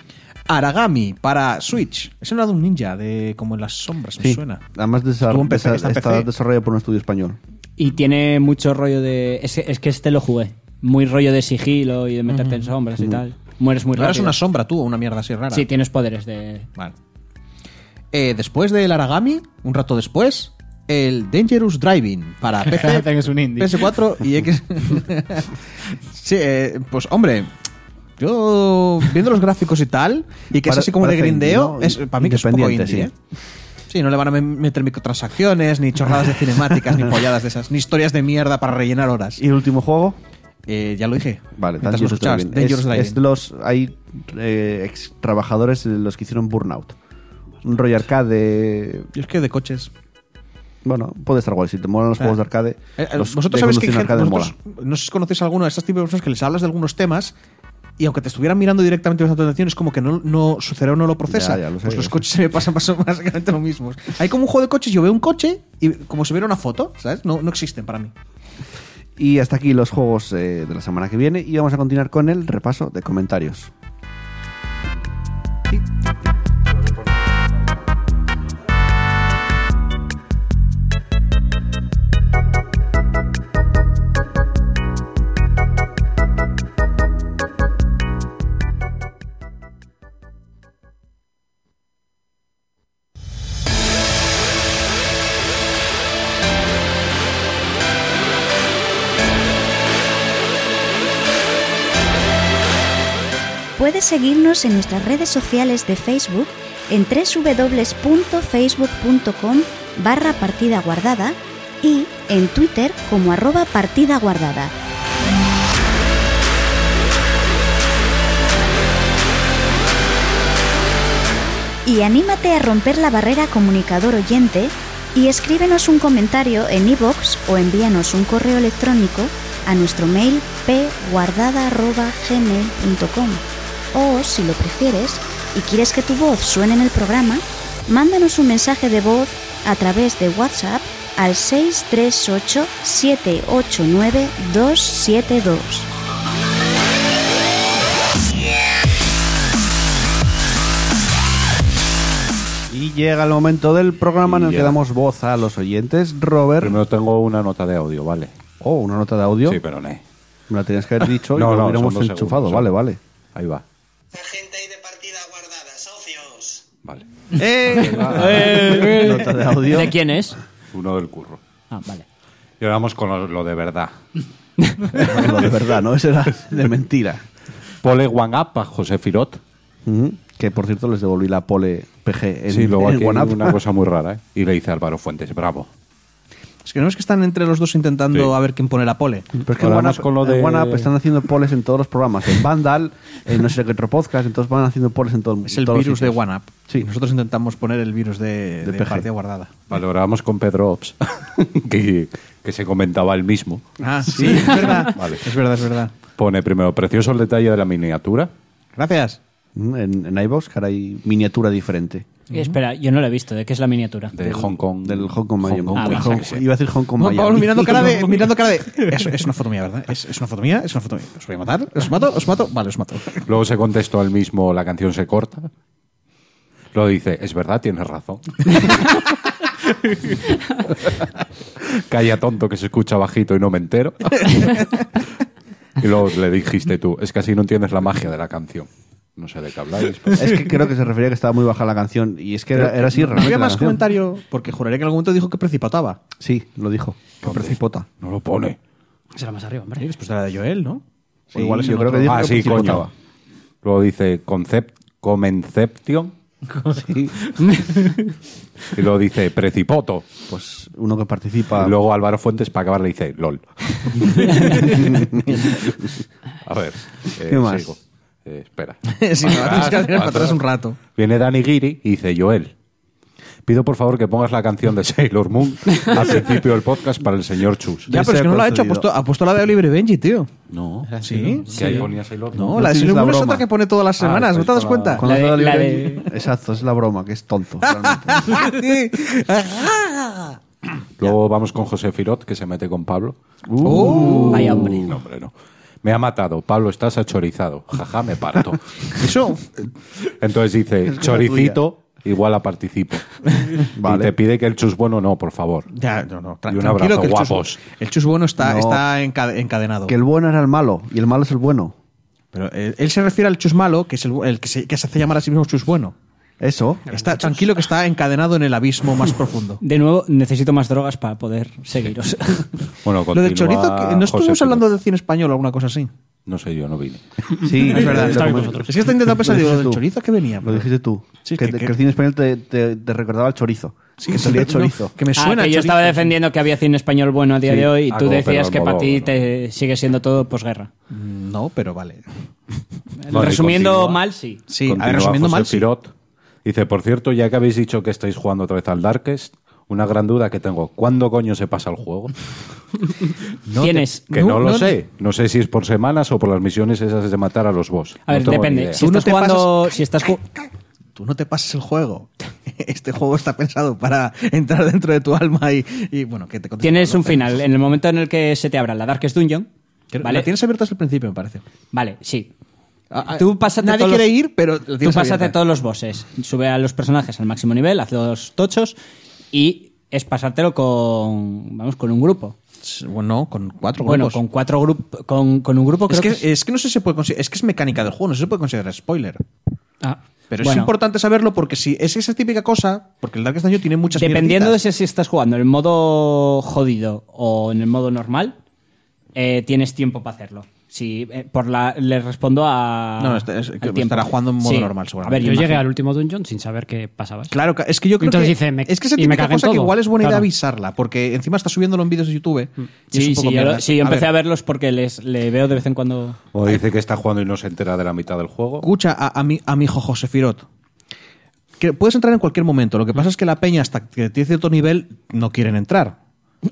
S2: Aragami para Switch. Ese no era de un ninja, de como en las sombras, me
S4: Sí.
S2: suena.
S4: Además, desar-
S2: Estuvo en PC,
S4: desa-
S2: está en
S4: está
S2: PC.
S4: desarrollado por un estudio español.
S3: Y tiene mucho rollo de. Es, es que este lo jugué. Muy rollo de sigilo y de meterte en sombras y tal. Mueres muy
S2: Ahora
S3: rápido.
S2: es una sombra tú, o una mierda así rara.
S3: Sí, tienes poderes de.
S2: Vale. Eh, después del Aragami, un rato después, el Dangerous Driving para PC,
S14: Hacen que es un indie.
S2: PS4 y X. sí, eh, pues hombre, yo viendo los gráficos y tal, y que es
S4: Pare-
S2: así como de
S4: parece indie,
S2: grindeo,
S4: ¿no?
S2: es, para mí que es un poco indie,
S4: Independiente,
S2: ¿eh? Sí, no le van a me- meter microtransacciones, ni chorradas de cinemáticas, ni polladas de esas, ni historias de mierda para rellenar horas. Eh,
S4: ¿Y el último juego?
S2: ya lo dije.
S4: Vale,
S2: Mientras
S4: Dangerous
S2: lo escuchabas,
S4: Driving.
S2: Dangerous
S4: Es-
S2: Driving.
S4: es de los. Hay eh, ex trabajadores de los que hicieron Burnout. Un rollo arcade.
S2: Yo es que de coches.
S4: Bueno, puede estar guay. Si te molan los
S2: Ah.
S4: juegos de arcade.
S2: Eh, eh,
S4: los
S2: vosotros
S4: de
S2: sabéis que hay
S4: conducción
S2: gente-
S4: arcade
S2: vosotros- no sé si conocéis a alguno de estos tipos de personas que les hablas de algunos temas y aunque te estuvieran mirando directamente las atención es como que no, no, su cerebro no lo procesa.
S4: Ya, ya, lo sé,
S2: pues
S4: ya
S2: los
S4: lo
S2: coches se me pasan, pasan básicamente lo mismo. Hay como un juego de coches, yo veo un coche y como si viera una foto, ¿sabes? No, no existen para mí.
S4: mola. Y hasta aquí los juegos eh, de la semana que viene. Y vamos a continuar con el repaso de comentarios.
S1: Puedes seguirnos en nuestras redes sociales de Facebook en www.facebook.com barra partida guardada y en Twitter como arroba partida guardada. Y anímate a romper la barrera comunicador oyente y escríbenos un comentario en iVoox o envíanos un correo electrónico a nuestro mail pguardada.gmail.com o, si lo prefieres y quieres que tu voz suene en el programa, mándanos un mensaje de voz a través de WhatsApp al 638 789 272.
S4: Y llega el momento del programa en el que
S6: llega.
S4: damos voz a los oyentes. Robert.
S6: Primero tengo una nota de audio, vale.
S4: Oh, una nota de audio.
S6: Sí, pero no. No,
S4: Me la tenías que haber dicho y lo hubiéramos
S6: son dos
S4: enchufado.
S6: segundos,
S4: vale,
S6: son-
S4: vale.
S6: Ahí va.
S2: ¡Eh!
S4: Ah,
S6: eh,
S4: Nota de audio.
S3: Eh, ¿De quién es?
S6: Uno del curro.
S3: Ah, vale.
S6: Y ahora vamos con lo, lo de verdad.
S4: Lo de verdad, ¿no? Ese era de mentira.
S6: Pole One Up a José Firot.
S4: Ujú. Que por cierto les devolví la pole PG en,
S6: sí, luego
S4: en
S6: aquí hay
S4: OneUp.
S6: una cosa muy rara, ¿eh? Y le dice Álvaro Fuentes, bravo.
S2: Es que no es que están entre los dos intentando
S6: Sí.
S2: a ver quién pone la pole.
S4: Pero es que en
S6: Ahora
S4: OneUp
S6: vamos con lo
S4: en
S6: de-
S4: OneUp están haciendo poles en todos los programas. En Vandal, en no sé qué otro podcast, entonces van haciendo poles en todo
S2: Es el
S4: todos los
S2: virus de
S4: sitios.
S2: OneUp. Sí. Nosotros intentamos poner el virus de,
S4: De
S2: de
S4: PG.
S2: partida guardada.
S6: Vale, ahora vamos con Pedro Ops, que, que se comentaba él mismo.
S2: Ah, sí, es verdad.
S6: Vale.
S2: Es verdad, es verdad.
S6: Pone primero, precioso el detalle de la miniatura.
S2: Gracias.
S4: Ujú, Mm, En, en iVoox, que ahora hay miniatura diferente.
S3: Espera, yo no lo he visto. ¿De qué es la miniatura?
S6: De Hong Kong.
S4: Del Hong Kong Miami.
S6: Kong,
S4: Ah,
S6: Kong,
S4: Hong-
S6: sí.
S4: Iba a decir Hong Kong
S2: Juan
S4: Miami.
S2: Pablo mirando cara de. Mirando cara de es, es una foto mía, ¿verdad? Es, es una foto mía, es una foto mía. ¿Os voy a matar? ¿Os mato? ¿Os mato? Vale, os mato.
S6: Luego se contestó él mismo, la canción se corta. Luego dice, es verdad, tienes razón. Calla tonto que se escucha bajito y no me entero. y luego le dijiste tú, es que así no entiendes la magia de la canción. No sé de qué habláis. pero-
S4: Es que creo que se refería a que estaba muy baja la canción. Y es que era, era así.
S2: ¿No
S4: realmente,
S2: había
S4: la
S2: más
S4: canción.
S2: comentario? Porque juraré que en algún momento dijo que precipitaba.
S4: Sí, lo dijo. Que precipota.
S6: No lo pone.
S7: Será más arriba, hombre.
S2: Sí, pues, después de la de Joel, ¿no?
S4: Sí, yo creo que dijo
S6: Ah,
S4: que
S6: sí,
S4: precipotaba.
S6: coño. Luego dice concept, Comenception. y luego dice Precipoto.
S4: Pues uno que participa.
S6: Y luego Álvaro Fuentes para acabar le dice LOL. A ver. eh,
S4: ¿Qué más?
S6: sigo. Eh, espera.
S2: sí, no, tienes que hacer para atrás un rato.
S6: Viene Dani Giri y dice Joel. Pido por favor que pongas la canción de Sailor Moon al principio del podcast para el señor Chus.
S2: Ya, pero es que no lo ha hecho. Ha puesto, ha puesto la de Oliver y Benji, tío.
S6: No.
S2: ¿Ah, ¿Sí?
S6: Que ahí ponía Sailor Moon.
S2: No, la pues de
S4: tienes
S2: Sailor
S4: la
S2: Moon es
S4: broma.
S2: otra que pone todas las
S6: Ah,
S2: semanas. ¿No te das
S6: la-
S2: cuenta?
S3: La
S4: Cuando
S3: de-
S4: se da
S3: la
S4: libre- Exacto, es la broma, que es tonto. realmente.
S2: Sí.
S6: Luego vamos con José Firot, que se mete con Pablo.
S4: Uh.
S3: Ay, hombre.
S6: No, hombre, no. Me ha matado. Pablo, estás achorizado. Jaja, me parto. Eso. Entonces dice,
S2: eh, Es como
S6: choricito igual a participo. Y te pide que el chus bueno no, por favor.
S2: Ya, no, no.
S6: y un
S2: tranquilo,
S6: abrazo,
S2: que el chus-
S6: guapos.
S2: El chus bueno está,
S6: No.
S2: está enca- encadenado.
S4: Que el bueno era el malo y el malo es el bueno.
S2: Pero eh, él se refiere al chus malo, que es el, el que, se, que se hace llamar a sí mismo chus bueno.
S4: Eso.
S2: Está tranquilo que está encadenado en el abismo más profundo.
S3: De nuevo, necesito más drogas para poder seguiros.
S6: Bueno,
S2: Lo del
S6: continúa,
S2: chorizo, que- ¿no estuvimos
S6: José,
S2: hablando de cine español o alguna cosa así?
S6: No sé, yo no vine.
S4: Sí,
S2: es verdad.
S4: lo comen-
S2: Es que está intentando pensar,
S4: lo
S2: digo,
S4: dijiste
S2: del
S4: tú.
S2: chorizo que venía.
S4: Lo dijiste tú.
S2: Sí,
S4: que,
S2: que-
S4: que
S2: que-
S4: el cine español te, te- te recordaba el chorizo.
S2: Sí,
S4: que
S2: sí,
S4: salía
S2: no,
S4: chorizo.
S2: que me
S3: Ah, que yo estaba defendiendo que había cine español bueno a día
S4: Sí.
S3: de hoy y
S4: Ah,
S3: tú
S4: como
S3: decías
S4: Pedro
S3: que para
S4: Almodóvar,
S3: ti
S4: ¿no?
S3: te sigue siendo todo posguerra.
S2: No, pero vale.
S6: Vale,
S3: Resumiendo
S6: continúa.
S3: mal, sí.
S6: Continúa José Firot. Dice, por cierto, ya que habéis dicho que estáis jugando otra vez al Darkest, una gran duda que tengo. ¿Cuándo coño se pasa el juego?
S3: No Tienes.
S6: Que no, lo sé. No sé si es por semanas o por las misiones esas de matar a los boss.
S3: A ver,
S6: No tengo ni
S3: depende.
S6: idea.
S3: Si estás jugando. Si estás ju-
S2: Tú no te pases el juego. Este juego está pensado para entrar dentro de tu alma y, y, bueno, que te conteste
S3: Tienes
S2: Pablo.
S3: un final. En el momento en el que se te abra la Darkest Dungeon.
S2: Creo-
S3: ¿vale?
S2: La tienes abierta desde el principio, me parece.
S3: Vale, sí.
S2: ah,
S3: Tú pásate
S2: nadie
S3: todos los-
S2: quiere ir, pero la
S3: Tú
S2: tienes
S3: pásate
S2: abierta.
S3: todos los bosses. Sube a los personajes al máximo nivel, haz los tochos y es pasártelo con. Vamos, con un grupo.
S2: Bueno, con cuatro
S3: Bueno,
S2: grupos.
S3: con cuatro grupos. Con, con un grupo
S2: Es
S3: creo
S2: que,
S3: que.
S2: es que no sé si se puede considerar. Es que es mecánica del juego, no se puede considerar spoiler.
S3: Ah,
S2: Pero es
S3: bueno.
S2: importante saberlo porque si es esa típica cosa, porque el Darkest Dungeon tiene muchas
S3: Dependiendo de
S2: mierditas.
S3: si, si estás jugando en modo jodido o en el modo normal, eh, tienes tiempo para hacerlo. Si, eh, por la, le respondo a.
S2: No, este- es-
S3: al
S2: que
S3: tiempo.
S2: estará jugando en modo
S3: Sí.
S2: normal, seguramente.
S3: A ver,
S7: yo llegué
S3: imagino.
S7: al último dungeon sin saber qué pasaba.
S2: Claro, ca- es que yo creo
S7: Entonces
S2: que
S7: dice, me-
S2: es que esa
S7: y me
S2: típica
S7: cagué en
S2: cosa que
S7: todo.
S2: igual es buena idea
S7: Claro.
S2: avisarla, porque encima está subiendo los vídeos de YouTube. y es
S3: Sí,
S2: un poco
S3: sí, yo, lo-
S2: mierda.
S3: sí, yo
S2: A
S3: empecé
S2: ver,
S3: a, verlos porque les le veo de vez en cuando.
S6: O dice que está jugando y no se entera de la mitad del juego.
S2: Escucha a, a mi, a mi hijo José Firot. Que puedes entrar en cualquier momento. Lo que pasa es que la peña, hasta que tiene cierto nivel, no quieren entrar.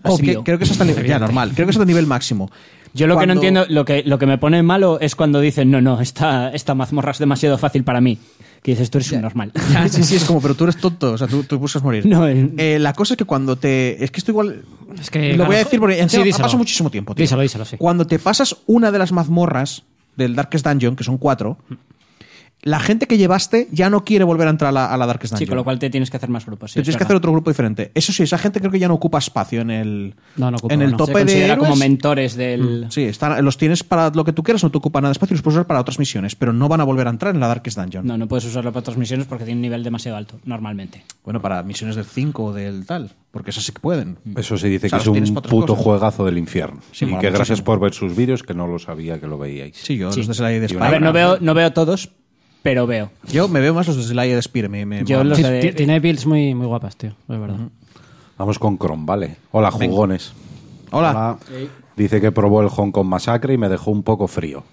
S2: Así
S3: Obvio.
S2: que creo que es hasta el nivel. Ya, normal. Creo que es hasta el nivel máximo.
S3: Yo lo que
S2: Cuando-
S3: no entiendo, lo que, lo que me pone malo es cuando dicen, no, no, esta, esta mazmorra es demasiado fácil para mí. Que dices, tú eres un normal.
S2: Ya, sí, sí, es como, pero tú eres tonto, o sea, tú, tú buscas morir.
S3: No, eh.
S2: Eh, la cosa es que cuando te. Es que esto igual.
S7: Es que,
S2: lo
S7: claro,
S2: voy a decir porque
S7: sí,
S2: encima ha
S7: díselo.
S2: pasado muchísimo tiempo. tío.
S7: Díselo, díselo, sí.
S2: Cuando te pasas una de las mazmorras del Darkest Dungeon, que son cuatro,
S3: Mm,
S2: la gente que llevaste ya no quiere volver a entrar a la, a la Darkest Dungeon.
S3: Sí, con lo cual te tienes que hacer más grupos. sí,
S2: Te
S3: es
S2: tienes que
S3: verdad.
S2: hacer otro grupo diferente. Eso sí, esa gente creo que ya no ocupa espacio en el,
S7: No, no ocupa,
S2: en el
S3: Se
S7: no.
S2: tope de.
S3: considera
S2: héroes. Mm.
S3: como mentores del.
S2: Sí, están- los tienes para lo que tú quieras, no te ocupa nada de espacio y los puedes usar para otras misiones, pero no van a volver a entrar en la Darkest Dungeon.
S3: No, no puedes usarlo para otras misiones porque tiene un nivel demasiado alto, normalmente.
S2: Bueno, para misiones del 5 o del tal, porque esas sí que pueden.
S6: Eso sí dice
S2: O sea,
S6: que
S2: los
S6: es
S2: tienes
S6: un
S2: para otras
S6: puto
S2: cosas.
S6: juegazo del infierno.
S2: Sí,
S6: y
S2: mola
S6: que gracias
S2: muchísimo.
S6: por ver sus vídeos, que no lo sabía que lo veíais.
S2: Sí, yo
S3: Sí.
S2: los de Selaye de
S6: Y
S2: Spire.
S6: una
S3: A ver, no veo, no veo todos, pero veo.
S2: Yo me veo más los de Selaye de Spire. Me, me
S3: Yo
S2: molan
S3: los
S2: más.
S7: Sí,
S3: de-
S7: ti- Tiene builds muy, muy guapas, tío, es verdad.
S6: Vamos con Cron, vale. Hola, jugones.
S2: Hola.
S6: Dice que probó el Hong Kong Masacre y me dejó un poco frío.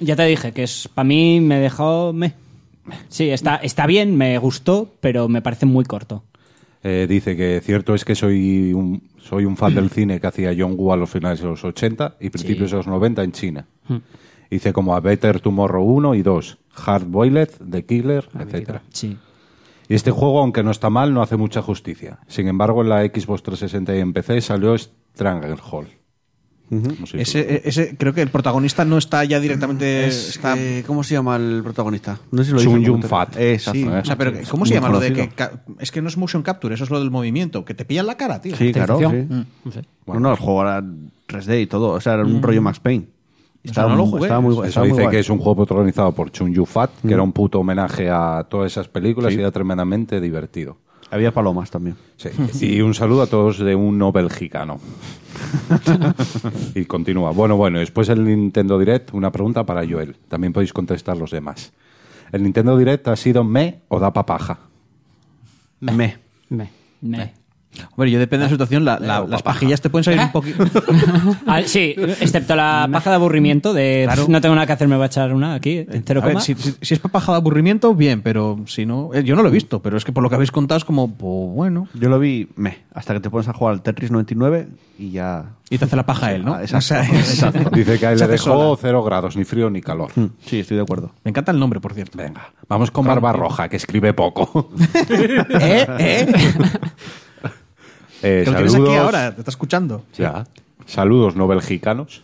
S3: Ya te dije que es para mí me dejó. Me. Sí, está, está bien, me gustó, pero me parece muy corto.
S6: Eh, dice que cierto es que soy un, soy un fan del cine que hacía John Woo a los finales de los 80 y principios
S3: Sí.
S6: de los 90 en China.
S2: Hmm.
S6: Dice como A Better Tomorrow 1 y 2, Hard Boiled, The
S2: Ah,
S6: Killer, etcétera.
S3: Sí.
S6: Y este juego, aunque no está mal, no hace mucha justicia. Sin embargo, en la Xbox 360 y en PC salió Stranglehold. No sé si lo-
S2: Ese, eh, ese- creo que el protagonista no está ya directamente. está-
S4: ¿Cómo se llama el protagonista? No sé si lo
S6: Sun
S4: dije en
S6: Yun
S4: momento.
S6: Fat.
S4: Eh, Exacto.
S2: Sí,
S6: eh.
S2: o sea, pero ¿cómo se
S4: Muy
S2: llama lo de que.?
S4: conocido.
S2: ca- Es que no es motion capture, eso es lo del movimiento, que te pillan la cara, tío.
S4: Sí, claro.
S7: Atención.
S2: Mm.
S4: sí.
S7: No sé.
S4: Bueno, no, el juego era 3D y todo. O sea, era un rollo Max Payne. Estaba,
S2: no lo
S4: mu-
S2: jugué.
S4: estaba muy,
S6: Eso
S4: estaba Pues muy
S6: dice
S4: guay. Mm.
S6: que es un juego protagonizado por Chun Yu Fat, que era un puto homenaje a todas esas películas
S4: Sí.
S6: y era tremendamente divertido.
S4: Había palomas también.
S6: Sí. Y un saludo a todos de un no belgicano. y continúa. Bueno, bueno, después el Nintendo Direct, una pregunta para Joel. También podéis contestar los demás. ¿El Nintendo Direct ha sido me o da papaja?
S4: Me.
S7: Me.
S3: Me.
S2: Hombre, yo depende de la situación, la- la- las pajillas te pueden salir un poquito.
S3: Ah, sí, excepto la paja de aburrimiento de
S2: Claro.
S3: "Pff, no tengo nada que hacer, me voy a echar una aquí en cero
S2: A ver,
S3: coma".
S2: si, si- si es papaja de aburrimiento, bien, pero si no. eh, Yo no lo he visto, pero es que por lo que habéis contado es como, pues bueno.
S4: Yo lo vi me. Hasta que te pones a jugar al Tetris 99 y ya.
S2: Y te hace la paja él, ¿no?
S4: Ah, exacto.
S2: O sea,
S4: Exacto.
S6: Dice que ahí
S2: Se
S6: le
S2: hace
S6: dejó
S2: sola.
S6: cero grados, ni frío ni calor.
S4: Sí, estoy de acuerdo.
S2: Me encanta el nombre, por cierto.
S6: Venga, vamos con Barba Roja, que escribe poco.
S2: ¿Eh? ¿Eh?
S6: Eh,
S2: Que lo tienes aquí ahora, te está escuchando.
S6: Ya. Saludos no belgicanos.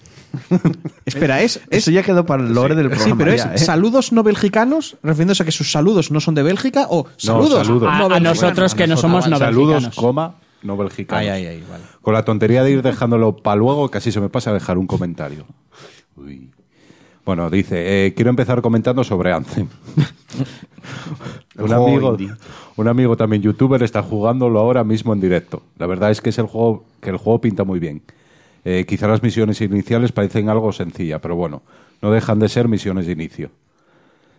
S2: Espera, es,
S4: Eso ya quedó para el lore del programa.
S2: Sí, pero es
S4: ya, ¿eh?
S2: saludos no belgicanos, refiriéndose a que sus saludos no son de Bélgica o saludos,
S6: saludos.
S2: no
S6: A- a
S2: belgicanos.
S6: nosotros que no somos no belgicanos. Saludos, coma, no belgicanos.
S2: Ay, ay, ay, vale.
S6: Con la tontería de ir dejándolo para luego, casi se me pasa a dejar un comentario. Uy. Bueno, dice, eh, quiero empezar comentando sobre Anthem. un, amigo, un amigo también youtuber está jugándolo ahora mismo en directo. La verdad es que es el juego que el juego pinta muy bien. Eh, quizá las misiones iniciales parecen algo sencilla, pero bueno, no dejan de ser misiones de inicio.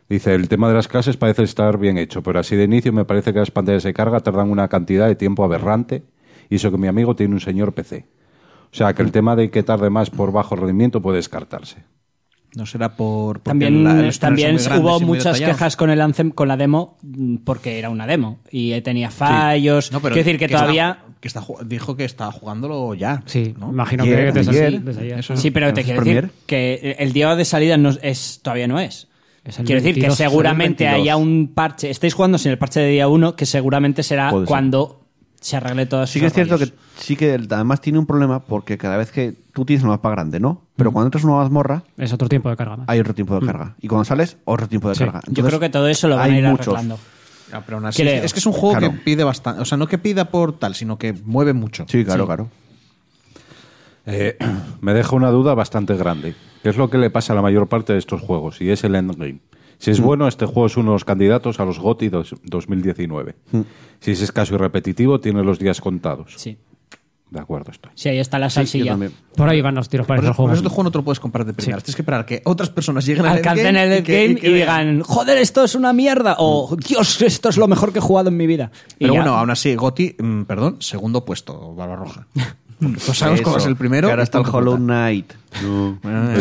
S6: Dice, el tema de las clases parece estar bien hecho, pero así de inicio me parece que las pantallas de carga tardan una cantidad de tiempo aberrante y eso que mi amigo tiene un señor PC. O sea, que el tema de que tarde más por bajo rendimiento puede descartarse.
S2: No será por. porque
S3: También,
S2: la- los
S3: también
S2: túneles son muy
S3: hubo
S2: grandes y muy
S3: muchas
S2: detallados.
S3: quejas con el Anthem, con la demo, mm, porque era una demo y eh, tenía fallos.
S2: No, pero
S3: Quiero decir que,
S2: está-
S3: todavía.
S2: que está ju- dijo que está jugándolo ya.
S7: Sí,
S2: ¿no?
S7: imagino
S2: Ayer,
S7: que desde
S2: ayer.
S7: así, desde ayer.
S3: Sí, pero te quiero decir que el día de salida no es, todavía no es.
S7: Es el
S3: Quiero decir que
S7: 22,
S3: seguramente
S7: es el 22.
S3: haya un parche. Estáis jugando sin el parche de día 1, que seguramente será
S4: Puede ser.
S3: cuando se arregle todo
S4: Sí que es cierto que sí que el- además tiene un problema porque cada vez que tú tienes un mapa grande, ¿no? Pero cuando entras en una mazmorra
S7: Es otro tiempo de carga más.
S4: hay otro tiempo de
S7: Mm.
S4: carga y cuando sales otro tiempo de
S7: Sí.
S4: carga.
S7: Yo
S3: Yo
S4: Entonces,
S3: creo que todo eso lo van a
S4: hay
S3: ir
S4: muchos.
S3: arreglando.
S2: Ah, pero aún así,
S3: Creo.
S2: es que es un juego
S4: Claro.
S2: que pide bastante. O sea, no que pida por tal, sino que mueve mucho.
S4: Sí, claro, claro.
S6: Eh, me deja una duda bastante grande. ¿Qué es lo que le pasa a la mayor parte de estos juegos? Y es el endgame. Si es bueno, este juego es uno de los candidatos a los GOTY dos- 2019. Si es escaso y repetitivo, tiene los días contados.
S3: Sí.
S6: De acuerdo, estoy.
S3: Sí, ahí está la salsilla.
S7: Por ahí van los tiros para
S3: Pues
S2: Por
S7: el
S2: eso, por
S7: juego.
S2: eso este juego no te lo puedes comprar de primeras. Tienes que esperar que otras personas lleguen al
S3: Alcancen el
S2: endgame que-
S3: endgame
S2: que
S3: y
S2: vean.
S3: digan, joder, esto es una mierda.
S4: Mm.
S3: O, Dios, esto es lo mejor que he jugado en mi vida. Y
S2: Pero
S3: ya.
S2: bueno, aún así, Goti, mm, perdón, segundo puesto, Barba Roja. Porque Todos sabemos cómo
S4: Eso,
S2: es el primero.
S4: que ahora está el Hollow Knight.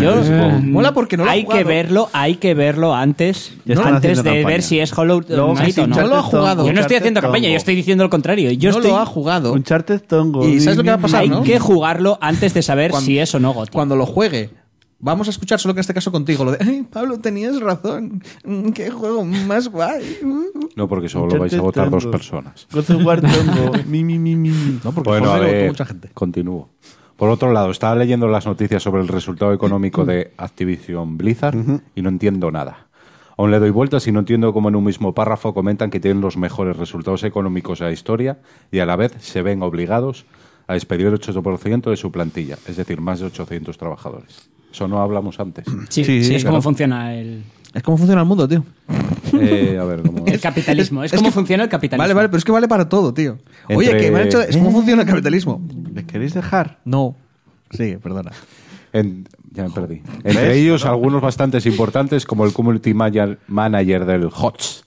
S3: Yo- mm,
S6: Eh,
S2: Mola porque no lo ha
S3: hay
S2: jugado.
S3: que verlo, hay que verlo antes,
S4: Ya están
S3: antes
S4: haciendo
S3: de
S4: campaña.
S3: ver si es Hollow
S4: Luego
S3: Knight
S4: sí,
S3: o no.
S4: Uncharted
S2: No lo ha jugado.
S4: Tomb-
S3: Yo no estoy haciendo
S4: Uncharted
S3: campaña, yo
S4: Tomb-
S3: estoy diciendo lo contrario. Yo
S2: no
S3: estoy,
S2: lo ha jugado.
S4: Uncharted Tongo.
S2: ¿Y sabes lo que va a pasar,
S3: hay
S2: no?
S3: que jugarlo antes de saber
S2: Cuando-
S3: si es o no Gotti.
S2: Cuando lo juegue. Vamos a escuchar solo que en este caso contigo lo de "Ay, Pablo, tenías razón. Mm, Qué juego más guay. Uh.
S6: No, porque solo lo vais a votar dos personas.
S4: God of War Tongo. mi, mi, mi, mi, mi.
S2: No, porque
S6: Bueno, a
S2: joder, lo votó
S6: ver,
S2: mucha gente.
S6: continúo. Por otro lado, estaba leyendo las noticias sobre el resultado económico de Activision Blizzard y no entiendo nada. Aún le doy vueltas y no entiendo cómo en un mismo párrafo comentan que tienen los mejores resultados económicos de la historia y a la vez se ven obligados a despedir el 8% de su plantilla, es decir, más de 800 trabajadores. Eso no hablamos antes.
S3: Sí,
S4: Sí,
S3: sí,
S4: sí,
S3: es
S4: claro.
S3: como funciona el,
S2: Es como funciona el mundo, tío.
S6: Eh, a ver, ¿cómo
S3: el capitalismo. Es,
S2: es
S3: como
S2: que-
S3: funciona el capitalismo.
S2: Vale, vale, pero es que vale para todo, tío. Oye,
S6: Entre-
S2: que me han hecho. Es como funciona el capitalismo.
S4: ¿Le queréis dejar?
S2: No. Sí, perdona.
S6: En- ya me perdí. Entre ellos, algunos bastante importantes, como el community manager, manager del HOTS,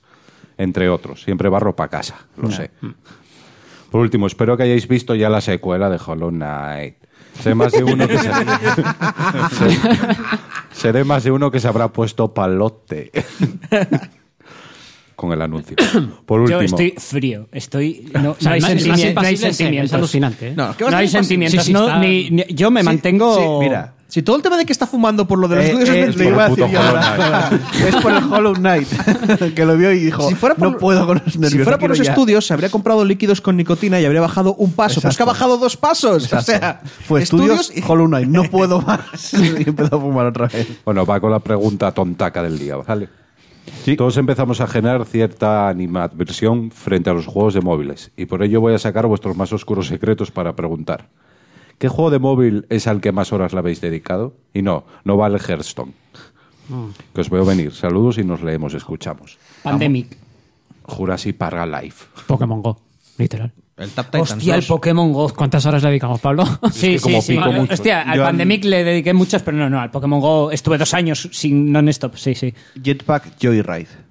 S6: entre otros. Siempre barro para casa, lo sé. Por último, espero que hayáis visto ya la secuela de Hollow Knight. Sé más de uno que se, se- seré más de uno que se habrá puesto palote con el anuncio. Por último,
S3: Yo estoy frío, estoy. No,
S7: sea,
S3: no hay
S7: es- es
S3: sentimientos. no hay
S7: impasible, es
S3: sentimientos.
S7: alucinante, ¿eh?
S3: No,
S7: No,
S2: ¿qué vas a
S3: hay
S2: decir?
S3: sentimientos.
S7: Sí, sí,
S3: no,
S7: está-
S3: ni- ni- yo me mantengo.
S4: sí, mira.
S2: Si todo el tema de que está fumando por lo de los
S4: Eh,
S2: estudios es
S4: eh, le
S2: mentira.
S4: iba a
S6: puto
S4: decir yo
S6: Hollow
S4: ahora. es por el Hollow Knight. que lo vio y dijo,
S2: Si fuera por-
S4: no puedo con los nervios.
S2: si fuera
S4: no
S2: por
S4: quiero
S2: los
S4: ya".
S2: estudios, se habría comprado líquidos con nicotina y habría bajado un paso. Pero es que ha
S4: Exacto.
S2: bajado dos pasos.
S4: Exacto.
S2: O sea,
S4: fue estudios,
S2: y-
S4: Hollow Knight, no puedo más. y empezó a fumar otra vez.
S6: Bueno, va con la pregunta tontaca del día, ¿vale? Todos empezamos a generar cierta animadversión frente a los juegos de móviles, y por ello voy a sacar vuestros más oscuros secretos para preguntar. ¿Qué juego de móvil es al que más horas le habéis dedicado? Y no, no vale Hearthstone. Que os veo venir. Saludos y nos leemos, escuchamos.
S3: Pandemic.
S6: Jurassic Parga Life.
S7: Pokémon Go, literal.
S2: El Tap Titans
S3: Hostia, el
S2: 2.
S3: Pokémon Go.
S7: ¿Cuántas horas le dedicamos, Pablo?
S3: Sí,
S6: que como
S3: sí, sí.
S6: pico mucho.
S3: Hostia, al
S4: Yo al-
S3: Pandemic le dediqué muchas, pero no, no, al Pokémon Go estuve dos años sin non-stop, sí, sí.
S4: Jetpack Joyride.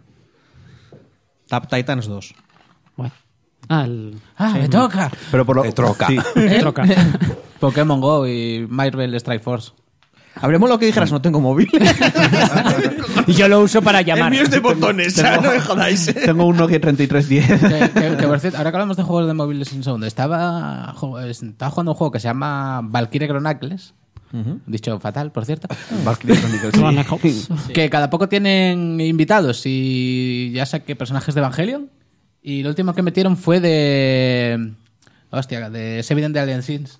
S2: Tap Titans 2.
S7: Bueno. Ah, el...
S10: Ah, me toca.
S4: Pero por lo
S6: Te troca.
S4: Sí.
S10: ¿Eh?
S7: el troca.
S10: Pokémon Go y Marvel Strike Force.
S2: Hablemos lo que dijeras, no tengo móvil.
S3: Y yo lo uso para
S2: el
S3: llamar.
S2: mío es de botones, ya, no me jodáis. eh.
S4: Tengo un Nokia 3310.
S10: que, que- que, por cierto, ahora que hablamos de juegos de móviles un segundo, estaba, ju- estaba jugando un juego que se llama Valkyrie Chronicles. Dicho fatal, por cierto.
S4: Valkyrie Chronicles, sí.
S10: Que cada poco tienen invitados y ya saqué personajes de Evangelion. Y lo último que metieron fue de. Hostia, de Seven de Alien Sins.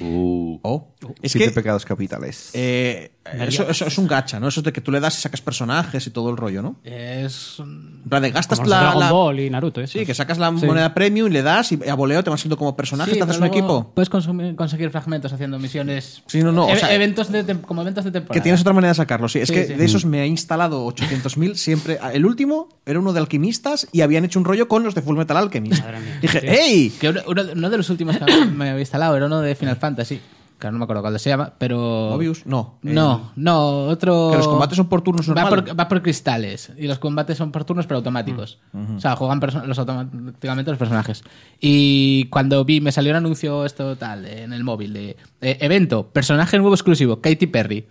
S2: Oh. Es
S4: Siete
S2: que-
S4: pecados capitales.
S2: Eh, eso, eso es un gacha, ¿no? Eso de que tú le das y sacas personajes y todo el rollo, ¿no?
S10: Es.
S2: En plan de gastas
S7: Como los de
S2: la,
S7: Dragon
S2: la-
S7: Ball y Naruto,
S2: Sí, que sacas la moneda premium, le das y a voleo te vas haciendo como personaje, te haces un equipo.
S10: Puedes consumir- conseguir fragmentos haciendo misiones.
S2: Sí, no, no, o
S10: E-
S2: sea- eh,
S10: eventos de tem- como eventos de temporada.
S2: Que tienes otra manera de sacarlo, sí. Es
S10: Sí,
S2: que
S10: sí.
S2: de esos me ha instalado 800.000 siempre. El último era uno de alquimistas y habían hecho un rollo con los de Full Metal Alchemist. Dije, ¡ey!
S10: Que uno, uno- uno de los últimos que me había instalado era uno de Final Fantasy. Claro, no me acuerdo cuál se llama, pero.
S2: Mobius, no. Eh,
S10: No, no, otro.
S2: Que los combates son por turnos
S10: va
S2: normal.
S10: por, va por cristales. Y los combates son por turnos, pero automáticos.
S2: Mm,
S10: O sea, juegan perso- los automáticamente los personajes. Y cuando vi, me salió un anuncio esto tal en el móvil de eh, evento, personaje nuevo exclusivo, Katy Perry.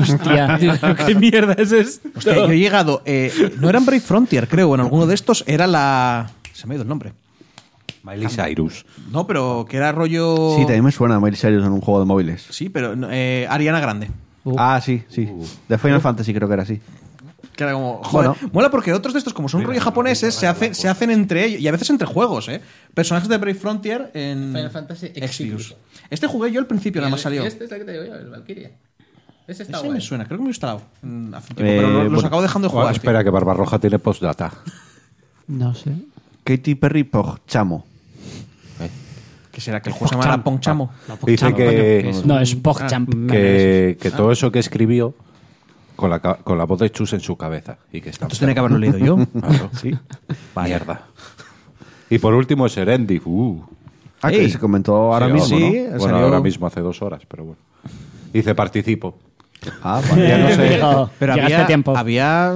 S10: Hostia, tío, qué mierda es esto.
S2: Hostia, yo he llegado. eh, no era en Brave Frontier, creo. En alguno de estos era la. Se me ha ido el nombre.
S6: Miley Cyrus.
S2: No, pero que era rollo.
S4: Sí, también me suena a Miley Cyrus en un juego de móviles.
S2: Sí, pero no, eh, Ariana Grande.
S4: Ah, sí, sí. De Final Fantasy creo que era así.
S2: Que era como, joder,
S4: Bueno.
S2: mola porque otros de estos, como son rollo japoneses, se hacen, se hacen entre ellos, y a veces entre juegos, ¿eh? Personajes de Brave Frontier en
S10: Final Fantasy
S2: Exvius. Este jugué yo al principio, nada más salió.
S10: Este es el que te digo yo, el Valkyria. Ese está
S2: Ese
S10: guay.
S2: me suena, creo que me lo he instalado mm, hace un tiempo,
S6: Eh,
S2: pero lo- los
S6: bueno.
S2: acabo dejando de jugar.
S6: Ah,
S2: tío.
S6: espera, que Barbarroja tiene postdata.
S7: No sé.
S4: Katy Perry por Chamo.
S2: Que será que el juego se llamará Ponchamo.
S6: Dice que,
S7: No, es PogChamp.
S6: Ah, que, que todo eso que escribió con la, ca- con la voz de Chus en su cabeza. Y que está
S2: Entonces tenía que haberlo leído yo.
S6: Claro. Mierda. Y por último es Erendi. Uh.
S4: Ah, que
S2: Ey.
S4: se comentó ahora
S6: Sí,
S4: mismo,
S6: sí,
S4: ¿no?
S6: Bueno,
S2: salió-
S6: ahora mismo, hace dos horas, pero bueno. Dice participo.
S4: Ah, vale.
S6: Ya no sé.
S7: Llegado-
S2: Pero
S7: llegaste
S2: había,
S7: a tiempo.
S2: había.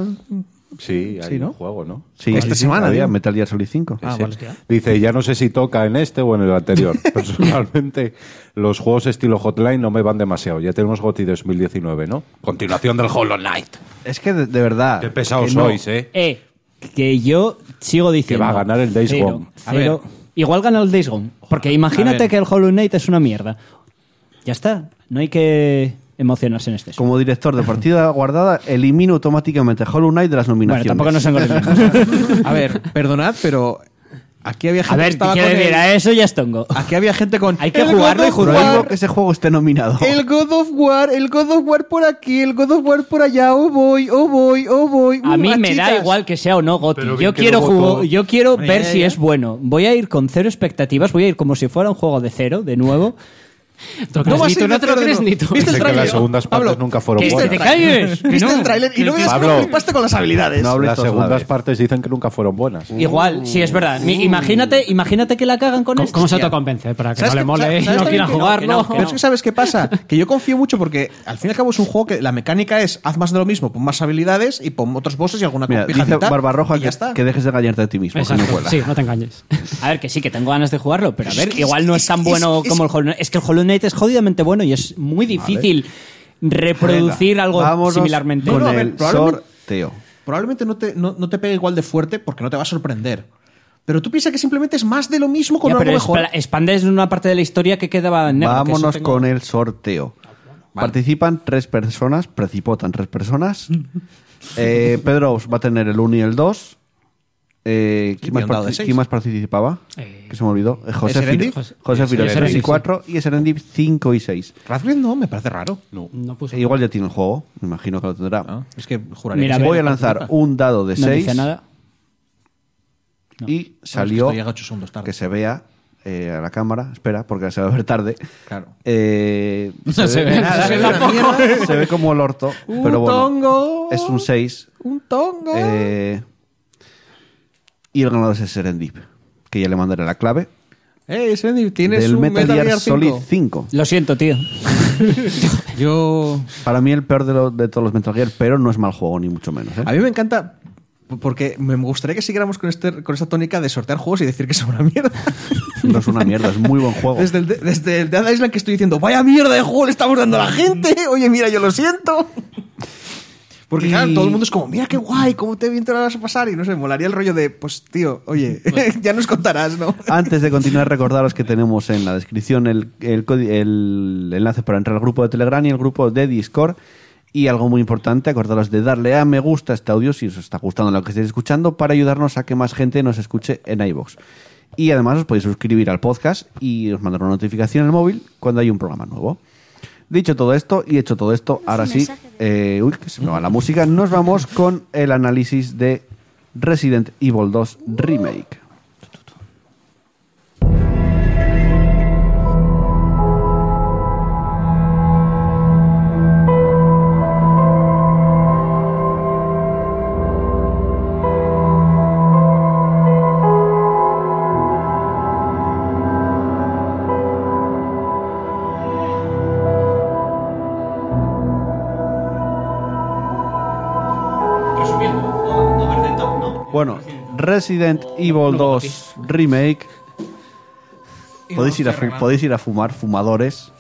S6: Sí, hay
S2: Sí, ¿no?
S6: un juego, ¿no?
S4: Sí, Ah,
S2: Esta
S4: sí, sí,
S2: semana,
S4: había
S2: digo.
S4: Metal Gear Solid 5.
S6: Ese. Dice, ya no sé si toca en este o en el anterior. Personalmente, los juegos estilo Hotline no me van demasiado. Ya tenemos GOTY 2019, ¿no? Continuación del Hollow Knight.
S4: Es que de, de verdad.
S6: Qué pesados
S4: que no.
S6: sois, ¿eh?
S3: Eh, que yo sigo diciendo.
S6: Que va a ganar el Days
S3: cero,
S6: Gone.
S2: A
S3: cero.
S2: ver.
S3: Igual gana el Days Gone. Porque imagínate
S2: ver.
S3: que el Hollow Knight es una mierda. Ya está. No hay que emocionarse en este.
S4: Como director de partida guardada, elimino automáticamente Hollow Knight de las
S3: Bueno,
S4: nominaciones.
S3: tampoco nos engordemos.
S2: A ver, perdonad, pero. Aquí había
S3: A
S2: gente que
S3: ver,
S2: estaba
S3: quiero
S2: con el-
S3: decir, a eso ya es tongo.
S2: Aquí había gente con.
S3: Hay que
S2: "El
S3: jugarlo
S2: God
S3: y
S2: of
S3: juzgarlo".
S2: War,
S4: Prohíbo que ese juego esté nominado.
S2: El God of War, el God of War por aquí, el God of War por allá, oh voy, oh voy, oh voy.
S3: A
S2: mm,
S3: mí me da
S2: machitas.
S3: igual que sea o no Gotti.
S14: Pero bien
S3: Yo
S14: que
S3: quiero,
S14: lo
S3: jugo-
S14: votó.
S3: yo quiero ver
S2: ya,
S3: si
S2: ya.
S3: es bueno. Voy a ir con cero expectativas, voy a ir como si fuera un juego de cero, de nuevo.
S2: No vas a
S7: Ni tú
S2: ir
S7: no
S2: a
S7: te lo
S2: hacer
S7: crees
S2: de
S7: ni
S2: nuevo.
S7: tú.
S2: ¿Viste el
S6: Dice que
S2: tráiler?
S6: las segundas partes
S2: Pablo,
S6: nunca fueron
S3: que
S6: buenas.
S3: te calles! que
S2: ¿Viste
S3: no.
S2: el tráiler? Y no me digas que
S6: Pablo.
S2: no flipaste con las habilidades.
S4: No hables
S6: Las
S4: todos a la
S6: segundas
S4: vez.
S6: partes dicen que nunca fueron buenas.
S3: Igual, sí, es verdad. Mi- Imagínate, imagínate que la cagan con
S7: ¿Cómo,
S3: esto.
S7: cómo se autoconvence? Para que no le
S2: qué-
S7: mole
S2: sabes
S7: y no
S2: también
S7: quiera
S2: que que
S7: jugarlo.
S2: Pero es que sabes qué pasa, que yo confío mucho porque al fin y al cabo es un juego que la mecánica es haz más de lo mismo, pon más habilidades y pon otros bosses y alguna
S4: Mira, dice
S2: pijadita,
S4: Barbarroja
S2: y ya
S4: que,
S2: está.
S4: que dejes de engañarte a ti mismo. que no
S7: Exacto.
S4: cuela.
S7: Sí, no te engañes.
S3: A ver, que sí, que tengo ganas de jugarlo, pero a
S2: Es
S3: ver,
S2: que
S3: igual
S2: es-
S3: no es tan
S2: es-
S3: bueno
S2: es-
S3: como el Hollow Knight. Es que el Hollow Knight es jodidamente bueno y es muy difícil reproducir
S4: Venga,
S3: algo
S4: vámonos
S3: similarmente.
S4: Con
S2: No, no, a ver,
S4: el
S2: probablemente-
S4: sorteo.
S2: Probablemente no te, no, no te pegue igual de fuerte porque no te va a sorprender. Pero tú piensas que simplemente es más de lo mismo con
S3: Ya,
S2: algo
S3: pero
S2: mejor.
S3: expla- expandes una parte de la historia que quedaba en negro. que eso
S4: Vámonos
S3: tengo-
S4: con el sorteo. Participan tres personas, participan tres personas. Eh, Pedro va a tener el 1 y el 2. Eh,
S2: Y
S4: ¿quién, más
S2: un dado
S4: parti-
S2: de seis.
S4: quién más participaba?
S7: Eh,
S4: que se me olvidó. Eh, José
S2: ¿Eserendip?
S4: Firo- José Firo,
S7: Eserendip,
S4: tres y
S7: sí.
S4: 4 y Eserendip 5 y 6.
S2: Radcliffe no, me parece raro.
S7: No puse.
S4: E igual ya tiene el juego, me imagino que lo tendrá.
S2: Ah, Es que juraría
S3: Mira,
S2: que
S4: Voy
S3: ver,
S4: a lanzar un dado de
S3: No
S4: 6
S3: dice nada.
S2: sí.
S4: y
S2: No, es que
S4: salió
S2: esto llega ocho segundos tarde.
S4: que se vea eh, a la cámara. Espera, porque se va a ver tarde.
S2: Claro.
S4: Eh,
S10: No se ve nada.
S2: Se ve una mierda.
S4: Se ve como el orto, pero bueno.
S2: tongo.
S4: Es un 6.
S2: Un tongo.
S4: eh, y el ganador es el Serendip, que ya le mandaré la clave.
S2: Ey, Sandy, tienes
S4: del
S2: un
S4: Metal Gear, Solid
S2: 5.
S4: 5.
S3: Lo siento, tío.
S2: Yo.
S4: Para mí el peor de, lo- de todos los Metal Gear, pero no es mal juego, ni mucho menos. ¿eh?
S2: A mí me encanta. Porque me gustaría que siguiéramos con, este, con esta tónica de sortear juegos y decir que es una mierda.
S4: No es una mierda, es muy buen
S10: Oh.
S4: juego.
S2: Desde el, de- desde el Dead Island que estoy diciendo, vaya mierda de juego le estamos dando
S10: Mm.
S2: a la gente. Oye, mira, yo lo siento. Porque
S4: Y-
S2: claro, todo el mundo es como, mira qué guay, cómo te bien te lo vas a pasar. Y no sé, molaría el rollo de, pues tío, oye, ya nos contarás, ¿no?
S4: Antes de continuar, recordaros que tenemos en la descripción el, el codi- el enlace para entrar al grupo de Telegram y el grupo de Discord. Y algo muy importante, acordaros de darle a me gusta a este audio si os está gustando lo que estáis escuchando para ayudarnos a que más gente nos escuche en iVoox. Y además os podéis suscribir al podcast y os mandará una notificación en el móvil cuando hay un programa nuevo. Dicho todo esto y hecho todo esto, ahora sí, eh, uy, que se me va la música, nos vamos con el análisis de Resident Evil 2 Remake. Bueno, Resident Evil 2 Remake. Podéis ir, a fu- podéis ir a fumar, fumadores.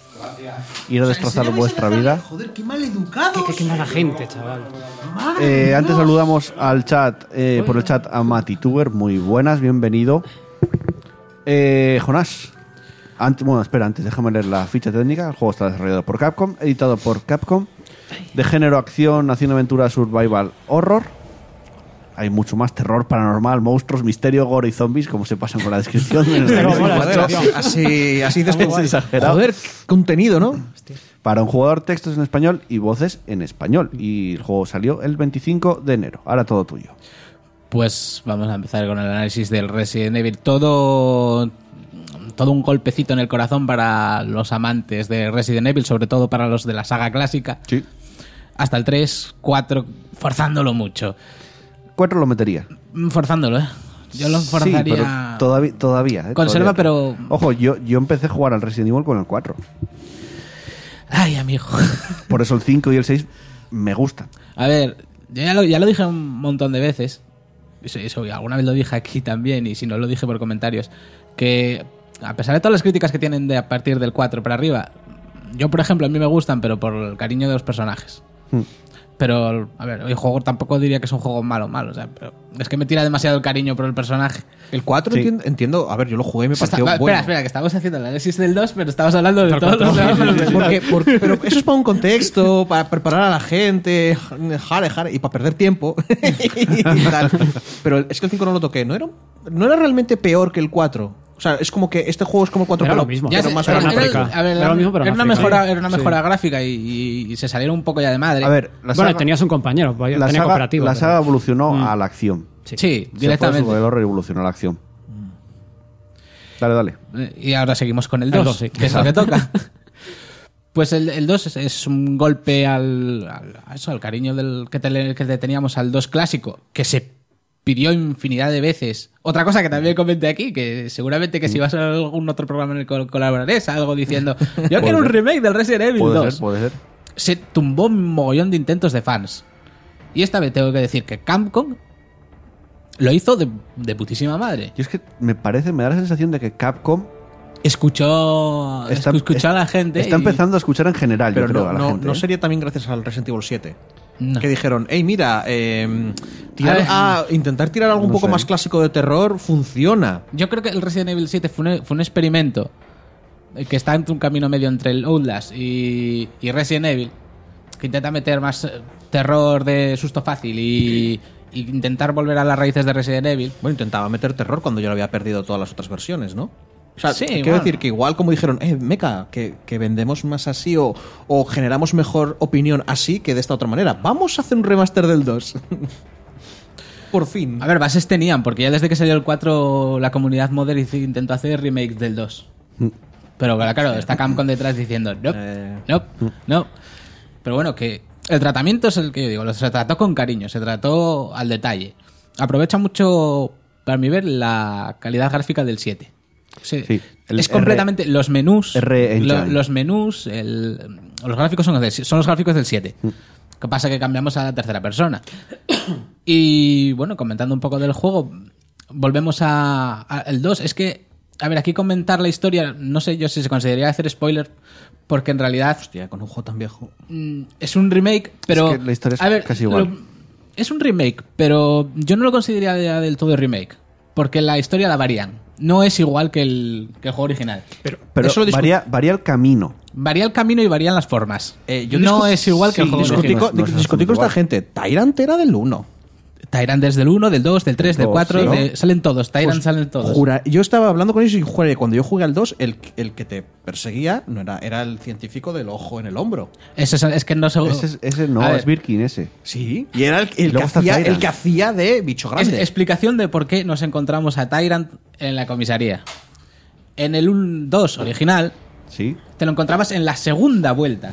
S4: Ir a destrozar vuestra vida.
S15: Joder, qué mal educado.
S7: Qué, qué mala gente, chaval.
S4: Eh, antes saludamos al chat, eh, por el chat a Mati Tuber. Muy buenas, bienvenido. Eh, Jonás. Ant- bueno, espera, antes déjame leer la ficha técnica. El juego está desarrollado por Capcom, editado por Capcom. De género acción, acción aventura, survival, horror. Hay mucho más terror paranormal, monstruos, misterio, gore y zombies, como se pasan con la descripción.
S2: así, así dices
S4: Es exagerado.
S2: Joder, qué contenido, ¿no?
S4: Para un jugador, textos en español y voces en español. Y el juego salió el 25 de enero. Ahora todo tuyo.
S10: Pues vamos a empezar con el análisis del Resident Evil. Todo, todo un golpecito en el corazón para los amantes de Resident Evil, sobre todo para los de la saga clásica.
S4: Sí.
S10: Hasta el 3, 4, forzándolo mucho.
S4: 4 lo metería.
S10: Mm, Forzándolo, ¿eh? Yo lo
S4: Sí,
S10: forzaría.
S4: pero todavía, todavía. eh,
S10: Conserva,
S4: todavía. Ojo, yo, yo empecé a jugar al Resident Evil con el 4.
S10: Ay, amigo.
S4: Por eso el 5 y el 6 me gustan.
S10: A ver, yo ya lo, ya lo dije un montón de veces. Eso, eso, y alguna vez lo dije aquí también, y si no lo dije por comentarios. Que a pesar de todas las críticas que tienen de a partir del 4 para arriba, yo, por ejemplo, a mí me gustan, pero por el cariño de los personajes.
S4: Hmm.
S10: Pero, a ver, el juego tampoco diría que es un juego malo, malo. O sea, pero es que me tira demasiado el cariño por el personaje.
S2: El 4
S4: Sí.
S2: entiendo, entiendo- A ver, yo lo jugué y me
S10: Se está-
S2: pareció
S10: va,
S2: bueno.
S10: Espera, espera, que estamos haciendo el análisis del 2, pero estamos hablando de todos los demás.
S2: Porque- porque- pero eso es para un contexto, para preparar a la gente, jare, jare, y para perder tiempo. y tal. Pero es que el 5 no lo toqué, ¿no era, no era realmente peor que el 4? O sea, es como que este juego es como el 4
S7: Era
S2: pero,
S7: lo mismo.
S2: pero
S10: sé,
S2: más
S7: era
S2: barato.
S7: una África.
S10: a ver,
S7: Ah, Era lo mismo, pero en
S10: era una
S7: África.
S10: mejora, era una
S7: Sí.
S10: mejora gráfica y, y- y se salieron un poco ya de madre.
S4: A ver, la
S7: Bueno,
S4: saga,
S7: tenías un compañero,
S4: la
S7: tenía
S4: saga-
S7: cooperativo.
S4: la
S7: pero-
S4: saga evolucionó a la acción.
S10: Mm.
S4: Se
S10: sí,
S4: fue sobre
S10: directamente. Mm.
S4: el horror y evolucionó a la acción. Dale, dale.
S10: Eh, Y ahora seguimos con el
S7: El
S10: 2,
S7: dos, sí.
S10: que es lo que toca. Pues el, el 2 es, es un golpe al, al- a eso, al cariño del, que, te, le- que le teníamos al 2 clásico, que se pidió infinidad de veces. Otra cosa que también comenté aquí, que seguramente que
S4: Mm.
S10: si vas a algún otro programa en el que colaborarás, algo diciendo, yo quiero un
S4: ser.
S10: remake del Resident Evil 2
S4: Puede ser, puede ser.
S10: se tumbó un mogollón de intentos de fans. Y esta vez tengo que decir que Capcom lo hizo de, de putísima madre.
S4: Yo es que me parece, me da la sensación de que Capcom
S10: Escuchó,
S4: está,
S10: escuchó Ah, a la gente.
S4: está
S10: y-
S4: empezando a escuchar en general,
S2: Pero
S4: yo creo,
S2: no,
S4: a la
S2: no-
S4: gente.
S2: no
S4: ¿eh?
S2: sería también gracias al Resident Evil 7.
S10: No.
S2: Que dijeron, hey, mira, eh, tirar
S10: A ver.
S2: a- intentar tirar algo un
S4: Ah, No
S2: poco
S4: sé.
S2: más clásico de terror funciona.
S10: Yo creo que el Resident Evil 7 fue un, fue un experimento eh, que está en un camino medio entre el Outlast y, y Resident Evil, que intenta meter más eh, terror de susto fácil y, y intentar volver a las raíces de Resident Evil.
S2: Bueno, intentaba meter terror cuando yo lo había perdido todas las otras versiones, ¿no? O sea,
S10: Sí,
S2: quiero
S10: bueno.
S2: decir que igual como dijeron, eh, meca, que, que vendemos más así o, o generamos mejor opinión así que de esta otra manera. Vamos a hacer un remaster del 2. Por fin.
S10: A ver, bases tenían, porque ya desde que salió el 4 la comunidad modder hizo- intentó hacer remake del 2.
S4: Mm.
S10: Pero claro, claro, está Capcom detrás diciendo, no,
S2: Eh.
S10: no, no. Pero bueno, que el tratamiento es el que yo digo, lo- se trató con cariño, se trató al detalle. Aprovecha mucho, para mi ver, la calidad gráfica del 7. Sí,
S4: Sí, el
S10: es
S4: R-
S10: completamente los menús,
S4: R
S10: lo-
S4: Engine.
S10: los menús, el- los gráficos son los, del- son los gráficos del 7.
S4: Mm.
S10: ¿Qué pasa? Que cambiamos a la tercera persona. Y bueno, comentando un poco del juego, volvemos a, a el 2. Es que, a ver, aquí comentar la historia, no sé yo si se consideraría hacer spoiler, porque en realidad
S2: Hostia, con un juego tan viejo.
S10: mm, es un remake, pero.
S4: que la historia es
S10: a ver,
S4: casi igual.
S10: lo- es un remake, pero yo no lo consideraría del todo remake, porque la historia la varían. No es igual que el, que el juego original.
S4: Pero
S2: Eso lo discu-
S4: varía, varía el camino.
S10: Varía el camino y varían las formas.
S2: Eh, yo
S10: no
S2: discu-
S10: es igual que el
S2: Sí,
S10: juego
S2: discutí
S10: original.
S2: con-
S4: No es- no es
S2: discutí con
S4: igual.
S2: esta gente. Tyrant era del 1.
S10: Tyrant desde el 1, del 2, del 3, del
S2: Todos,
S10: 4,
S2: sí, ¿no?
S10: salen todos, Tyrant
S2: Pues,
S10: salen todos.
S2: jura- yo estaba hablando con ellos y juré, cuando yo jugué al 2, el, el que te perseguía no era, era el científico del ojo en el hombro.
S10: Ese es, es que no se...
S2: Ese es- ese no,
S10: A ver,
S2: es
S4: Birkin ese.
S2: Sí. Y era el, el
S10: luego
S2: que,
S10: está
S2: hacía,
S10: Tyrant.
S2: el que hacía de bicho
S10: es
S2: grande.
S10: explicación de por qué nos encontramos a Tyrant en la comisaría. En el 1 2 original,
S4: Sí.
S10: te lo encontrabas en la segunda vuelta.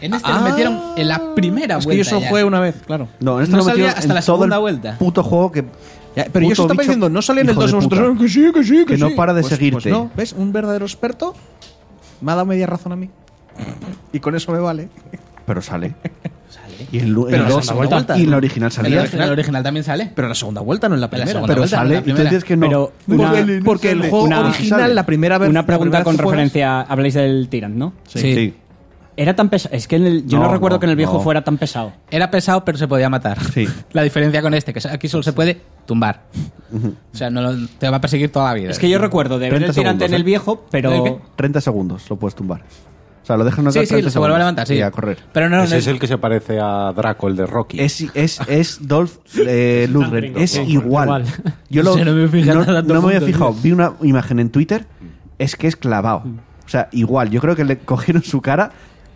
S10: En este lo
S2: Ah.
S10: metieron en la primera
S2: Es que
S10: vuelta.
S2: yo solo
S10: ya.
S2: jugué una vez, claro.
S4: No, en este
S10: No
S4: lo
S10: salía
S4: metieron
S10: hasta
S4: en
S10: la
S4: todo
S10: segunda
S4: el
S10: vuelta.
S4: Puto juego que.
S2: Pero yo
S4: puto
S2: os estaba
S4: bicho
S2: diciendo, no salía en el
S4: hijo
S2: 2
S4: de
S2: vosotros.
S4: puta.
S2: Que sí, que sí, que,
S4: Que no
S2: sí".
S4: para de
S2: Pues- pues
S4: seguirte.
S2: no, ¿ves? Un verdadero experto me ha dado media razón a mí. Y con eso me vale.
S4: Pero sale. Y el,
S2: Pero la segunda vuelta.
S4: Y en la original
S10: En el
S4: salía.
S10: original, el original también sale.
S2: Pero en la segunda vuelta, no en la
S10: la
S2: primera.
S10: segunda
S4: Pero
S10: vuelta,
S4: sale.
S10: en la
S4: Y tú
S10: primera.
S4: dices que no.
S3: Pero
S2: Porque,
S3: una-
S2: el- porque el
S3: una-
S2: juego
S3: una-
S2: original, la primera vez.
S3: Una pregunta
S2: la primera vez
S3: con
S2: que juegas-
S3: referencia. Habláis del Tyrant, ¿no?
S10: Sí. Sí.
S3: Era tan pesado. Es que en el- yo no,
S10: No,
S3: recuerdo
S10: no,
S3: que en el viejo
S10: no.
S3: fuera tan pesado.
S10: Era pesado, pero se podía matar. La diferencia con este, que aquí solo se puede tumbar. O sea, no lo- te va a perseguir toda la vida.
S3: Es que yo recuerdo de ver
S4: 30
S3: el Tyrant
S4: segundos,
S3: en el
S4: ¿eh?
S3: viejo, pero.
S4: 30 segundos lo puedes tumbar. O sea, lo dejas en una
S3: Sí, sí, se
S4: 30
S3: vuelve a
S4: segundos
S3: levantar, sí.
S4: Y a correr.
S10: Pero no,
S6: Ese es el que se parece a Draco, el de Rocky.
S4: Es, es, es Dolph eh, Lundgren. Es
S6: Sí,
S4: igual.
S6: igual.
S4: Yo lo-
S6: O sea, no me he fijado
S4: no,
S6: tanto
S4: no me había
S6: juntos,
S4: fijado.
S6: tío.
S4: Vi una imagen en Twitter. Es que es clavado. O sea, igual. Yo creo que le cogieron su cara,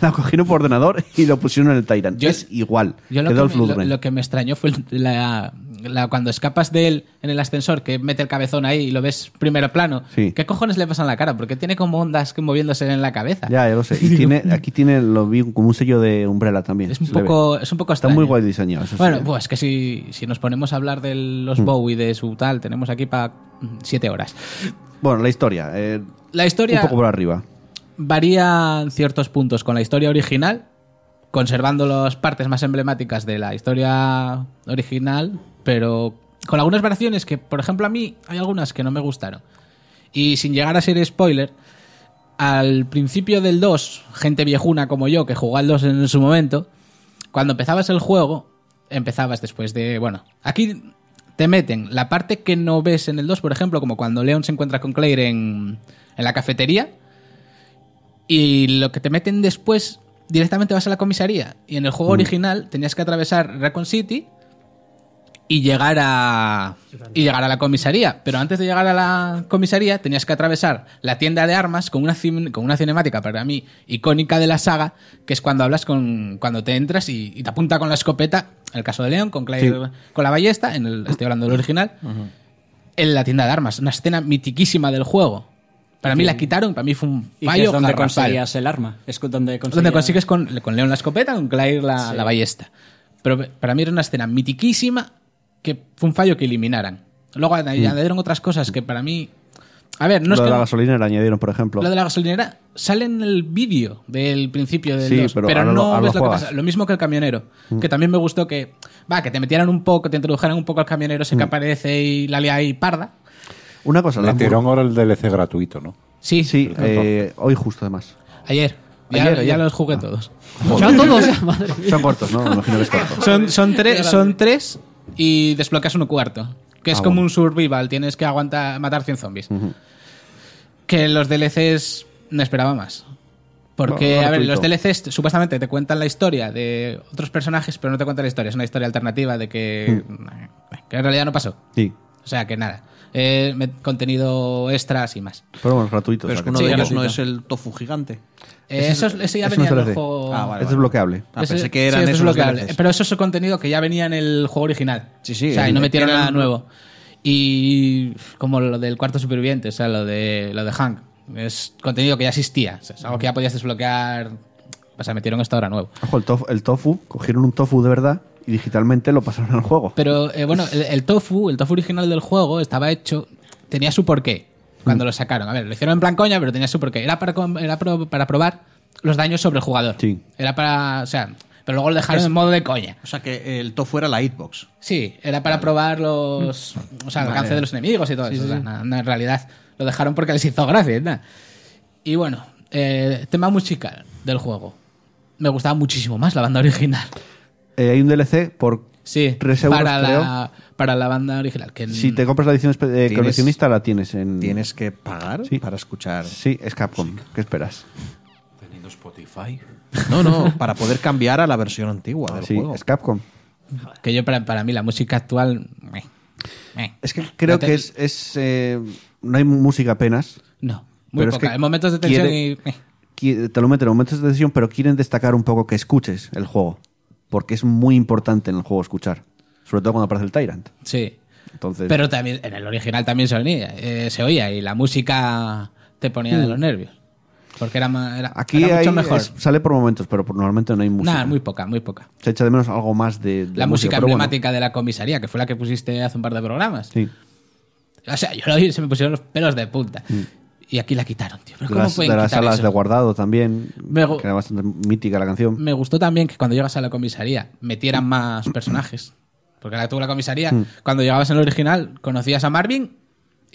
S4: la cogieron por ordenador y lo pusieron en el Tyrant. es igual
S10: Yo lo
S4: que
S10: que,
S4: Dolph
S10: me, lo,
S4: Lundgren.
S10: lo que me extrañó fue la, la- cuando escapas de él en el ascensor, que mete el cabezón ahí y lo ves primero plano.
S4: Sí.
S10: ¿Qué cojones le pasa en la cara? Porque tiene como ondas que moviéndose en la cabeza.
S4: Ya, ya lo sé. Y tiene, aquí tiene, lo vi como un sello de Umbrella también.
S10: Es un
S4: se le ve.
S10: poco- es un poco
S4: Está
S10: extraño.
S4: muy guay diseñado. eso sí. ¿eh?
S10: Bueno, pues que si, si nos ponemos a hablar de los
S4: Mm.
S10: Bowie, de su tal, tenemos aquí para siete horas.
S4: Bueno, la historia. eh,
S10: La historia-
S4: Un poco por arriba.
S10: varían ciertos puntos con la historia original, conservando las partes más emblemáticas de la historia original, pero con algunas variaciones que, por ejemplo, a mí hay algunas que no me gustaron. Y sin llegar a ser spoiler, al principio del 2, gente viejuna como yo que jugó al 2 en su momento, cuando empezabas el juego, empezabas después de, bueno, aquí te meten la parte que no ves en el 2, por ejemplo, como cuando Leon se encuentra con Claire en, en la cafetería, y lo que te meten después, directamente vas a la comisaría. Y en el
S3: Mm.
S10: juego original tenías que atravesar Raccoon City y llegar a. y llegar a la comisaría. Pero antes de llegar a la comisaría, tenías que atravesar la tienda de armas con una, cin- con una cinemática para mí icónica de la saga, que es cuando hablas con. cuando te entras y, y te apunta con la escopeta. En el caso de León, con Claire,
S14: Sí.
S10: con la ballesta, en el, estoy hablando del original, en la tienda de armas. Una escena mitiquísima del juego. Para mí la quitaron, para mí fue un
S3: ¿Y que
S10: fallo
S3: es donde
S10: garrafal.
S3: conseguías el arma? Es con- donde conseguías.
S10: Donde consigues con, con León la escopeta, con Claire la,
S3: Sí.
S10: la ballesta. Pero para mí era una escena mitiquísima que fue un fallo que eliminaran. Luego añadieron otras cosas que para mí. A ver, no
S4: Mm. lo
S10: es
S4: de
S10: que.
S4: la gasolina la añadieron, por ejemplo.
S10: lo de la gasolinera sale en el vídeo del principio del
S4: Sí,
S10: 2,
S4: pero
S10: pero,
S4: ahora lo-
S10: no
S4: ahora lo
S10: ves lo que
S4: juegas.
S10: pasa. Lo mismo que el camionero,
S4: Mm.
S10: que también me gustó que, va, que te metieran un poco, te introdujeran un poco al camionero, ese
S4: Mm.
S10: que aparece y la lía ahí parda.
S4: Una cosa, la
S6: Metieron ahora el DLC gratuito, ¿no?
S10: Sí.
S4: Sí, eh, hoy justo además.
S10: Ayer. Ya,
S4: Ayer,
S10: ya
S4: ayer. Ah.
S10: los jugué todos.
S4: Joder. Son cortos, ¿no? Me imagino que es corto.
S10: Son, son, tres, son tres y desbloqueas uno cuarto. Que es
S4: Ah,
S10: como
S4: bueno.
S10: un survival, tienes que aguantar, matar 100 zombies. Que los DLCs no esperaba más. Porque,
S14: Bueno,
S10: a ver,
S14: gratuito.
S10: los DLCs supuestamente te cuentan la historia de otros personajes, pero no te cuentan la historia. Es una historia alternativa de que,
S4: Mm.
S10: que en realidad no pasó.
S4: Sí.
S10: O sea, que nada. Eh, me- contenido extras y más.
S4: Pero bueno, es gratuito.
S10: Pero
S4: o sea
S10: es que
S4: que
S10: uno de
S4: sí.
S10: ellos
S2: No
S10: Gratuito.
S2: es el tofu gigante.
S10: Eh, eso, es- eso ya
S4: es
S10: venía
S4: un
S10: en el
S4: DLC.
S10: juego.
S4: Ah, vale, vale. Es desbloqueable.
S2: Ah, pensé que
S10: sí,
S2: eran
S10: es
S2: esos
S10: desbloqueable.
S2: DLCs.
S10: Pero eso es su contenido que ya venía en el juego original. Sí, sí. O sea, y
S2: el-
S10: no metieron
S2: que era
S10: nada
S2: el-
S10: nuevo. Y como lo del cuarto superviviente, o sea, lo de, lo de Hank. Es contenido que ya existía. o sea, es algo que ya podías desbloquear. O sea, metieron esto ahora nuevo.
S4: Ojo, el tofu, el tofu, cogieron un tofu de verdad y digitalmente lo pasaron al juego.
S10: Pero eh, bueno, el, el tofu, el tofu original del juego estaba hecho, tenía su porqué cuando lo sacaron. A ver, lo hicieron en plan coña, pero tenía su porqué. Era para, com- era pro- para probar los daños sobre el jugador. Era para, o sea, pero luego lo dejaron
S2: Es-
S10: en modo de coña.
S2: O sea, que el tofu era la hitbox.
S10: Sí, era para probar los, o sea, el
S2: Vale.
S10: alcance de los enemigos y todo
S2: Sí,
S10: eso.
S2: sí,
S10: o sea,
S2: sí.
S10: na- na- en realidad lo dejaron porque les hizo gracia. ¿no? Y bueno, eh, tema musical del juego. Me gustaba muchísimo más la banda original.
S4: Eh, hay un DLC por
S10: Sí,
S4: 3 euros,
S10: para,
S4: creo.
S10: la, para la banda original. Que
S4: Si te compras la edición espe- eh,
S10: Tienes-
S4: coleccionista, la tienes en...
S2: Tienes que pagar para escuchar.
S4: Sí, es Capcom. ¿Qué esperas?
S6: Teniendo Spotify.
S2: No, no, para poder cambiar a la versión antigua del
S4: Sí,
S2: juego.
S4: es Capcom.
S10: Que yo, para, para mí, la música actual. meh, meh.
S4: Es que creo
S10: No te-
S4: que es. es, eh, no hay música apenas.
S10: No, muy
S4: Pero es
S10: poca.
S4: que
S10: en momentos de tensión
S4: quiere-
S10: y. meh.
S4: qui- Te lo meten en momentos de decisión, pero quieren destacar un poco que escuches el juego. Porque es muy importante en el juego escuchar. Sobre todo cuando aparece el Tyrant.
S10: Sí.
S4: Entonces,
S10: Pero también, en el original también se oía, eh, se oía y la música te ponía de
S4: Mm.
S10: los nervios. Porque era, ma- era-
S4: aquí
S10: era mucho
S4: hay-
S10: mejor.
S4: es- sale por momentos, pero por- normalmente no hay música.
S10: Nada, muy poca, muy poca.
S4: Se echa de menos algo más de. de
S10: La música
S4: pero bueno.
S10: emblemática de la comisaría, que fue la que pusiste hace un par de programas.
S4: Sí.
S10: O sea, yo lo oí y se me pusieron los pelos de punta. Y aquí la quitaron, tío. Pero
S4: Mm. De
S10: ¿cómo
S4: las,
S10: pueden
S4: de las
S10: quitar
S4: salas
S10: eso?
S4: de guardado también.
S10: Me Mm, gu-
S4: que era bastante mítica la canción.
S10: Me gustó también que cuando llegas a la comisaría metieran más personajes. Porque la tuvo la comisaría,
S4: Mm.
S10: cuando llegabas en el original, conocías a Marvin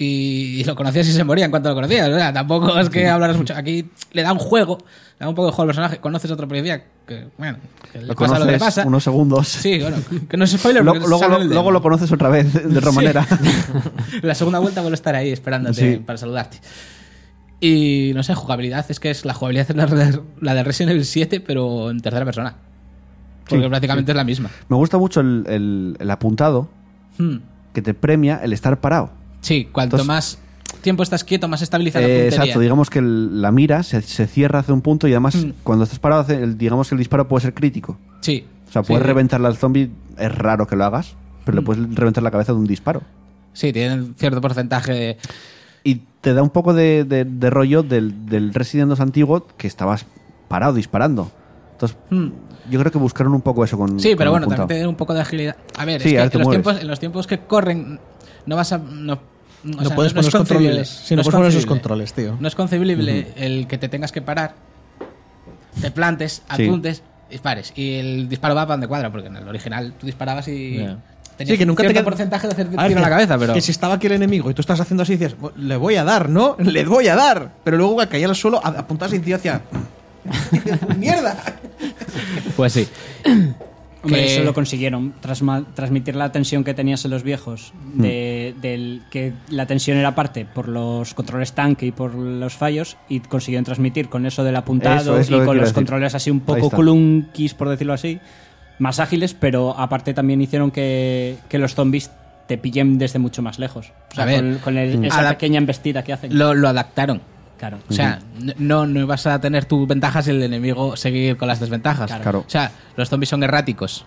S10: y, y lo conocías y se moría en cuanto lo conocías. O sea, tampoco es que hablaras mucho. Aquí le da un juego, le da un poco de juego al personaje. Conoces a otro policía que, bueno, que le
S4: Lo
S10: pasa lo que le
S4: conoces
S10: pasa.
S4: unos segundos.
S10: Sí, bueno, que no es spoiler.
S4: Lo-
S10: porque
S4: luego,
S10: sale
S4: lo,
S10: en el
S4: luego
S10: demo.
S4: lo conoces otra vez, de otra
S10: Sí.
S4: manera.
S10: La segunda vuelta vuelvo a estar ahí esperándote
S4: Sí.
S10: para saludarte. Y no sé, jugabilidad es que es la jugabilidad es la de, la de Resident Evil 7, pero en tercera persona. Porque
S4: Sí,
S10: prácticamente
S4: sí.
S10: es la misma.
S4: Me gusta mucho el, el- el apuntado
S10: Hmm.
S4: que te premia el estar parado.
S10: Sí, cuanto
S4: Entonces-
S10: más tiempo estás quieto, más estabiliza
S4: Eh,
S10: la puntería.
S4: exacto, digamos que el- la mira se, se cierra hacia un punto y además
S10: Mm.
S4: cuando estás parado, hace el- digamos que el disparo puede ser crítico.
S10: Sí.
S4: O sea, puedes
S10: Sí. Mm.
S4: reventarle al zombie, es raro que lo hagas, pero le puedes reventar la cabeza de un disparo.
S10: Sí, tiene un cierto porcentaje de...
S4: Y te da un poco de, de- de rollo del, del Resident 2 antiguo que estabas parado disparando. Entonces,
S10: hmm.
S4: yo creo que buscaron un poco eso con.
S10: Sí,
S4: Mm, con
S10: pero
S4: el
S10: bueno,
S4: apuntado.
S10: también tener un poco de agilidad. A ver,
S4: Sí,
S10: es que
S4: ahora
S10: en
S4: te
S10: los,
S4: mueves.
S10: tiempos, en los tiempos que corren no vas a... No, o
S2: No
S10: sea,
S2: puedes
S10: no
S2: poner
S10: es
S2: los
S10: concebible.
S2: controles. Sí, no puedes
S10: es
S2: poner esos
S10: concebible.
S2: controles, tío.
S10: No es concebible el que te tengas que parar, te plantes,
S2: Sí.
S10: apuntes, dispares. Y el disparo va para donde cuadra, porque en el original tú disparabas y...
S2: Ya.
S10: Tenías
S2: Sí, que nunca te
S10: cierto
S2: qued-
S10: porcentaje de hacer tiro
S2: A ver,
S10: en la
S2: que-
S10: cabeza, pero...
S2: Que si estaba aquí el enemigo y tú estás haciendo así, dices, le voy a dar, ¿no? Le voy a dar. Pero luego al caer al suelo, a- apuntas y tío hacia. ¡Mierda!
S10: Pues sí.
S3: Hombre,
S10: Que-
S3: eso lo consiguieron, transma- transmitir la tensión que tenías en los viejos, de, del, que la tensión era parte por los controles tanque y por los fallos, y consiguieron transmitir con eso del apuntado
S4: Eso es lo
S3: y
S4: que
S3: con
S4: quiero
S3: los
S4: decir.
S3: controles así un
S4: Ahí
S3: poco
S4: está.
S3: clunkis, por decirlo así, más ágiles, pero aparte también hicieron que, que los zombies te pillen desde mucho más lejos. O sea,
S10: A ver.
S3: con, con el-
S10: Mm.
S3: esa
S10: Adap-
S3: pequeña embestida que hacen.
S10: lo, lo adaptaron.
S3: Claro.
S10: O sea, no, no vas a tener tus ventajas y el enemigo seguir con las desventajas.
S3: Claro.
S4: Claro.
S10: O sea, los zombies son erráticos.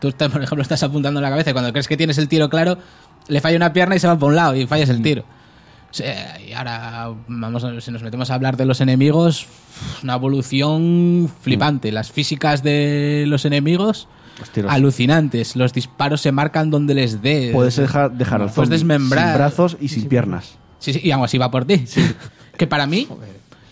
S10: Tú, te- por ejemplo, estás apuntando en la cabeza y cuando crees que tienes el tiro claro, le falla una pierna y se va por un lado y fallas el tiro. O sea, y ahora, vamos, a- si nos metemos a hablar de los enemigos, una evolución flipante. Las físicas de los enemigos,
S4: Los tiros.
S10: alucinantes. Los disparos se marcan donde les dé.
S4: Puedes dejar, dejar al
S10: Mm, Puedes
S4: zombie sin
S10: desmembrar.
S4: brazos y sin piernas.
S10: Sí, sí, y aún así va por ti. Que para mí,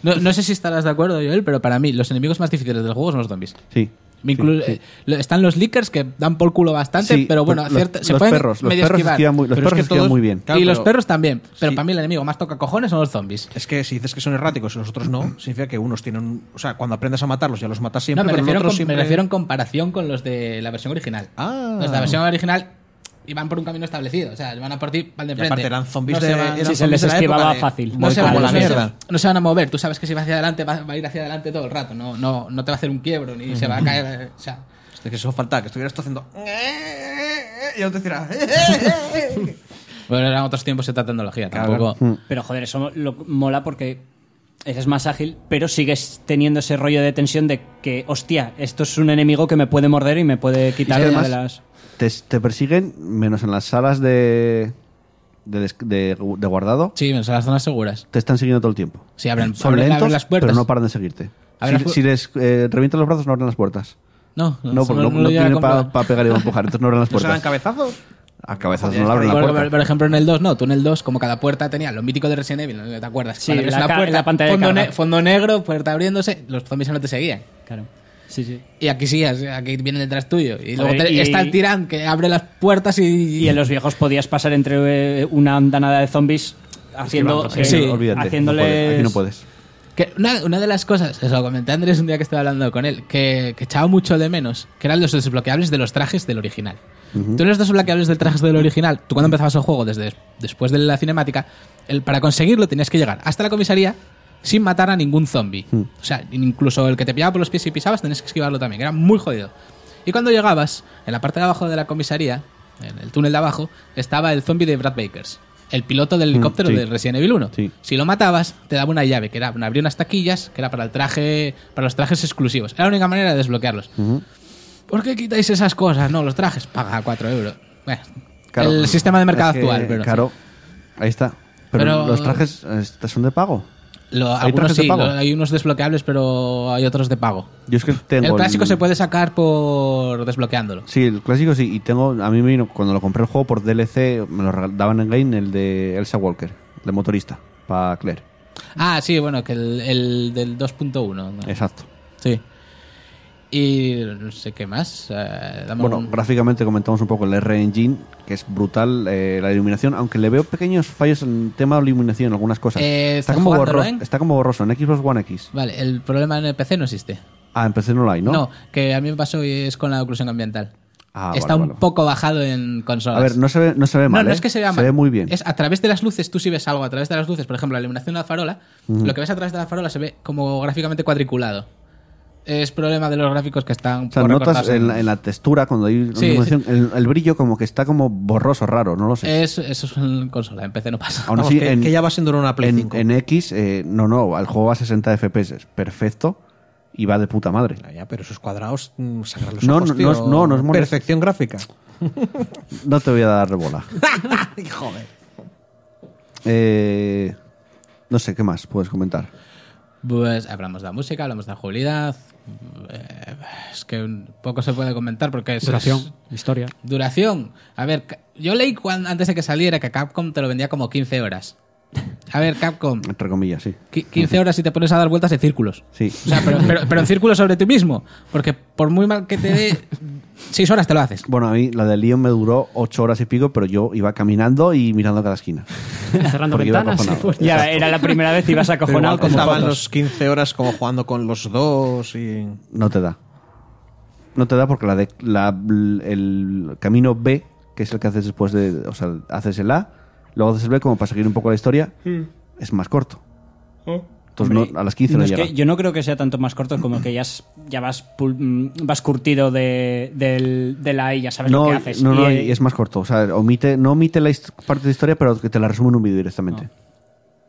S10: no, no sé si estarás de acuerdo, Joel, pero para mí los enemigos más difíciles del juego son los zombies.
S4: Sí.
S10: Me inclu- eh, lo- Están los lickers que dan por culo bastante,
S4: Sí,
S10: pero bueno,
S4: los-
S10: cierta- se
S4: los
S10: pueden
S4: perros, los
S10: medio
S4: perros
S10: esquivar.
S4: esquivan muy- los
S10: Pero es
S4: perros
S10: que
S4: esquivan
S10: todos-
S4: muy bien.
S10: y
S2: Claro,
S10: los
S2: pero-
S10: perros también, pero para mí el enemigo más toca cojones son los zombies.
S2: Es que si dices que son erráticos y los otros no, significa que unos tienen. O sea, cuando aprendes a matarlos ya los matas siempre,
S10: No, me
S2: pero
S10: refiero,
S2: el otro
S10: con-
S2: siempre.
S10: me refiero en comparación con los de la versión original.
S2: Ah.
S10: Los de la versión original iban por un camino establecido, o sea, van a por ti, van de
S2: Y
S10: frente.
S2: aparte eran zombies
S10: se
S2: de-
S10: van-
S2: eran
S3: Sí, se
S2: zombies
S3: les
S2: de la
S3: esquivaba
S2: época de-
S3: fácil.
S10: No
S2: Voy
S10: se,
S2: como
S10: van,
S2: la
S10: no se-
S2: mierda.
S10: no se van a mover. Tú sabes que si va hacia adelante, va, va a ir hacia adelante todo el rato. No, no, no te va a hacer un quiebro ni se va a caer. eh, O sea,
S2: Es que eso falta, que estuvieras tú haciendo. Y no te hiciera.
S10: bueno, eran otros tiempos esta tecnología.
S2: Claro.
S10: Tampoco.
S4: Mm.
S3: Pero joder, eso lo mola porque eres más ágil, pero sigues teniendo ese rollo de tensión de que, hostia, esto es un enemigo que me puede morder y me puede
S4: Y es
S3: quitar
S4: que
S3: una
S4: además
S3: de las.
S4: te, te persiguen menos en las salas de, de, des- de- de guardado.
S10: Sí, son las zonas seguras.
S4: Te están siguiendo todo el tiempo.
S10: Sí, abren,
S4: Son
S10: abren- abren
S4: lentos,
S10: las puertas.
S4: pero no paran de seguirte.
S10: Abren
S4: Si,
S10: las pu-
S4: si les eh, revientas los brazos, no abren las puertas.
S10: no,
S4: No,
S10: eso
S4: porque no,
S10: no
S4: no
S10: lo llega a
S4: tienen para
S10: comprobar.
S4: pegar y para empujar, entonces no abren las
S2: ¿No se dan
S4: puertas.
S2: cabezazos?
S4: A cabezas
S2: Joder,
S4: no le abren la
S10: Por,
S4: puerta.
S10: por ejemplo, en el 2, no. Tú en el 2, como cada puerta tenía lo mítico de Resident Evil, ¿no? ¿te acuerdas?
S3: Sí,
S10: Cuando
S3: la
S10: abrías una
S3: ca-
S10: puerta,
S3: la pantalla de
S10: fondo,
S3: carga.
S10: ne- fondo negro, puerta abriéndose, los zombies no te seguían.
S3: Claro. Sí, sí.
S10: Y aquí sí, o sea, aquí vienen detrás tuyo. Y luego
S3: Joder,
S10: te-
S3: y-
S10: está el tirán que abre las puertas y.
S3: Y en los viejos podías pasar entre eh, una andanada de zombies haciendo.
S4: Sí,
S3: eh,
S4: olvídate. no puedes,
S3: haciéndoles-
S4: aquí no puedes.
S10: Que una, una de las cosas, eso lo comenté a Andrés un día que estaba hablando con él, que, que echaba mucho de menos, que eran los desbloqueables de los trajes del original. Tú en los desbloqueables del traje del original, tú cuando empezabas el juego, desde después de la cinemática, el, para conseguirlo tenías que llegar hasta la comisaría sin matar a ningún zombie. O sea, incluso el que te pillaba por los pies y pisabas tenías que esquivarlo también, que era muy jodido. Y cuando llegabas, en la parte de abajo de la comisaría, en el túnel de abajo, estaba el zombie de Brad Bakers, el piloto del helicóptero
S4: sí.
S10: de Resident Evil 1.
S4: Sí.
S10: Si lo matabas, te daba una llave, que era, abría unas taquillas, que era para el traje, para los trajes exclusivos. Era la única manera de desbloquearlos. ¿Por qué quitáis esas cosas? No, los trajes paga 4 euros. Bueno,
S4: Claro.
S10: el sistema de mercado
S4: Es que,
S10: actual, pero
S4: Claro, ahí está. Pero,
S10: Pero-
S4: los trajes eh, son de pago.
S10: Lo-
S4: ¿Hay
S10: algunos
S4: trajes de
S10: sí,
S4: pago?
S10: lo- hay unos desbloqueables, pero hay otros de pago.
S4: Yo es que tengo.
S10: el clásico se puede sacar por desbloqueándolo.
S4: Sí, el clásico sí. Y tengo. A mí me vino. Cuando lo compré el juego por DLC, me lo regal- daban en game el de Elsa Walker, el de motorista, para Claire.
S10: Ah, sí, bueno, que el, el del 2.1. ¿no?
S4: Exacto.
S10: Sí. Y no sé qué más. eh, dame
S4: Bueno,
S10: un-
S4: gráficamente comentamos un poco el R-Engine, que es brutal eh, la iluminación, aunque le veo pequeños fallos en tema de iluminación en algunas cosas.
S10: Eh, ¿estás
S4: como
S10: jugándolo,
S4: borroso,
S10: eh?
S4: está como borroso en Xbox One X.
S10: Vale, el problema en el PC no existe.
S4: Ah, en PC no lo hay, ¿no?
S10: que a mí me pasó y es con la oclusión ambiental.
S4: Ah,
S10: Está
S4: vale,
S10: un
S4: vale.
S10: poco bajado en consolas.
S4: A ver, no se ve, no se ve
S10: No,
S4: mal.
S10: no
S4: ¿eh?
S10: es que se vea
S4: Se
S10: mal.
S4: ve muy bien.
S10: Es a través de las luces, tú si ves algo a través de las luces, por ejemplo, la iluminación de la farola,
S4: Ujú.
S10: lo que ves a través de la farola se ve como gráficamente cuadriculado. Es problema de los gráficos que están
S4: O sea,
S10: por
S4: notas
S10: recortarse
S4: en, la- en la textura cuando hay una
S10: Sí,
S4: iluminación, El, el brillo como que está como borroso, raro, no lo sé.
S10: Es- eso es en consola, en PC no pasa.
S4: Aún
S10: Vamos,
S4: así,
S10: que-
S4: en-
S10: que ya va siendo
S2: siendo una Play
S4: en,
S2: 5.
S4: en X, eh, no, no, el juego va a 60 FPS, perfecto, y va de puta madre.
S2: Ah, Ya, pero esos cuadrados, mm, sacar los
S4: No,
S2: ojos,
S4: no,
S2: tío.
S4: no es- no, no es molesto.
S2: Perfección gráfica.
S4: No te voy a dar bola.
S2: Joder.
S4: Eh, no sé, ¿qué más puedes comentar?
S10: Pues hablamos de la música, hablamos de la jugabilidad. eh, Es que un poco se puede comentar porque es.
S7: Duración,
S10: es-
S7: historia.
S10: duración. A ver, ca- yo leí cuan- antes de que saliera que Capcom te lo vendía como 15 horas. A ver, Capcom,
S4: Entre comillas, sí.
S10: qui- 15 horas y te pones a dar vueltas en círculos.
S4: Sí.
S10: O sea, pero, pero- pero en círculos sobre ti mismo. Porque por muy mal que te dé, 6 horas te lo haces.
S4: Bueno, a mí la de Leon me duró 8 horas y pico, pero yo iba caminando y mirando cada esquina.
S7: Cerrando
S4: Porque iba
S7: ventanas. pues,
S4: acojonado.
S7: puertas.
S3: Ya era la primera vez y ibas
S2: Pero
S3: acojonado
S2: igual
S3: como
S2: estaban
S3: pocos.
S2: los 15 horas como jugando con los dos y...
S4: No te da. No te da porque la de, la, el camino B, que es el que haces después de. O sea, haces el A, luego haces el B como para seguir un poco la historia, es más corto. Entonces
S3: Hombre,
S4: no- a las 15 no,
S3: no es
S4: llega.
S3: que yo no creo que sea tanto más corto como que ya, has- ya vas, pul- mm, vas curtido de, del- de la I, ya sabes
S4: no,
S3: lo que haces.
S4: no, no,
S3: eh,
S4: y es más corto. O sea, omite, no omite la hist- parte de historia, pero que te la resume en un vídeo directamente.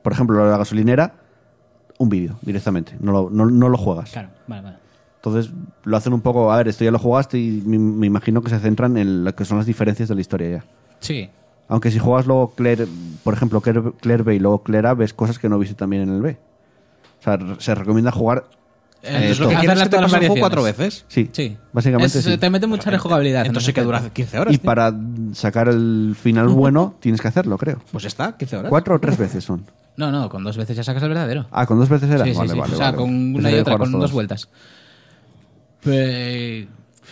S4: Por ejemplo, la de la gasolinera, un vídeo directamente. No lo, no, no lo juegas.
S3: Claro, vale, vale.
S4: Entonces lo hacen un poco. A ver, esto ya lo jugaste y me, me imagino que se centran en lo que son las diferencias de la historia ya.
S10: Sí.
S4: Aunque si juegas luego Claire, por ejemplo, Claire, Claire B y luego Claire A, ves cosas que no viste también en el B. O sea, re- se recomienda jugar.
S2: Entonces
S4: todo.
S2: lo que
S10: Hacer
S2: quieres es
S10: las
S2: que te
S10: todas
S2: pases el
S10: variaciones.
S2: juego cuatro veces.
S4: Sí,
S10: Sí.
S4: básicamente
S10: Es-
S4: sí.
S10: Te mete mucha rejugabilidad.
S2: Entonces sí que
S10: aspecto.
S2: dura 15 horas.
S4: Y
S2: tío.
S4: para sacar el final bueno, tienes que hacerlo, creo.
S2: Pues ya está, 15 horas.
S4: Cuatro o tres veces son.
S10: No, no, con dos veces ya sacas el verdadero.
S4: Ah, con dos veces era.
S10: Sí, sí,
S4: vale,
S10: sí.
S4: vale,
S10: o sea,
S4: vale.
S10: con
S4: Pensé
S2: Pues
S10: una
S4: que
S10: y otra,
S4: jugarlos
S10: con dos
S4: todos.
S10: vueltas. Pe-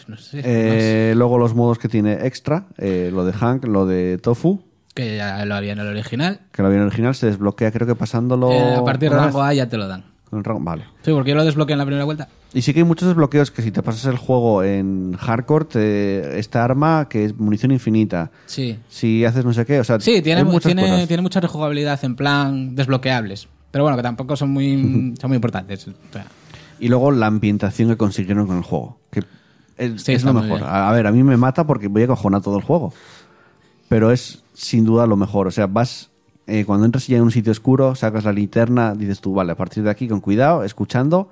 S10: no sé. no sé.
S4: Eh, luego los modos que tiene extra, eh, lo de Hank, lo de Tofu,
S10: Que ya lo había en el original.
S4: que lo había en el original, se desbloquea creo que pasándolo...
S10: Eh, a partir de
S4: una vez.
S10: rango A ya te lo dan.
S4: Con el rango- Vale.
S10: Sí, porque yo lo desbloqueé en la primera vuelta.
S4: Y sí que hay muchos desbloqueos que si te pasas el juego en hardcore, te- esta arma que es munición infinita.
S10: Sí.
S4: Si haces no sé qué, o sea,
S10: Sí, tiene,
S4: hay
S10: mu-
S4: muchas
S10: tiene,
S4: cosas.
S10: tiene mucha rejugabilidad en plan desbloqueables. Pero bueno, que tampoco son muy, son muy importantes. O sea,
S4: Y luego la ambientación que consiguieron con el juego, que es,
S10: Sí,
S4: es
S10: está
S4: lo
S10: muy
S4: mejor.
S10: bien.
S4: A, a ver, a mí me mata porque voy a cojonar todo el juego. Pero es sin duda lo mejor. O sea, vas, eh, cuando entras ya en un sitio oscuro, sacas la linterna, dices tú, vale, a partir de aquí con cuidado, escuchando.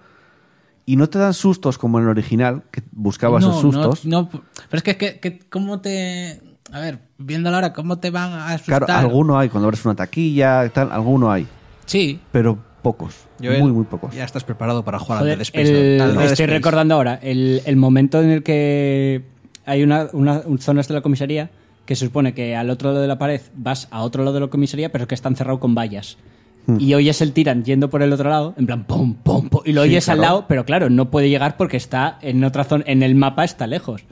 S4: Y no te dan sustos como en el original, que buscabas
S10: no,
S4: los sustos.
S10: No, no, pero es que, que- que ¿cómo te...? A ver, viéndolo ahora, ¿cómo te van a asustar?
S4: Claro, alguno hay, cuando abres una taquilla, tal, alguno hay.
S10: Sí,
S4: pero pocos.
S2: Joel,
S4: muy, muy pocos.
S2: Ya estás preparado para jugar
S3: Joder,
S2: al Dead Space.
S3: el-
S2: ¿no? Al Dead
S3: estoy
S2: Space.
S3: recordando ahora el, el momento en el que hay una, una- un- zonas de la comisaría que se supone que al otro lado de la pared vas a otro lado de la comisaría, pero que está encerrado con vallas.
S4: Hmm.
S3: Y oyes el tiran yendo por el otro lado, en plan pom, pom, pom. Y lo
S4: Sí,
S3: oyes al
S4: claro.
S3: lado, pero claro, no puede llegar porque está en otra zona, en el mapa está lejos.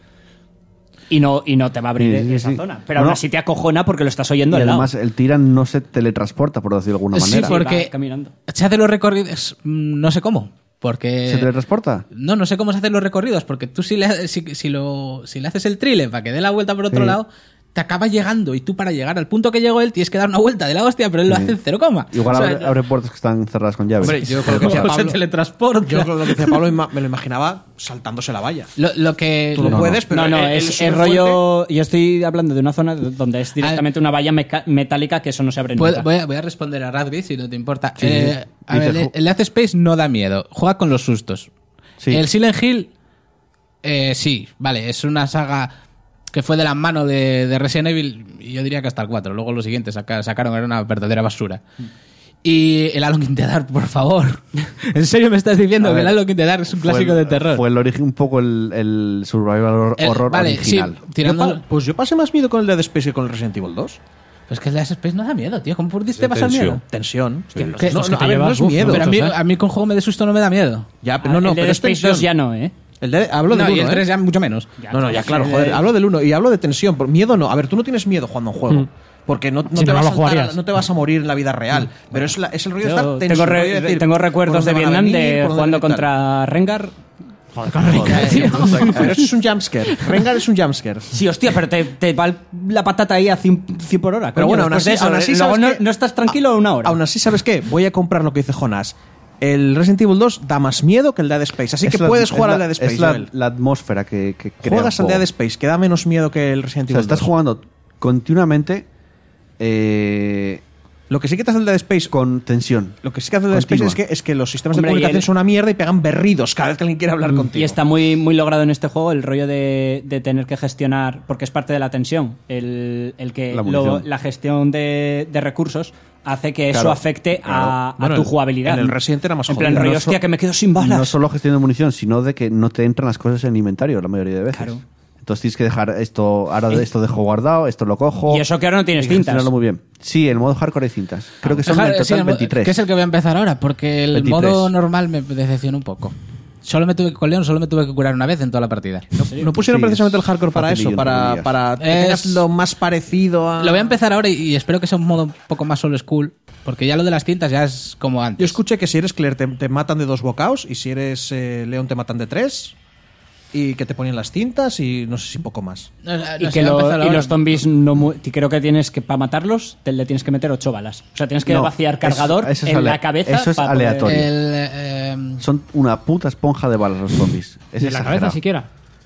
S3: Y no, y no te va a abrir e-
S4: Sí, sí,
S3: esa
S4: sí.
S3: zona. Pero
S4: Bueno,
S3: aún así te acojona porque lo estás
S4: Y
S3: oyendo al lado.
S4: además el Tiran no se teletransporta, por decirlo de alguna
S10: sí,
S4: manera.
S10: porque
S3: Va caminando.
S10: se hace los recorridos... mm, No sé cómo, porque...
S4: ¿Se teletransporta?
S10: No, no sé cómo se hacen los recorridos, porque tú si le, si, si lo, si le haces el thriller para que dé la vuelta por otro
S4: Sí.
S10: lado, te acaba llegando y tú para llegar al punto que llegó él tienes que dar una vuelta de la hostia, pero él lo
S4: Sí.
S10: hace en cero coma.
S4: Igual
S10: O sea,
S4: abre, abre puertas que están cerradas con llaves.
S2: Hombre, yo creo que decía
S10: O sea,
S2: Pablo-
S10: teletransporta.
S2: Yo creo que lo que decía Pablo ima- me lo imaginaba saltándose la valla.
S10: Lo, lo que
S2: Tú lo
S10: lo-
S2: puedes, pero
S3: no, no,
S2: el- el
S3: es el,
S2: superfuerte-
S3: rollo. Yo estoy hablando de una zona donde es directamente una valla meca- metálica que eso no se abre
S10: Voy,
S3: nunca.
S10: voy a, voy a responder a Radby si no te importa.
S3: Sí, sí.
S10: Eh, a
S3: Dice,
S10: ver, el,
S3: ju-
S10: el Dead Space no da miedo, juega con los sustos. El Silent Hill, eh, sí, vale, es una saga que fue de la mano de, de Resident Evil, y yo diría que hasta el 4. Luego los siguientes saca- sacaron, era una verdadera basura. Y el Alone in the Dark, por favor. ¿En serio me estás diciendo
S4: A
S10: que
S4: ver,
S10: el Alone in the Dark es un
S4: Fue
S10: clásico
S4: el-
S10: de terror?
S4: Fue el origen, un poco el, el survival horror,
S2: Eh,
S10: El-
S4: horror
S10: vale,
S4: original.
S10: sí, tirando-
S2: Yo pa- pues yo pasé más miedo con el Dead Space que con el Resident Evil 2.
S10: Pues que el Dead Space no da miedo, tío. ¿Cómo pudiste
S2: Sí,
S10: pasar
S2: Pues tensión.
S10: miedo?
S2: Tensión.
S10: Hostia,
S2: Sí.
S10: los sustos
S2: No, no,
S10: que
S2: a ver,
S10: te
S2: no
S10: llevas,
S2: es
S10: uf,
S2: miedo.
S10: Pero a mí, a mí con juego de susto no me da miedo.
S2: Ya, no, no,
S3: Ah, el
S2: pero
S3: Dead
S2: es
S3: Space
S2: tensión.
S3: 2 ya no, ¿eh?
S2: El Pues de- hablo ¿eh?
S10: No,
S2: del
S10: y
S2: 1,
S10: el tres ya
S2: mucho menos.
S10: Ya,
S2: no, no,
S10: claro,
S2: ya claro,
S10: sí,
S2: joder.
S10: eh.
S2: Hablo del 1 y hablo de tensión. Por miedo no. A ver, tú no tienes miedo jugando a un juego.
S7: Mm.
S2: Porque no, no
S7: Si
S2: te
S7: no,
S2: vas
S7: no
S2: a saltar
S7: lo
S2: a-
S7: jugarías.
S2: no te vas a morir en la vida real. Pero es, la- es el rollo de
S3: Yo
S2: estar tenso.
S3: tengo,
S2: el
S3: re-
S2: rollo de decir,
S3: tengo
S2: ¿por
S3: recuerdos de
S2: dónde van a
S3: Vietnam
S2: venir?
S3: de
S2: ¿Por dónde van a
S3: jugando
S2: tal?
S3: contra Rengar.
S7: Joder, con Rengar, tío.
S2: Pero eso es un jumpscare. Rengar es un jumpscare.
S3: Sí, hostia, pero te, te va el- la patata ahí a 100, 100 por hora.
S2: Pero
S3: coño,
S2: bueno, aún
S3: después
S2: así,
S3: de eso, ¿eh?
S2: aún así,
S3: luego
S2: ¿sabes
S3: no,
S2: qué?
S3: no estás tranquilo una hora.
S2: Aún así, ¿sabes qué? Voy a comprar lo que dice Jonas. El Resident Evil 2 da más miedo que el Dead Space. Así que
S4: Es la-
S2: puedes
S4: es
S2: jugar
S4: la-
S2: al Dead Space.
S4: Es la,
S2: Joel.
S4: la atmósfera que, que crea el
S2: Juegas al
S4: juego.
S2: Dead Space, que da menos miedo que el Resident
S4: O
S2: Evil
S4: sea, estás
S2: 2.
S4: jugando continuamente. eh,
S2: Lo que sí que te hace el Dead Space.
S4: Con tensión.
S2: Lo que sí que hace el Dead Space es
S4: Continua.
S2: que, es que los sistemas
S3: Hombre, y
S2: de comunicación
S3: el- Mm,
S2: son una mierda y pegan berridos cada vez que alguien quiere
S4: Mm.
S2: hablar contigo.
S3: Y está muy, muy logrado en este juego el rollo de, de tener que gestionar, porque es parte de la tensión, el, el que
S4: La
S3: lo-
S4: munición.
S3: la gestión de, de recursos hace que eso
S4: Claro,
S3: afecte a, a
S2: Bueno,
S3: tu
S2: el-
S3: jugabilidad.
S2: en el Resident era más
S3: En plan,
S2: jodido.
S3: rollo,
S2: No
S3: hostia,
S2: so-
S3: que me quedo sin balas.
S4: No solo gestión de munición, sino de que no te entran las cosas en el inventario la mayoría de veces.
S3: Claro.
S4: Entonces tienes que dejar esto, ahora de-
S3: Eh.
S4: esto dejo guardado, esto lo cojo.
S3: y eso que ahora no tienes
S4: Tienes que
S3: cintas.
S4: gestionarlo muy bien. Sí, el modo hardcore hay cintas. Creo que son
S10: Dejar-
S4: en
S10: sí,
S4: total
S10: el mo-
S4: 23.
S10: Que es el que voy a empezar ahora, porque el
S4: 23.
S10: modo normal me decepcionó un poco. Solo me tuve que con León, solo me tuve que curar una vez en toda la partida.
S2: No pusieron
S4: Sí,
S2: precisamente el
S4: es
S2: hardcore para
S4: facilillo,
S2: eso, para,
S4: entre
S2: para que
S10: Es-
S2: tengas lo más parecido a.
S10: Lo voy a empezar ahora y- y espero que sea un modo un poco más old school, porque ya lo de las cintas ya es como antes.
S2: Yo escuché que si eres Claire te, te matan de dos bocaos y si eres eh, León te matan de tres y que te ponían las cintas y no sé si poco más.
S10: No, no,
S3: Y,
S10: no,
S3: que
S10: sí, voy a
S3: lo-
S10: empezar
S3: y
S10: ahora.
S3: los zombies no mu- y creo que tienes que para matarlos te le tienes que meter ocho balas o sea tienes que
S4: No,
S3: vaciar
S4: eso-
S3: cargador
S4: eso es
S3: en
S4: ale-
S3: la cabeza
S4: eso es
S3: para poder-
S4: aleatorio.
S10: El, eh, em,
S4: Son una puta esponja de balas los zombies. Es
S7: Ni en la cabeza
S4: exagerado.
S7: siquiera.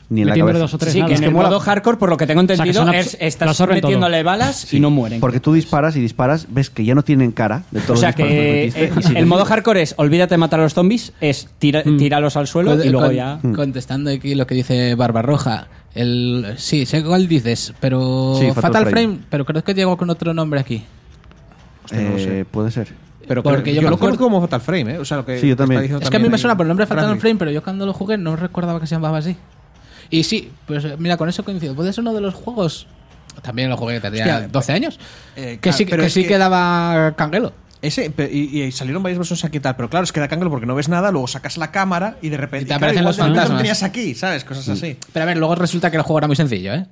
S4: Ni en la
S7: Metiéndole
S4: cabeza.
S7: dos o tres
S3: sí que
S7: nada.
S3: en el modo hardcore por lo que tengo
S7: sea, que
S3: entendido
S7: son abs-
S3: es,
S7: lo
S3: estás
S7: absorben todo.
S3: metiéndole balas
S4: Sí,
S3: y no mueren
S4: Porque tú disparas y disparas, ves que ya no tienen cara de
S3: o
S4: todos
S3: sea
S4: los disparos
S3: que
S4: metiste,
S3: eh,
S4: y sigues.
S3: el modo hardcore es olvídate de matar a los zombies es tira- tíralos al suelo
S10: con-
S3: y luego
S10: con-
S3: ya
S10: Contestando aquí lo que dice Barbarroja. El, sí, sé cuál dices, pero.
S4: Sí, Fatal
S10: Fatal Frame,
S4: Frame.
S10: pero creo que llegó con otro nombre aquí.
S2: Hostia, no lo sé.
S4: Eh, Puede ser.
S2: Pero
S10: Porque
S2: creo- yo,
S10: yo me
S2: lo
S10: acuerdo-
S2: conozco como Fatal Frame, ¿eh? O sea, lo que
S4: Sí, yo
S2: está
S4: también.
S2: diciendo
S10: Es que a mí
S2: también
S10: me
S2: ahí
S10: suena por el nombre Fatal
S2: Radcliffe.
S10: Frame, pero yo cuando lo jugué no recordaba que se llamaba así. Y sí, pues eh, mira, con eso coincido. Pues es uno de los juegos. También lo jugué que tenía
S2: Hostia,
S10: 12 años.
S2: eh,
S10: que
S2: claro,
S10: sí, que,
S2: pero es
S10: sí
S2: que-
S10: que daba canguelo.
S2: Ese, pe- y, y salieron varias versiones aquí y tal, pero claro, es que da cángalo porque no ves nada, luego sacas la cámara y de repente
S10: Y te
S2: claro,
S10: aparecen
S2: igual
S10: los
S2: de repente
S10: fantasmas.
S2: lo tenías aquí, ¿sabes? Cosas así.
S10: Pero a ver, luego resulta que el juego era muy sencillo, ¿eh?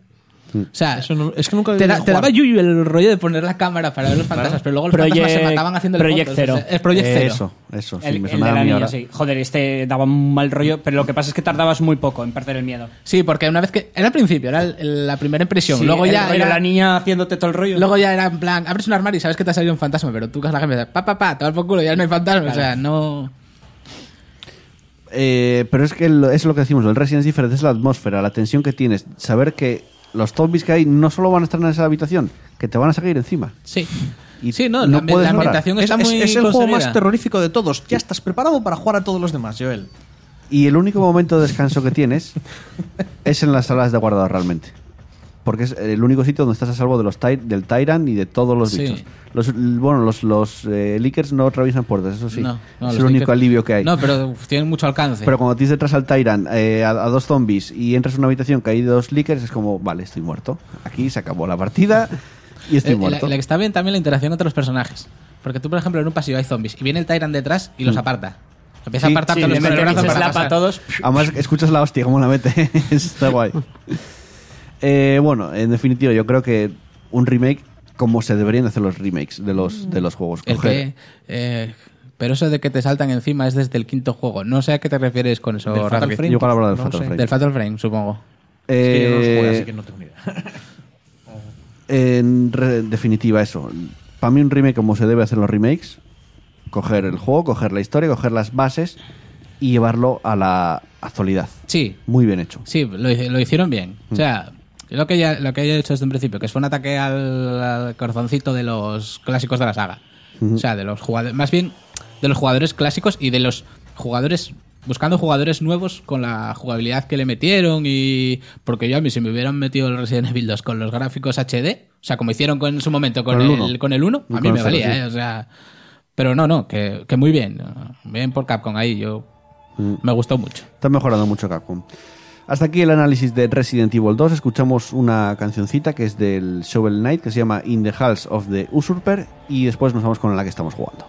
S10: O sea,
S2: es que nunca
S10: te, da- te daba yuyu el rollo de poner la cámara para ver los fantasmas, pero luego los fantasmas se
S3: Project-
S10: mataban haciendo
S3: Project Zero.
S10: Es Project
S4: Eh,
S10: Zero.
S4: Eso, eso. sí,
S3: el,
S4: me
S3: el de
S4: sonaba
S3: la
S4: a mí
S3: niña
S4: ahora.
S3: sí joder este daba un mal rollo pero lo que pasa es que tardabas muy poco en perder el miedo
S10: Sí, porque una vez que. Era al principio, era el- el- la primera impresión.
S3: Sí,
S10: luego
S3: el
S10: ya
S3: rollo
S10: era
S3: la niña haciéndote todo el rollo
S10: Luego ya era en plan, abres un armario y sabes que te ha salido un fantasma, pero tú que la gente, pa, pa, pa, te vas por culo, ya no hay fantasma. O sea, no.
S4: Eh, pero es que lo- es lo que decimos, el Resident Evil es la atmósfera, la tensión que tienes, saber que los zombies que hay no solo van a estar en esa habitación, que te van a seguir encima.
S10: Sí.
S4: Y
S10: sí, no,
S4: no
S10: la,
S4: puedes
S10: la
S4: parar.
S10: ambientación
S2: Es,
S10: está
S2: es-
S10: muy.
S2: es el juego
S10: conseguida.
S2: más terrorífico de todos. Ya estás preparado para jugar a todos los demás, Joel.
S4: Y el único momento de descanso que tienes es en las salas de guardado realmente. Porque es el único sitio donde estás a salvo de los ty- del Tyrant y de todos los
S10: Sí.
S4: bichos. Los, bueno, los, los eh, Lickers no atraviesan puertas, eso sí.
S10: No, no,
S4: es
S10: los
S4: el único
S10: Lickers-
S4: alivio que hay.
S10: No, pero uf, tienen mucho alcance.
S4: Pero cuando tienes detrás al Tyrant eh, a, a dos zombies y entras a una habitación que hay dos Lickers, es como, vale, estoy muerto. Aquí se acabó la partida y estoy
S10: Eh, la,
S4: este muerto.
S10: la que está bien también la interacción entre los personajes. Porque tú, por ejemplo, en un pasillo hay zombies y viene el Tyrant detrás y los aparta. Empieza a
S4: Mm. Sí,
S10: apartar
S4: sí,
S10: con
S4: le
S10: el
S4: mete-
S10: brazo
S4: se
S10: para
S3: slap a
S10: pasar.
S3: todos
S4: Además, escuchas la hostia, cómo la mete. Está guay. Eh, bueno, en definitiva, yo creo que un remake como se deberían hacer los remakes de los, de los juegos.
S10: El
S4: Coger
S10: que, eh, pero eso de que te saltan encima es desde el quinto juego. No sé a qué te refieres con eso,
S2: Del Fatal
S10: Radcliffe.
S2: Frame.
S4: Yo quiero hablar del
S2: No
S4: Fatal
S2: sé.
S4: Frame.
S10: Del Fatal Frame, supongo.
S2: Es que yo no los jugué,
S4: Eh,
S2: así que no tengo ni idea.
S4: en re- definitiva, eso. Para mí un remake como se debe hacer los remakes, coger el juego, coger la historia, coger las bases y llevarlo a la actualidad.
S10: Sí.
S4: Muy bien hecho.
S10: Sí, lo, hi- lo hicieron bien.
S4: Mm.
S10: O sea, lo que, ya, lo que he hecho desde un principio, que fue un ataque al, al corazoncito de los clásicos de la saga. O sea, de los jugadores, más bien de los jugadores clásicos y de los jugadores, buscando jugadores nuevos con la jugabilidad que le metieron y... Porque yo a mí si me hubieran metido el Resident Evil 2 con los gráficos HD, o sea, como hicieron con, en su momento con,
S4: Con el
S10: el,
S4: uno.
S10: con el 1,
S4: Y
S10: a
S4: con
S10: mí
S4: el
S10: me
S4: cero,
S10: valía,
S4: sí.
S10: ¿eh? O sea... Pero no, no, que, que muy bien. Bien por Capcom ahí, yo...
S4: Mm.
S10: Me gustó mucho.
S4: Está mejorando mucho Capcom. Hasta aquí el análisis de Resident Evil 2. Escuchamos una cancioncita que es del Shovel Knight que se llama In the Halls of the Usurper y después nos vamos con la que estamos jugando.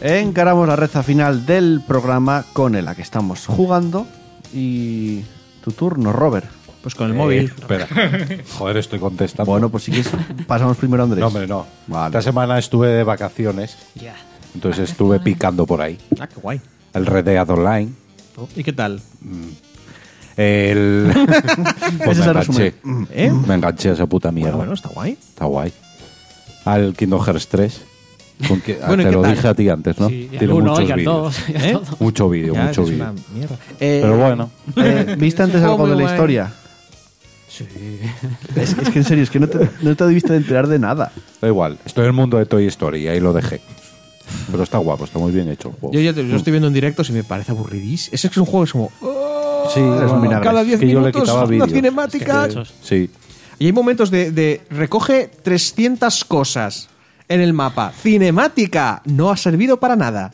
S4: Encaramos la reza final del programa con el a que estamos jugando. Y tu turno, Robert.
S2: Pues con
S6: Eh, Espera. Joder, estoy contestando.
S4: Bueno, pues si quieres, pasamos primero a Andrés.
S6: No, hombre, no. Esta semana estuve de vacaciones. Entonces estuve picando por ahí.
S2: Ah, qué guay.
S6: El Red Dead Online.
S2: ¿Y qué tal?
S6: El. Pues
S2: Ese es
S6: me
S2: el
S6: enganché.
S2: resumen. ¿Eh?
S6: Me enganché a esa puta mierda.
S2: Bueno, bueno, está guay.
S6: Está guay. Al Kingdom Hearts 3. Con que- ah,
S2: Bueno, ¿y
S6: te
S2: qué
S6: lo
S2: tal?
S6: dije a ti antes, ¿no?
S7: Sí, y al
S6: Tiene
S7: uno, y
S6: muchos
S7: al
S6: vídeos.
S7: dos, y al
S6: ¿Eh?
S7: todo.
S6: Mucho vídeo,
S2: Ya,
S6: mucho
S2: es una
S6: vídeo.
S2: mierda. Eh,
S6: Pero bueno.
S4: Eh, ¿Viste antes
S2: Oh,
S4: algo
S2: muy
S4: de la
S2: guay.
S4: historia?
S7: Sí.
S4: Es, es que en serio, es que no te, no te debiste de enterar de nada.
S6: Da igual. Estoy en el mundo de Toy Story y ahí lo dejé. Pero está guapo, está muy bien hecho el juego.
S2: Yo, ya te- yo estoy viendo en directo si me parece aburridísimo. Ese es un juego que es como. "Oh,
S6: Sí, eres un vinagre.
S2: cada
S6: Es
S2: 10
S6: que yo le
S2: minutos
S6: quitaba
S2: una
S6: vídeos.
S2: cinemática.
S7: Es que-
S6: Sí.
S2: Y hay momentos de, de recoge 300 cosas en el mapa. Cinemática no ha servido para nada.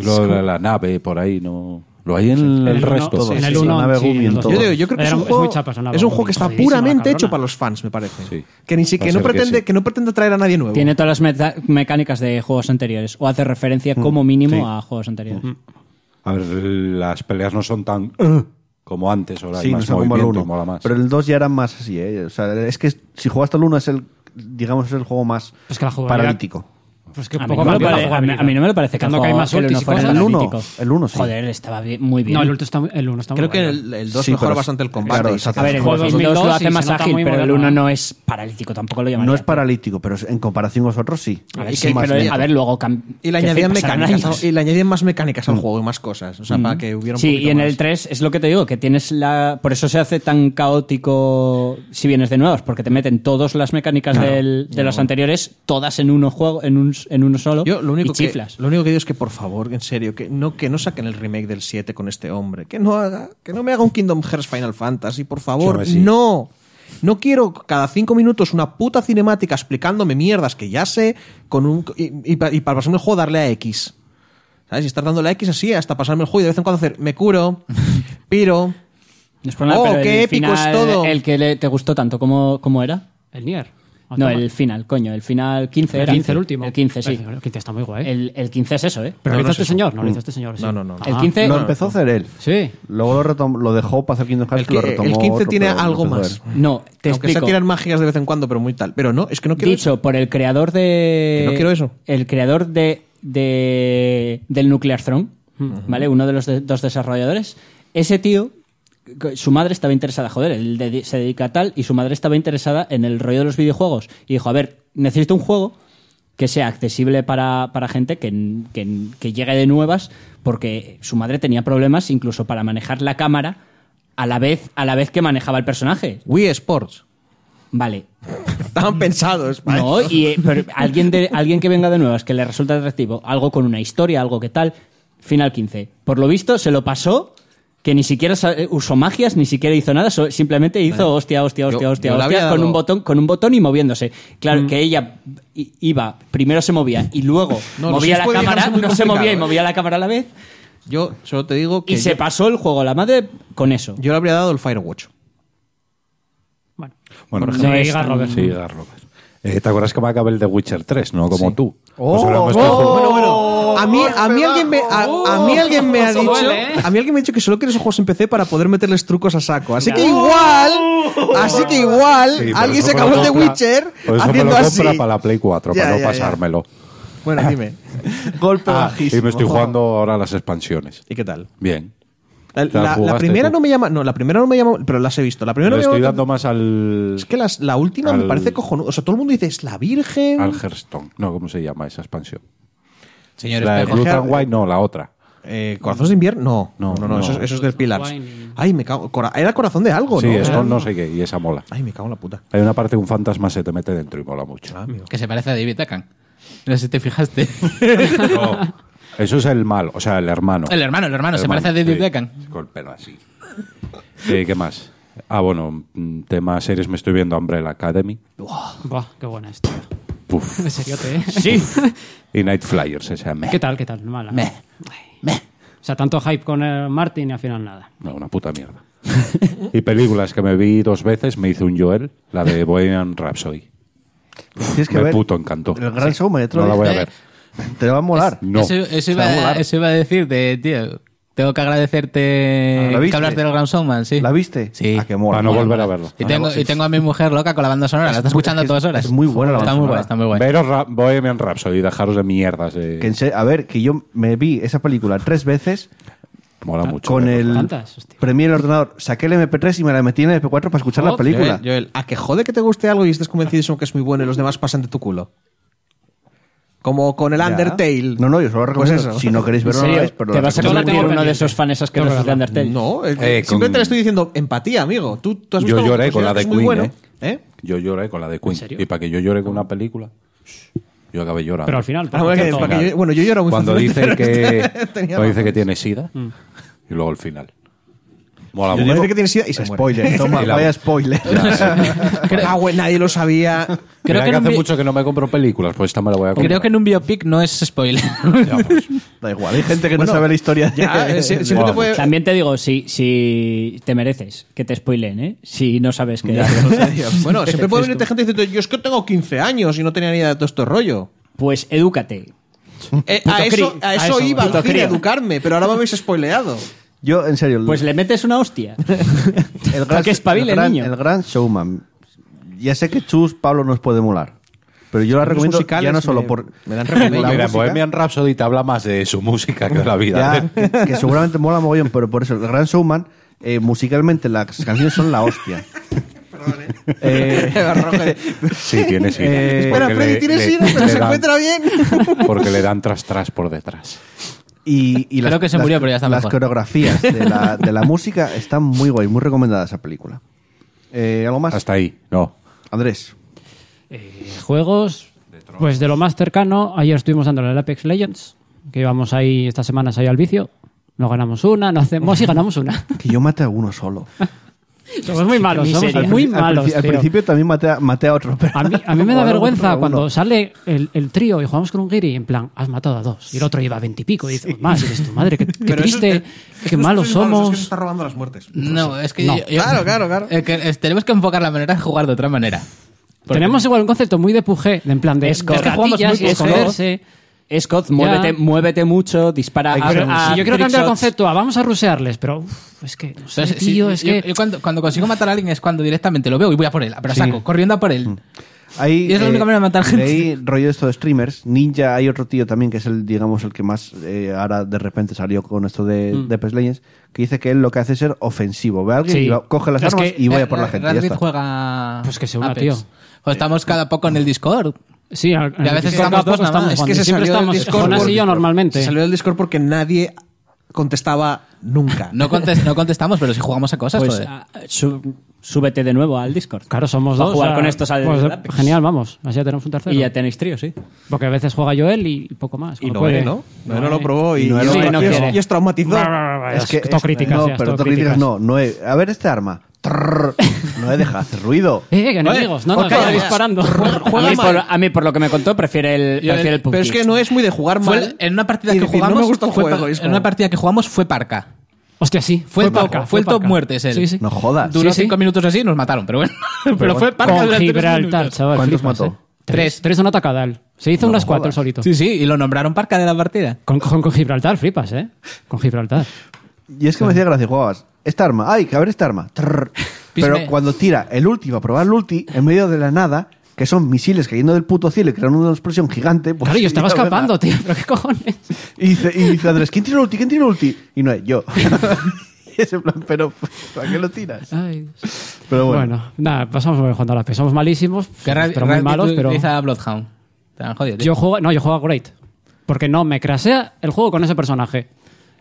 S6: Lo de la, la nave por ahí, ¿no? Lo hay en el,
S7: el uno-
S6: resto.
S7: sí, en el
S4: sí,
S7: uno,
S4: la nave
S7: sí, en
S4: Gumi en
S7: el dos.
S4: todo.
S2: Yo, digo, yo creo que es
S7: Era-
S2: un juego,
S7: muy chapa, sonaba
S2: es un
S7: muy
S2: juego que está
S7: jodidísima,
S2: puramente
S7: cabrona.
S2: hecho para los fans, me parece.
S6: Sí.
S2: Que, ni, si-
S6: Va
S2: que, no
S6: a ser que
S2: pretende, que,
S6: sí.
S2: no pretende traer a nadie nuevo.
S3: Tiene todas las meta- mecánicas de juegos anteriores, o hace referencia
S4: Mm.
S3: como mínimo a juegos anteriores.
S6: A ver, las peleas no son tan "Ugh", como antes, ahora hay
S4: Sí, no
S6: más
S4: sé como el
S6: movimiento,
S4: 1.
S6: mola más.
S4: Pero el 2 ya era más así, ¿eh? O sea, es que si jugaste el 1 es el, digamos, es el juego más
S7: Pues que la jugabilidad-
S4: paralítico.
S7: Pues que
S3: A mí,
S7: poco
S3: no me
S7: cambia la
S3: pare- a, mí,
S7: jugabilidad.
S3: a mí no me lo parece que, el
S7: Quitando que hay
S3: juego-
S7: más
S3: que el
S7: ultis
S3: uno
S7: y
S3: fuera
S7: cosas.
S4: El uno,
S3: analítico.
S4: el uno sí.
S3: Joder, estaba bi- muy bien.
S7: No, el uno está, muy- el uno está muy
S2: Creo que
S7: bueno.
S2: el, el 2
S4: Sí,
S2: mejora
S4: pero-
S2: bastante el combate.
S4: claro,
S2: y
S4: exacto.
S3: a ver, el
S7: Fue
S3: juego 2002
S7: 2002
S3: lo
S7: y
S3: hace
S7: se
S3: este más
S7: nota
S3: ágil,
S7: muy
S3: pero el
S7: moderno.
S3: 1 no es paralítico, tampoco lo llamaría.
S4: No es paralítico, pero en comparación con vosotros sí.
S3: A ver,
S2: Y
S3: sí,
S2: que-
S3: pero,
S2: pero ya-
S3: a ver, luego cam-
S2: Y le,
S3: que
S2: añadían
S3: pasaron
S2: mecánicas,
S3: años.
S2: y le añadían más mecánicas al juego y más cosas. O sea, para que hubiera un
S3: Mm. Sí,
S2: poquito
S3: y en
S2: más.
S3: el 3 es lo que te digo, que tienes la. Por eso se hace tan caótico si vienes de nuevos, porque te meten todas las mecánicas del- de los anteriores, todas en uno juego, en un, en uno solo.
S2: Yo lo único,
S3: y
S2: que,
S3: chiflas.
S2: lo único que digo es que, por favor, en serio, que no, que no saquen el remake del 7 con este hombre. Que no, haga, que no me haga un Kingdom Hearts Final Fantasy, por favor.
S6: Yo sí.
S2: No. No quiero cada cinco minutos una puta cinemática explicándome mierdas que ya sé con un, y, y pa- y para pasarme el juego darle a X. ¿Sabes? Y estar dándole a X así hasta pasarme el juego y de vez en cuando hacer me curo, piro.
S3: No es por nada,
S2: ¡Oh,
S3: pero
S2: qué
S3: el
S2: épico es
S3: final,
S2: todo!
S3: El que le- te gustó tanto, ¿cómo, cómo era?
S7: El Nier.
S3: No, el final, coño, el final 15
S7: Ah, El
S3: era.
S7: 15, el último.
S3: El 15, sí.
S7: El 15 está muy guay.
S3: El, el 15 es eso, ¿eh?
S7: Pero
S2: No,
S7: lo
S2: no
S7: hizo este
S2: es eso.
S7: señor, no lo hizo este señor. sí.
S2: No, no, no.
S7: Ah,
S3: el 15.
S4: Lo empezó a hacer él.
S7: Sí.
S4: Luego lo, retom- lo dejó para hacer Kingdom Hearts.
S2: El,
S4: y lo
S2: que- el
S4: retomó
S2: 15
S4: otro,
S2: tiene
S4: pero lo
S2: algo
S4: empezó
S2: más.
S4: él.
S3: No, te
S2: Aunque sea
S3: explico.
S2: tirar mágicas de vez en cuando, pero muy tal. Pero no, es que no quiero eso.
S3: Dicho por el creador de.
S2: Que no quiero eso.
S3: El creador de, de- del Nuclear Throne, ¿vale? Uno de los de- dos desarrolladores. Ese tío, que- su madre estaba interesada, joder, él de- se dedica a tal, y su madre estaba interesada en el rollo de los videojuegos. Y dijo, a ver, necesito un juego que sea accesible para, para gente que, n- que n- que llegue de nuevas, porque su madre tenía problemas incluso para manejar la cámara a la vez, a la vez que manejaba el personaje.
S2: Wii Sports.
S3: Vale,
S2: Estaban pensados. para
S3: no,
S2: eso.
S3: y eh, pero alguien, de, alguien que venga de nuevas, que le resulta atractivo, algo con una historia, algo que tal, final 15. Por lo visto, se lo pasó que ni siquiera sa- eh, usó magias, ni siquiera hizo nada, so- simplemente hizo hostia, hostia,
S2: Yo-
S3: hostia, hostia,
S2: yo le
S3: hostia,
S2: había
S3: con
S2: dado- Mm.
S3: un botón, con un botón y moviéndose. Claro, que ella i- iba, primero se movía y luego
S2: No, los
S3: movía
S2: Sims
S3: la
S2: puede llegar a
S3: cámara,
S2: ser muy
S3: no se movía
S2: complicado,
S3: y
S2: ¿eh?
S3: movía la cámara a la vez,
S2: Yo solo te digo que
S3: y se
S2: yo,
S3: pasó el juego a la madre con eso.
S2: yo le habría dado el Firewatch.
S7: Bueno.
S6: Bueno,
S7: Por
S6: sí,
S7: ejemplo.
S6: Igar Robert. Sí, Igar Robert. Eh, ¿Te acuerdas que me acabé el de Witcher 3, no? Como tú.
S4: Oh,
S6: Pues ahora me estoy
S4: oh,
S6: jugando-
S2: Bueno, bueno, a mí, a mí alguien me, a, a mí alguien me ha
S10: Oh, Eso
S2: dicho,
S10: duele, ¿eh?
S2: a mí alguien me ha dicho que solo quieres juegos en PC para poder meterles trucos a saco. Así que igual,
S10: Oh.
S2: así que igual,
S6: Sí, por
S2: oh, alguien
S6: eso
S2: se
S6: me lo
S2: acabó el de
S6: compra-
S2: Witcher
S6: por eso me
S2: haciendo
S6: lo
S2: así.
S6: compra para la Play 4,
S2: Ya,
S6: para no
S2: ya, ya.
S6: pasármelo.
S2: Bueno, dime.
S4: Golpe
S6: Ah,
S4: bajísimo.
S6: y me estoy jugando ahora las expansiones.
S2: ¿Y qué tal?
S6: Bien.
S2: La,
S6: ¿Te la
S2: la- la
S6: jugaste
S2: primera
S6: tú?
S2: no me llama, no, la primera no me llama, pero las he visto. La primera
S6: Le
S2: no me
S6: estoy
S2: llama-
S6: dando más al...
S2: es que las- la última me
S6: al-
S2: parece cojonuda. O sea, todo el mundo dice, es la Virgen.
S6: Al Hearthstone. No, ¿cómo se llama esa expansión?
S10: Señores,
S6: la de
S10: pero-
S6: Blood and White, no, la otra.
S2: Eh, ¿Corazones de invierno? No, no,
S6: No,
S2: no,
S6: no.
S2: Eso, es- eso es del Pillars.
S7: Wine.
S2: Ay, me cago. cora- era corazón de algo,
S6: Sí,
S2: Oh, ¿no?
S6: esto no sé qué, y esa mola.
S2: Ay, me cago en la puta.
S6: Hay una parte que un fantasma se te mete dentro y mola mucho.
S2: Ah.
S10: que se parece a David Beckham. No sé si te fijaste.
S6: No, eso es el malo, o sea, el hermano.
S10: El hermano, el hermano, se parece a David
S6: sí,
S10: Beckham.
S6: Con el pelo así. Eh, ¿Qué más? Ah, bueno, mm, tema series me estoy viendo Umbrella Academy
S7: Buah, qué buena esta.
S6: Puf.
S7: En serio, te, ¿eh?
S6: y Night Flyers, o sea, me-
S7: ¿Qué tal, qué tal? Mala. ¿no?
S6: Me.
S7: Ay. O sea, tanto hype con el Martin y al final nada.
S6: No, una puta mierda. y películas que me vi dos veces, me hizo un Joel, la de Bohemian Rhapsody.
S4: Tienes que
S6: me
S4: ver.
S6: puto encantó.
S4: El gran
S6: Sí.
S4: show me
S6: No la voy a ver.
S4: Te va a molar.
S10: Eso, eso
S4: Te va a
S10: iba,
S4: molar.
S10: eso iba a decirte, tío. Tengo que agradecerte
S4: Ah, ¿La
S10: eh, que
S4: viste?
S10: hablas del Ground Showman, sí.
S4: ¿La viste? Ah,
S10: Sí.
S4: A que mola.
S6: Para no volver a verlo.
S10: Y tengo, y tengo a mi mujer loca con la banda sonora, la está escuchando a todas horas.
S4: es muy buena la banda
S10: Está muy
S4: sonora.
S10: buena, está muy buena.
S6: Veros Ra- Bohemian Rhapsody, dejaros de mierdas. eh.
S4: Que en se- a ver, que yo me vi esa película tres veces
S6: Mola mucho.
S4: Ah, con
S6: verlo.
S4: el
S7: ¿Tantas? Hostia.
S4: premio del ordenador. Saqué el MP3 y me la metí en el MP4 para escuchar la película.
S2: Joel, Joel, a que jode que te guste algo y estés convencidísimo que es muy bueno y los demás pasan de tu culo. Como con el
S4: Ya.
S2: Undertale. Pues
S4: No, no, yo solo recomiendo.
S2: eso.
S4: Si no queréis
S3: ¿En
S4: verlo, no lo
S3: serio?
S4: veis, pero
S3: ¿Te
S4: lo
S3: vas a
S4: recomiendo.
S3: convertir en uno de esos fans asquerosos de Undertale?
S2: No, eh,
S6: Eh,
S2: simplemente
S6: con-
S2: le estoy diciendo empatía, amigo. Tú, tú has
S6: Yo
S2: visto algo que
S6: lloré con la de
S2: consideras muy
S6: Queen,
S2: bueno,
S6: eh. Yo lloré con la de Queen.
S7: serio?
S6: Y para que yo llore con una película, shh, yo acabé llorando.
S7: Pero al final,
S2: Ah, bueno, que-
S7: todo-
S2: para que yo- bueno, yo lloro muy
S6: Cuando
S2: fácilmente,
S6: dice que,
S2: pero tenía
S6: cuando dice
S2: razón.
S6: que tiene sida,
S10: Mm.
S6: y luego el final. Mola
S4: Yo
S6: mucho.
S2: Parece que tiene sida y se
S4: Spoiler, toma,
S6: Y la-
S4: vaya spoiler.
S2: muere. Ah, güey, nadie lo sabía.
S10: Creo
S6: Mira
S10: que
S6: que
S10: no
S6: hace
S10: vi-
S6: mucho que no me compro películas, pues esta me la voy a comprar.
S10: Creo que en un biopic no es spoiler.
S6: Ya, pues,
S4: da igual, hay gente que no sabe la historia. de-
S2: Ya, eh, si- siempre te puede-
S3: También te digo, si, si te mereces que te spoilen, ¿eh? Si no sabes que...
S2: Bueno, siempre puede venirte gente diciendo, yo es que tengo 15 años y no tenía ni idea de todo este rollo.
S3: Pues edúcate.
S2: Eh, a,
S3: Puto
S2: eso,
S3: cri-
S2: a
S3: a
S2: eso
S3: eso,
S2: iba
S3: puto
S2: al cine, a
S3: crío.
S2: educarme, pero ahora me habéis spoileado.
S4: Yo, en serio, el-
S3: Pues le metes una hostia.
S4: el,
S3: para que espabile,
S4: el, gran,
S3: niño.
S4: el gran showman. Ya sé que Chus, Pablo nos puede molar. Pero yo la
S2: Los
S4: recomiendo
S2: musicales
S4: ya no solo
S2: me-
S4: por
S2: me dan
S4: la
S2: remedio.
S6: mira,
S4: música,
S6: Bohemian Rhapsody te habla más de su música que de la vida.
S4: ya, que, que seguramente mola mogollón, pero por eso, el gran showman, eh, musicalmente las canciones son la hostia.
S2: eh.
S6: Sí, tiene sida.
S4: Eh,
S6: Es porque
S2: Espera, Freddy,
S6: le-
S2: tienes
S6: le-
S2: sida, pero
S6: le
S2: se
S6: dan-
S2: encuentra bien.
S6: Porque le dan tras tras por detrás.
S4: Y, y
S10: Creo que se murió, pero ya está
S4: Las
S10: mejor.
S4: coreografías de la, de la música están muy guay, muy recomendada esa película. Eh, ¿Algo más?
S6: Hasta ahí, no.
S4: Andrés.
S7: Eh, juegos, pues de lo más cercano, ayer estuvimos dándole al Apex Legends, que íbamos ahí estas semanas ahí al vicio. No ganamos una, no hacemos y ganamos una.
S4: Que yo mate a uno solo.
S7: Somos muy malos, somos
S3: miseria.
S7: muy
S4: Al princi-
S7: malos.
S4: Al,
S7: tío.
S4: principio también maté a, maté a otro. pero-
S7: A mí, a mí me da
S4: Jugaba
S7: vergüenza
S4: contra
S7: cuando
S4: uno.
S7: sale el, el trío y jugamos con un guiri en plan, has matado a dos. Y el otro lleva veintipico y, dice, "Pues más. Y dices, tu madre, qué, qué
S2: Pero eso-
S7: triste,
S2: eh, es que
S7: qué malos
S2: nosotros sois Es que se
S7: somos.
S2: está robando las muertes.
S10: No, es que.
S7: No.
S10: yo- yo-
S2: Claro, claro, claro.
S10: eh, que, eh, tenemos que enfocar la manera de jugar de otra manera. Porque-
S7: Tenemos igual un concepto muy de pujé, de en plan de
S3: Es co-
S7: de
S3: es que
S10: jugamos
S7: gatillas
S10: muy
S7: y
S10: poco.
S7: esconderse.
S3: Scott, muévete, muévete mucho, dispara.
S4: Hay que
S3: a-
S4: ser
S3: a
S7: Si yo quiero
S3: trick
S7: cambiar
S3: shots.
S7: el concepto a vamos a rusearles, pero uf, es que, no sé,
S10: Pero es- sí,
S7: tío, es
S10: yo-
S7: que...
S10: yo cuando, cuando consigo matar a alguien es cuando directamente lo veo y voy a por él. Pero saco, corriendo a por
S4: Mm.
S10: él.
S4: Ahí,
S10: Y es la única manera de matar gente.
S4: leí rollo eh, de esto de streamers. Ninja, hay otro tío también que es el, digamos, el que más eh, ahora de repente salió con esto de, de Apex Legends, que dice que él lo que hace es ser ofensivo. Ve a alguien
S7: Sí.
S4: y va- coge las
S7: Es
S4: armas
S7: que
S4: y vaya
S10: Eh,
S4: por la
S10: Ra-
S4: gente. ya
S10: Radrid
S4: está.
S10: juega.
S7: Pues que se una,
S10: Apex.
S7: tío.
S10: O estamos cada poco en el Discord.
S7: Sí, al-
S10: Y a
S7: al
S10: veces
S7: Discord
S10: estamos
S7: tampoco
S10: dos nada
S7: estamos
S10: más. Es
S7: jugando.
S10: que
S2: se
S7: Siempre
S2: salió del
S7: estamos
S2: Discord
S7: Jonas y yo
S2: por- Se
S7: normalmente.
S2: salió del Discord porque nadie contestaba nunca.
S10: No, contes- no contestamos, pero si jugamos a cosas,
S3: Pues
S7: ah,
S10: joder.
S3: a- sú- súbete de nuevo al Discord.
S7: ¿eh? Claro, somos
S3: Va
S7: dos.
S3: A jugar
S7: o sea,
S3: con estos al
S7: pues,
S3: al Apex.
S7: Genial, vamos. Así ya tenemos un tercero.
S3: Y ya tenéis trío, sí.
S7: Porque a veces juega Joel y poco más.
S2: y
S7: cuando
S2: Noé,
S7: puede.
S2: ¿no? Noé no lo probó y,
S4: Y Noé
S3: lo-
S2: y es-
S3: no
S2: y es-
S3: quiere.
S2: y es traumatizó.
S7: Bah, bah, bah, bah,
S4: Es que
S7: todo
S4: es-
S7: críticas,
S4: no,
S7: ya,
S4: pero
S7: todo
S4: todo críticas
S7: críticas.
S4: no, no he- a ver este arma. Trrr. no he dejado hacer ruido.
S7: Eh, que enemigos, no nos
S2: ok,
S7: vayan
S2: ya.
S7: disparando.
S3: a, mí por, a mí, por lo que me contó, prefiere el,
S10: Yo
S3: prefiere
S10: el-
S3: el PUBG.
S2: Pero es que no es muy de jugar
S10: Fue
S2: mal.
S10: el- en una partida
S2: y
S10: que
S2: decir,
S10: jugamos.
S2: No me gusta el
S10: fue pa-
S2: juego. y es
S10: en
S2: como-
S10: una partida que jugamos fue Parca.
S7: Hostia, sí.
S10: Fue, el top,
S7: Parca,
S10: fue el top
S7: Parca.
S10: muertes él.
S7: Sí, sí.
S4: No jodas.
S10: Duró
S7: Sí, sí.
S10: cinco minutos así y nos mataron, pero bueno. pero fue Parca
S7: Con
S10: durante unos
S7: Gibraltar,
S10: minutos.
S7: chaval.
S4: ¿Cuántos
S7: flipas,
S4: mató?
S7: eh. Tres. Tres una atacada él. Se hizo unas cuatro el solito.
S10: Sí, sí, y lo nombraron Parca de la partida.
S7: Con, con, con Gibraltar, flipas, ¿eh? Con Gibraltar.
S4: Y es que me hacía gracia, jugabas. Esta arma, ay, que a ver esta arma. Trrr.
S10: Pisme.
S4: Pero cuando tira el último a probar el ulti, en medio de la nada, que son misiles cayendo del puto cielo y crean una explosión gigante. pues,
S7: Claro, yo estaba
S4: ya verá.
S7: escapando, tío. ¿Pero qué cojones?
S4: Y dice, y dice Andrés, ¿quién tira el ulti? ¿Quién tira el ulti? Y no es yo. y es en plan, pero ¿para qué lo tiras?
S7: Ay, Dios.
S4: Pero
S7: Bueno.
S4: bueno.
S7: nada, pasamos por jugando a la P. Somos malísimos,
S10: Que Ra-
S7: pero muy
S10: Radcliffe
S7: malos, pero...
S10: utiliza Bloodhound. Te han jodido. tío.
S7: Yo juego, no, yo juego a Great. Porque no me crasea el juego con ese personaje.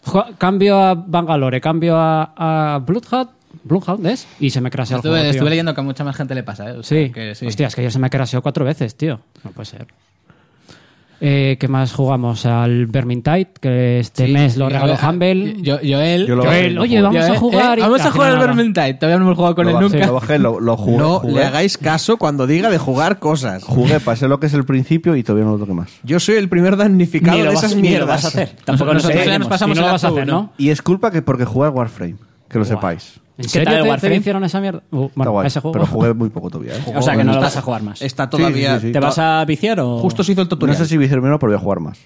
S7: Jue- cambio a Bangalore, cambio a, a Bloodhound, Bloodhound es, y se me crasea el
S10: estuve,
S7: juego. tío.
S10: estuve leyendo que a mucha más gente le pasa, ¿eh? O sea,
S7: Sí.
S10: que
S7: Hostia, es que ayer se me craseó cuatro veces, tío. No puede ser. Eh, ¿Qué más jugamos? Al Vermintide, que este
S10: Sí,
S7: mes lo
S10: sí,
S7: regaló
S10: a- a-
S7: Humble.
S10: Yo, Joel,
S4: Yo lo
S7: Joel,
S4: bajé y lo
S7: oye,
S4: jugué.
S7: vamos a
S10: Joel,
S7: jugar.
S10: eh,
S7: y-
S10: vamos
S7: al
S10: a jugar al
S7: final nada.
S10: Vermintide. Todavía no hemos jugado con
S4: Lo
S10: él
S4: bajé,
S10: nunca.
S4: lo bajé, lo, lo jugué.
S2: No
S4: jugué,
S2: le hagáis caso cuando diga de jugar cosas.
S4: Jugué, pasé lo que es el principio y todavía no lo toqué más.
S2: Yo soy el primer damnificado
S3: ni
S2: de
S3: lo vas,
S2: esas
S3: ni lo
S2: mierdas.
S3: vas a hacer. Tampoco
S10: Nosotros
S3: nos
S10: ya nos
S3: engañemos.
S10: pasamos
S7: Y no
S10: el
S7: lo vas a
S10: acto
S7: hacer,
S10: uno.
S7: ¿no?
S4: Y es culpa que porque jugué al Warframe, que lo sepáis.
S7: ¿En
S3: ¿Qué
S7: serio
S3: tal el
S7: te- te,
S3: Warframe?
S7: hicieron esa mierda? Uh, bueno,
S4: Está guay,
S7: a ese juego.
S4: pero jugué muy poco todavía. ¿eh?
S3: O sea que no lo vas a jugar más.
S2: Está todavía-
S3: ¿Te vas a viciar o...?
S2: Justo se hizo el
S4: No
S2: tutorial.
S4: sé si viciarme o no, pero voy a jugar más.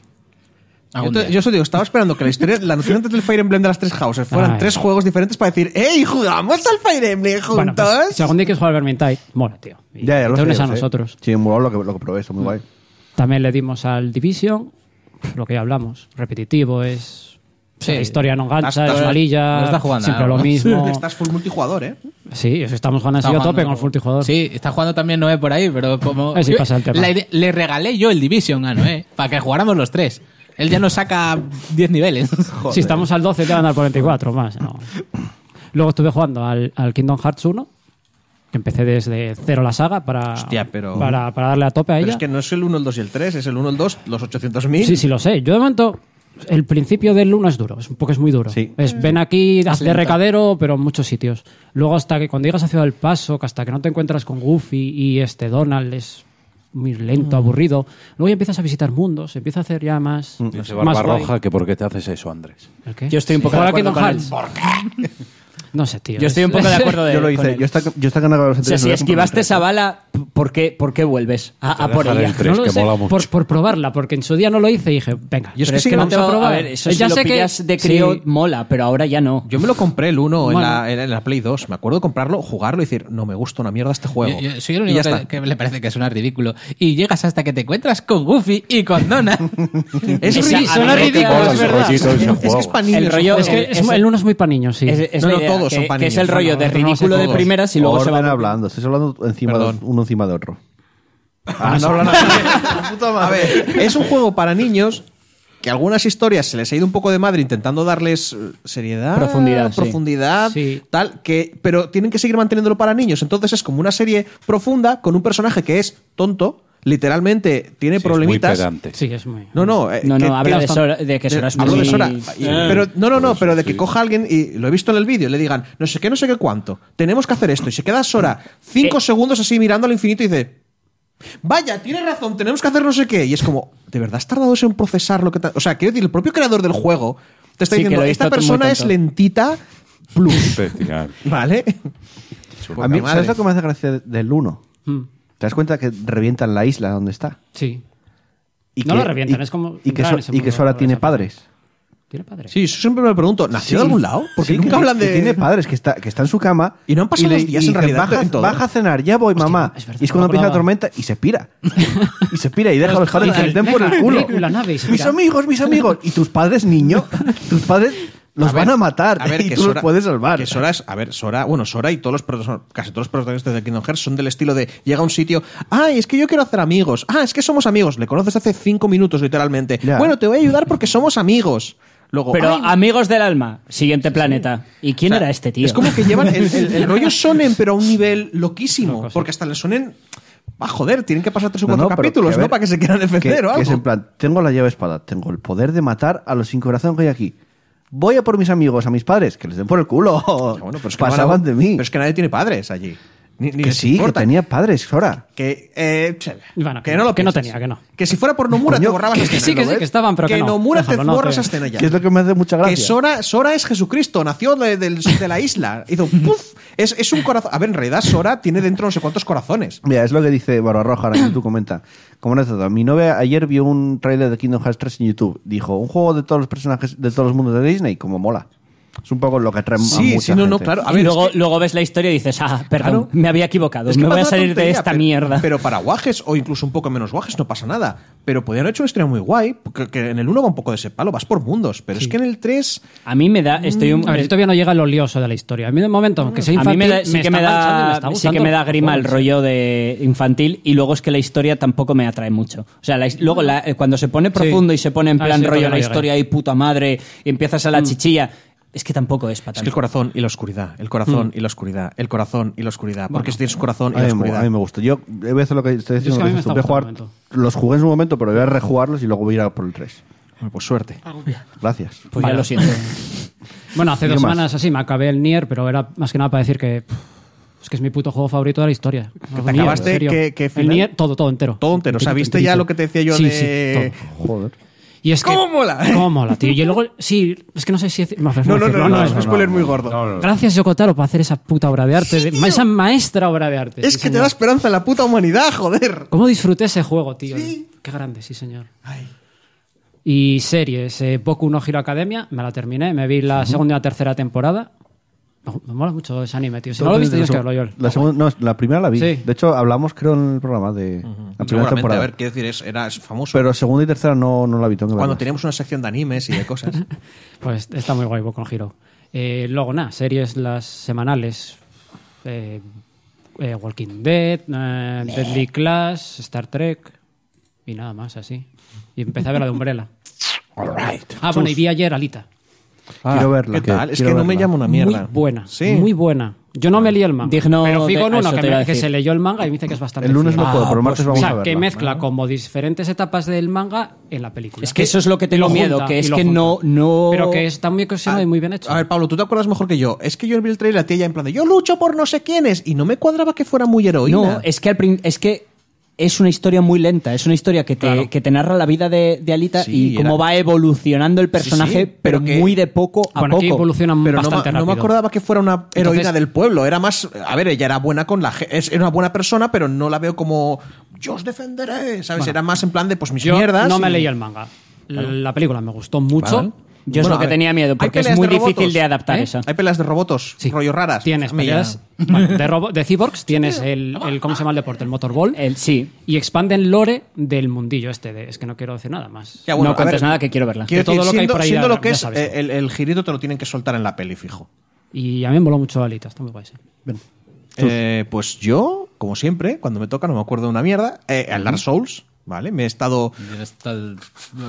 S2: Yo, te- yo os digo, estaba esperando que la historia, la noción antes del Fire Emblem de las tres houses fueran
S7: Ay.
S2: tres juegos diferentes para decir, ¡Ey, jugamos al Fire Emblem
S7: Bueno,
S2: juntos!
S7: pues, si algún día quieres jugar al Vermintide, mola, tío. Y
S4: Ya, ya, lo
S7: te
S4: sé,
S7: unes
S4: lo
S7: a
S4: sé.
S7: nosotros.
S4: Sí, muy guay lo que, lo que probé, está muy guay.
S7: También le dimos al Division, lo que ya hablamos. Repetitivo, es.
S10: Sí.
S7: La historia no gancha,
S2: Estás-
S7: es malilla.
S10: no está jugando
S7: siempre
S10: nada,
S7: lo
S10: ¿no?
S7: mismo.
S2: Estás full multijugador, ¿eh?
S7: Sí, eso estamos jugando
S10: Está
S7: así a
S10: jugando-
S7: tope con el multijugador.
S10: Sí, está jugando también Noé por ahí, pero como.
S7: A ver si
S10: Yo-
S7: pasa el tema.
S10: la idea- le regalé yo el Division a Noé para que jugáramos los tres. Él ya nos saca 10 niveles.
S7: Si estamos al 12, te van a dar por 24 más. no. Luego estuve jugando al, al Kingdom Hearts 1, que empecé desde cero la saga para,
S2: Hostia, pero-
S7: para, para darle a tope a
S2: Pero
S7: ella.
S2: es que no es el 1, el 2 y el 3, es el 1, el 2, los 800.000.
S7: Sí, sí, lo sé. Yo de momento, el principio del 1 es duro, es un poco es muy duro.
S4: Sí.
S7: Es ven aquí, haz de
S10: lento.
S7: recadero, pero en muchos sitios. Luego, hasta que cuando llegas a Ciudad del Paso, que hasta que no te encuentras con Goofy y este Donald, es muy lento, aburrido. Luego ya empiezas a visitar mundos, empieza a hacer ya más. no
S6: Dice
S7: sé, más guay.
S6: Barbarroja que por qué te haces eso, Andrés.
S7: ¿El qué?
S3: Yo estoy un poco
S7: Jugar
S3: de
S7: a
S3: acuerdo
S7: Kingdom
S3: con él.
S7: Hearts. No sé, tío.
S3: Yo estoy un poco de acuerdo de
S4: Yo lo
S3: con
S4: hice.
S3: él.
S4: Yo está, yo está ganando los
S3: O sea,
S4: anteriores,
S3: si
S4: lo voy a comprar
S3: esquivaste
S4: en tres.
S3: esa bala, ¿por qué, por qué vuelves a, a
S6: Te
S3: por
S6: dejan
S3: ella?
S6: el tres,
S7: no lo
S6: que
S7: sé,
S6: mola mucho.
S7: por, por probarla, porque en su día no lo hice y dije, venga,
S2: Yo es
S7: pero
S2: que sí que
S7: vamos
S3: Macho,
S7: a probar.
S3: ver, eso si
S7: ya
S3: lo
S7: sé que
S3: pillas de crío
S7: sí.
S3: mola, pero ahora ya no.
S2: Yo me lo compré el 1 en,
S7: Bueno.
S2: la, en la Play 2. Me acuerdo de comprarlo, jugarlo y decir, no me gusta una mierda este juego.
S10: Yo, yo soy el
S2: y
S10: único
S2: ya
S10: que,
S2: está.
S10: que le parece que suena ridículo. Y llegas hasta que te encuentras con Goofy y con Donna.
S3: Es
S10: ri-
S3: ridículo,
S10: suena
S3: es
S10: ridículo,
S6: Mola
S10: es
S6: ese
S10: verdad.
S6: rollito ese
S2: Es
S6: juego.
S2: que es pa' niños.
S3: El rollo
S7: Es que
S3: el-
S7: es-
S3: ese-
S7: el uno es muy pa' niños, sí.
S3: Es, es
S2: No,
S3: la
S2: no,
S3: idea,
S2: todos son
S3: que,
S2: pa'
S3: que es el
S2: niños.
S3: rollo de
S7: Bueno, no sé
S3: ridículo de
S7: todos.
S3: primeras y luego se
S4: Orden
S3: va.
S4: hablando, estáis hablando encima
S2: Perdón.
S4: de uno encima de otro. Ah, no hablan
S2: A ver, es un juego para niños que algunas historias se les ha ido un poco de madre intentando darles eh, seriedad,
S3: Profundidad, sí.
S2: profundidad,
S7: Sí.
S2: tal, que, pero tienen que seguir manteniéndolo para niños. Entonces es como una serie profunda con un personaje que es tonto, literalmente tiene
S6: Sí, es
S2: problemitas.
S6: Muy pedante.
S7: Sí, es muy...
S2: No, no. eh,
S3: No, no,
S2: que
S3: habla
S2: tiene
S3: de
S2: bastante-
S3: Sora- de que Sora es
S2: hablo
S3: muy-
S2: de Sora. Y-
S3: Ah.
S2: Pero, no, no, no,
S6: Pues,
S2: pero de que
S6: sí.
S2: coja a alguien y lo he visto en el vídeo y le digan, no sé qué, no sé qué cuánto, tenemos que hacer esto. Y se queda Sora cinco segundos así mirando al infinito y dice, vaya, tienes razón, tenemos que hacer no sé qué. Y es como, ¿de verdad has tardado eso en procesar lo que ta-?" O sea, quiero decir, el propio creador del juego te está
S3: Sí, que
S2: diciendo,
S3: lo hizo
S2: esta
S3: muy
S2: persona
S3: tonto.
S2: es lentita plus.
S6: Especial.
S2: ¿Vale?
S4: A mí,
S2: Madre.
S4: ¿sabes lo que me hace gracia de- del 1?
S3: Hmm.
S4: ¿Te das cuenta que revientan la isla donde está?
S7: Sí.
S4: Y
S7: No
S4: que-
S7: lo revientan,
S4: y-
S7: es como
S4: Y que,
S7: entrar
S4: So-
S7: en ese
S4: y que
S7: mundo
S4: Sora
S7: para
S4: tiene
S7: sacarlo.
S4: padres.
S7: Tiene padre.
S2: Sí, eso siempre me lo pregunto, ¿nació de algún lado? Porque
S4: Sí,
S2: nunca
S4: que-
S2: hablan
S4: que
S2: de...
S4: tiene padres que está, que está en su cama.
S2: Y no han pasado los días, en
S4: dicen,
S2: realidad,
S4: baja,
S2: en todo.
S4: baja a cenar, ya voy, mamá.
S7: es verdad,
S4: y es cuando
S7: no
S4: empieza la
S7: acordaba.
S4: tormenta y se pira. y se pira y deja a los padres que
S7: Joder,
S4: les den por el
S7: deja,
S4: culo.
S7: ridícula nave y se
S4: mis
S7: pira.
S4: amigos, mis amigos. Y tus padres, niño, tus padres los
S2: A ver,
S4: van a matar.
S2: a ver,
S4: y
S2: que
S4: tú
S2: Sora-
S4: los puedes salvar.
S2: que Sora es- a ver, Sora, bueno, Sora y todos los protagon- casi todos los protagonistas de Kingdom Hearts son del estilo de llega a un sitio, ay, es que yo quiero hacer amigos, ah, es que somos amigos, le conoces hace cinco minutos literalmente.
S4: Ya.
S2: Bueno, te voy a ayudar porque somos amigos. Luego,
S3: Pero
S2: "Ay,
S3: amigos del alma, siguiente planeta. ¿Y quién
S2: o sea,
S3: era este tío?
S2: Es como que llevan el, el- el rollo sonen, pero a un nivel loquísimo. Porque hasta el sonen. Va, joder, tienen que pasar tres o
S4: No,
S2: cuatro
S4: no, pero
S2: capítulos,
S4: que a ver,
S2: ¿no? Para que se quieran defender
S4: que-
S2: o algo.
S4: que es en plan, tengo la llave espada, tengo el poder de matar a los sin corazón que hay aquí. Voy a por mis amigos, a mis padres, que les den por el culo.
S2: Ah, bueno, pero es que
S4: Pasaban
S2: no-
S4: de mí.
S2: Pero es que nadie tiene padres allí. Ni, ni
S4: que
S2: les
S4: sí,
S2: importa.
S4: que tenía padres, Sora.
S2: Que, eh, che,
S7: Bueno,
S2: que
S7: que
S2: no
S7: no,
S2: lo
S7: que no
S2: pienses.
S7: tenía, que no.
S2: Que si fuera por Nomura
S4: Coño,
S2: te borrabas este
S4: que
S2: esa
S7: Que sí,
S2: escena,
S7: que
S2: ¿lo
S7: sí,
S2: ves?
S7: que estaban, pero que, no.
S2: Nomura te
S7: Déjalo, no,
S2: borra
S7: que-
S2: esa escena ya.
S4: Que es lo que me hace mucha gracia.
S2: Que Sora, Sora es Jesucristo, nació de- del, de la isla. Hizo ¡puf! Es, es un corazón. A ver, en realidad Sora tiene dentro no sé cuántos corazones.
S4: Mira, es lo que dice Barbarroja, ahora que tú comenta. Como anécdota, mi novia ayer vio un tráiler de Kingdom Hearts 3 en YouTube. Dijo, un juego de todos los personajes, de todos los mundos de Disney, como mola. Es un poco lo que trae a
S2: Sí,
S4: mucha
S2: sí, no, no,
S4: gente.
S2: claro. A
S3: y
S2: ver,
S3: luego,
S2: es que-
S3: luego ves la historia y dices, ah, perdón,
S2: Claro.
S3: me había equivocado,
S2: es que
S3: me voy a
S2: pasa una
S3: salir de
S2: tontería,
S3: esta
S2: pero-
S3: mierda.
S2: Pero para guajes, o incluso un poco menos guajes, no pasa nada. Pero podrían haber hecho una historia muy guay, porque que en el 1 va un poco de ese palo, vas por mundos. Pero es que en el 3
S3: a mí me
S2: Mm.
S3: da, estoy un,
S7: A ver, yo todavía no llega lo lioso de la historia. A mí, de momento, aunque sea
S3: eh, a mí
S7: infantil,
S3: me da, sí, que
S7: está
S3: me
S7: enganchando y me
S3: da,
S7: está
S3: sí que
S7: gustando.
S3: me da grima el rollo de infantil y luego es que la historia tampoco me atrae mucho. O sea, la his- luego la- eh, cuando se pone profundo y se pone en
S7: Ah,
S3: plan
S7: sí,
S3: rollo
S7: todavía
S3: la
S7: no llegué.
S3: historia y puta madre y empiezas a la
S7: Mm.
S3: chichilla, es que tampoco es para
S2: Es que el corazón y la oscuridad, el corazón
S3: Mm.
S2: y la oscuridad, el corazón y la oscuridad, porque si tienes un corazón y
S4: A
S2: la
S4: mí, me-
S2: oscuridad.
S4: a mí me gusta. Yo voy a hacer lo que estoy
S7: Yo es que
S4: diciendo.
S7: a mí
S4: que
S7: me
S4: dices tú,
S7: está
S4: voy a jugar-
S7: gustando
S4: los jugué en su momento, pero voy a rejugarlos y luego voy a ir a por el 3.
S2: Bueno, Pues suerte.
S4: Gracias.
S3: Pues ya lo siento.
S7: Bueno, hace
S4: ¿Y qué
S7: dos
S4: más?
S7: semanas así me acabé el Nier, pero era más que nada para decir que. pff, es que es mi puto juego favorito de la historia. Que
S2: acabaste, que- que
S7: El
S2: final-
S7: Nier, todo, todo entero.
S2: Todo entero. O sea,
S7: Enterito,
S2: viste
S7: enterito.
S2: ya lo que te decía yo
S7: Sí,
S2: de-
S7: sí, todo.
S4: Joder.
S7: Y es
S2: ¿Cómo
S7: que,
S2: mola?
S7: ¿Cómo mola, tío? Y luego, sí, es que no sé si. No,
S2: No, no, no, no, es un spoiler muy
S7: gordo.
S2: gordo.
S7: Gracias, Yokotaro, por hacer esa puta obra de arte,
S2: Sí,
S7: de-
S2: tío.
S7: esa maestra obra de arte.
S2: Es
S7: sí,
S2: que te
S7: señor.
S2: da esperanza en la puta humanidad, joder.
S7: ¿Cómo disfruté ese juego, tío? Qué grande, sí, señor. Y series, eh, Boku no Hero Academia, me la terminé, me vi la segunda y la tercera temporada. No, me mola mucho ese anime, tío. Si no lo viste, tienes que verlo, Joel.
S4: La, segunda, no, la primera la vi.
S7: Sí.
S4: De hecho, hablamos, creo, en el programa de la primera
S2: Seguramente,
S4: temporada.
S2: a ver, quiero decir, es, era es famoso.
S4: Pero segunda y tercera no, no la vi. Tengo que
S2: cuando
S4: verla.
S2: teníamos una sección de animes y de cosas.
S7: Pues está muy guay Boku no Hero. Eh, luego, nada, series las semanales. eh, eh, Walking Dead, eh, Deadly Class, Star Trek y nada más así. Y empecé a ver la de Umbrella. Ah, bueno, y vi ayer Alita.
S4: quiero verla.
S2: Ah, ¿Qué tal? Es que
S4: quiero
S2: no me
S4: verla.
S2: llama una mierda.
S7: Muy buena,
S2: Sí.
S7: muy buena. Yo no me lié el manga.
S3: Digno
S7: pero fui
S3: de-
S7: con
S3: a
S7: uno
S3: eso te
S7: que, me-
S3: iba a
S7: que
S3: decir.
S7: se leyó el manga y me dice que es bastante
S4: El lunes no
S7: fiel.
S4: puedo,
S2: Ah,
S4: pero el
S2: pues
S4: martes vamos
S7: o sea,
S4: a verla.
S7: que
S2: ¿Mm?
S7: mezcla como diferentes etapas del manga en la película.
S3: Es que eso es lo que tengo
S7: Lo
S3: miedo,
S7: junta,
S3: que es
S7: y lo
S3: que
S7: junta.
S3: no, no...
S7: Pero que está muy cohesionado y muy bien hecho.
S2: Ah, A ver, Pablo, tú te acuerdas mejor que yo. Es que yo vi el trailer a ti ya en plan de yo lucho por no sé quiénes y no me cuadraba que fuera muy heroína.
S3: No, es que, al prin- es que es una historia muy lenta, es una historia que te, que te narra la vida de, de Alita
S2: Sí,
S3: y cómo
S2: era-
S3: va evolucionando el
S2: sí,
S3: personaje, pero,
S2: pero que-
S3: muy de poco a
S7: bueno, aquí
S3: poco.
S7: evolucionan
S2: pero no,
S7: bastante
S2: ma- no
S7: rápido.
S2: me acordaba que fuera una heroína
S7: Entonces-
S2: del pueblo. Era más. A ver, ella era buena con la. ge- es- Era una buena persona, pero no la veo como. Yo os defenderé, ¿sabes?
S7: Bueno.
S2: era más en plan de pues mis
S7: Yo
S2: mierdas.
S7: no me
S2: y-
S7: leí el manga. La película me gustó mucho.
S2: Vale.
S3: Yo es
S2: Bueno,
S3: lo que
S2: a ver,
S3: tenía miedo,
S2: ¿hay
S3: porque es
S2: peleas
S3: muy
S2: de robots?
S3: difícil de adaptar
S7: ¿Eh?
S3: esa.
S2: Hay peleas de robotos,
S7: Sí.
S2: rollo raras.
S7: Tienes
S2: A mí ya-
S7: peleas bueno, de, robo- de cyborgs, tienes el, el- ¿Cómo se llama el deporte? El motorball.
S3: El, sí.
S7: Y expanden lore del mundillo este. de- es que no quiero decir nada más.
S2: Ya, bueno,
S3: no
S2: a
S3: cuentes
S2: ver,
S3: nada que quiero verla.
S2: Quiero
S7: de todo
S2: decir,
S7: lo que hay
S2: siendo,
S7: por ahí,
S2: siendo
S7: ya-
S2: lo que
S7: ya
S2: es
S7: sabes
S2: eh,
S7: tú.
S2: el, el girito te lo tienen que soltar en la peli, fijo.
S7: Y a mí me voló mucho Alita. Está muy guay, sí.
S2: Eh, pues yo, como siempre, cuando me toca no me acuerdo de una mierda, eh, al Dark Souls, ¿vale? Me he estado...
S10: Yo hasta el-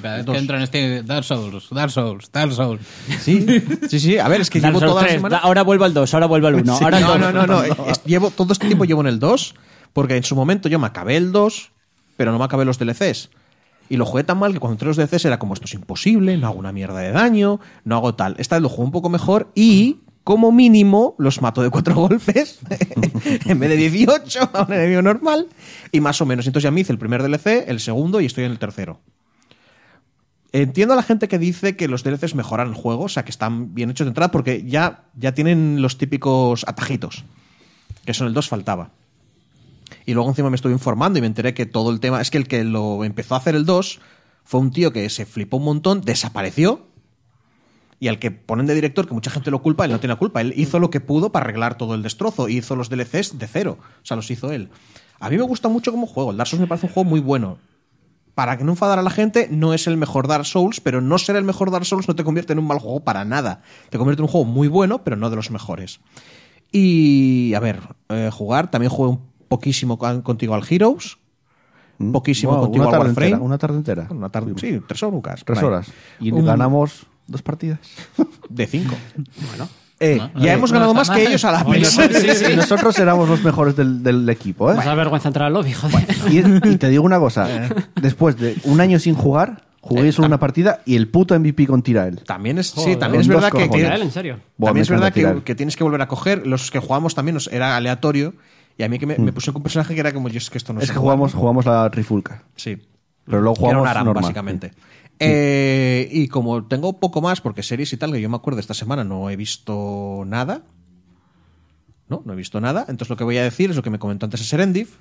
S10: Cada vez
S2: Dos.
S10: que entro en este Dark Souls, Dark Souls, Dark Souls.
S2: Sí, sí, sí. A ver, es que
S3: Dark
S2: llevo
S3: Souls
S2: toda la
S3: 3,
S2: semana...
S3: da- ahora vuelvo al 2, ahora vuelvo al 1,
S2: Sí.
S3: ahora al
S2: no,
S3: dos.
S2: no, no, no. Es- llevo, todo este tiempo llevo en el 2, porque en su momento yo me acabé el 2, pero no me acabé los DLCs. Y lo jugué tan mal que cuando entré los DLCs era como esto es imposible, no hago una mierda de daño, no hago tal. Esta vez lo jugué un poco mejor y, como mínimo, los mato de cuatro golpes en vez de 18 a un enemigo normal. Y más o menos. Entonces ya me hice el primer DLC, el segundo y estoy en el tercero. Entiendo a la gente que dice que los DLCs mejoran el juego, o sea, que están bien hechos de entrada porque ya, ya tienen los típicos atajitos, que eso en el 2 faltaba. Y luego encima me estuve informando y me enteré que todo el tema, es que el que lo empezó a hacer el 2 fue un tío que se flipó un montón, desapareció. Y al que ponen de director, que mucha gente lo culpa, él no tiene la culpa. Él hizo lo que pudo para arreglar todo el destrozo. Hizo los DLCs de cero. O sea, los hizo él. A mí me gusta mucho como juego. El Dark Souls me parece un juego muy bueno para que no enfadar a la gente, no es el mejor Dark Souls, pero no ser el mejor Dark Souls no te convierte en un mal juego para nada. Te convierte en un juego muy bueno, pero no de los mejores. Y, a ver, eh, jugar, también jugué un poquísimo con- contigo al Heroes,
S4: Mm.
S2: poquísimo
S4: Wow,
S2: contigo
S4: una
S2: al
S4: tarde
S2: Warframe.
S4: entera, Una tarde entera.
S2: una tarde, sí, tres horas.
S4: Tres
S2: por ahí.
S4: horas. Y
S2: Un-
S4: ganamos dos partidas.
S2: de cinco.
S7: Bueno. Ah,
S2: Eh,
S10: No,
S2: ya
S10: no,
S2: hemos
S10: no
S2: ganado
S10: está
S2: más que
S10: mal.
S2: ellos a la
S7: Oye,
S2: vez.
S7: ah, sí, sí.
S4: Y nosotros éramos los mejores del, del equipo, ¿eh?
S7: Nos da vergüenza entrar al lobby, joder.
S4: Y, y te digo una cosa. Después de un año sin jugar, jugué solo una partida y el puto MVP con Tirael.
S2: También es, sí,
S7: Joder.
S2: también es
S4: Con dos
S2: verdad que, que-
S4: cojones.
S7: Él, en serio.
S4: Buah, me
S2: también es
S4: encanta
S2: verdad que,
S4: tirar.
S2: que tienes que volver a coger. Los que jugábamos también nos- era aleatorio. Y a mí que me, me puse con un personaje que era como yo, es que esto no
S4: Hmm. Es
S2: sé
S4: que
S2: jugar.
S4: jugamos, jugamos la Trifulca.
S2: Sí.
S4: Pero luego
S2: Que era
S4: jugamos
S2: un ARAM,
S4: normal.
S2: básicamente. Eh, y como tengo poco más, porque series y tal, que yo me acuerdo esta semana no he visto nada. No, no he visto nada. Entonces lo que voy a decir es lo que me comentó antes Serendif.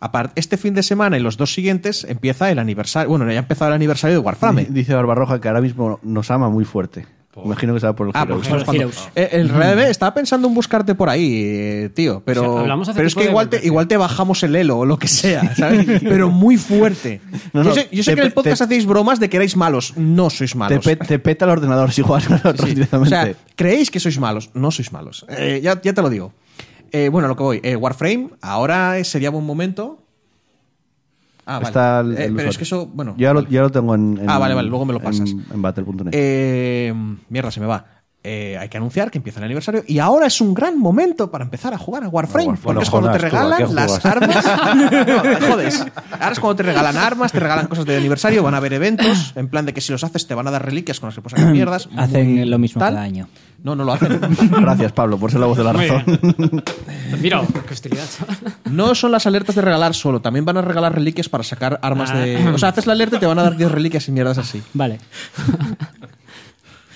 S2: Aparte, este fin de semana y los dos siguientes empieza el aniversario. Bueno, ya ha empezado el aniversario de Warframe.
S4: Di- Dice Barbarroja que ahora mismo nos ama muy fuerte. Imagino que será por el
S2: Ah,
S4: Heroes.
S2: porque estamos
S3: Por el
S2: jugando.
S3: Heroes.
S2: Eh, en realidad estaba pensando en buscarte por ahí, eh, tío. Pero,
S7: O sea, hablamos hace
S2: pero es
S7: tiempo
S2: que
S7: de
S2: igual te,
S7: volverte.
S2: igual te bajamos el elo o lo que sea, ¿sabes? pero muy fuerte.
S4: No, no,
S2: yo sé, yo sé
S4: te
S2: que en el
S4: pe-
S2: podcast
S4: te-
S2: hacéis bromas de que erais malos. No sois
S4: Te,
S2: malos.
S4: pe- te peta el ordenador si juegas con nosotros
S2: Sí. O
S4: directamente.
S2: sea, ah, creéis que sois malos. No sois malos. Eh, ya, ya te lo digo. Eh, bueno, lo que voy. Eh, Warframe, ahora eh, sería buen momento. Ah, vale.
S4: Está
S2: Eh,
S4: el- el
S2: pero
S4: usuario.
S2: es que eso, bueno.
S4: Ya, lo,
S2: vale.
S4: ya lo tengo en, en-
S2: Ah, vale, vale, luego me lo pasas.
S4: En, en battle.net.
S2: Eh, mierda, se me va. eh, hay que anunciar que empieza el aniversario y ahora es un gran momento para empezar a jugar a Warframe,
S6: Warframe.
S2: porque es
S6: Bueno,
S2: cuando te
S6: Jonas, tú, ¿a qué
S2: regalan las
S6: juegas?
S2: armas. No, te jodes. Ahora es cuando te regalan armas, te regalan cosas de aniversario, van a haber eventos, en plan de que si los haces te van a dar reliquias con las que puedes sacar mierdas. muy
S3: Hacen lo mismo
S2: tal.
S3: cada año.
S2: No, no lo hacen.
S4: Gracias, Pablo, por ser la voz de la
S7: Muy
S4: razón.
S7: Pues Mira, qué hostilidad.
S2: No son las alertas de regalar solo, también van a regalar reliquias para sacar armas
S7: Ah.
S2: de. O sea, haces la alerta y te van a dar 10 reliquias y mierdas así.
S3: Vale.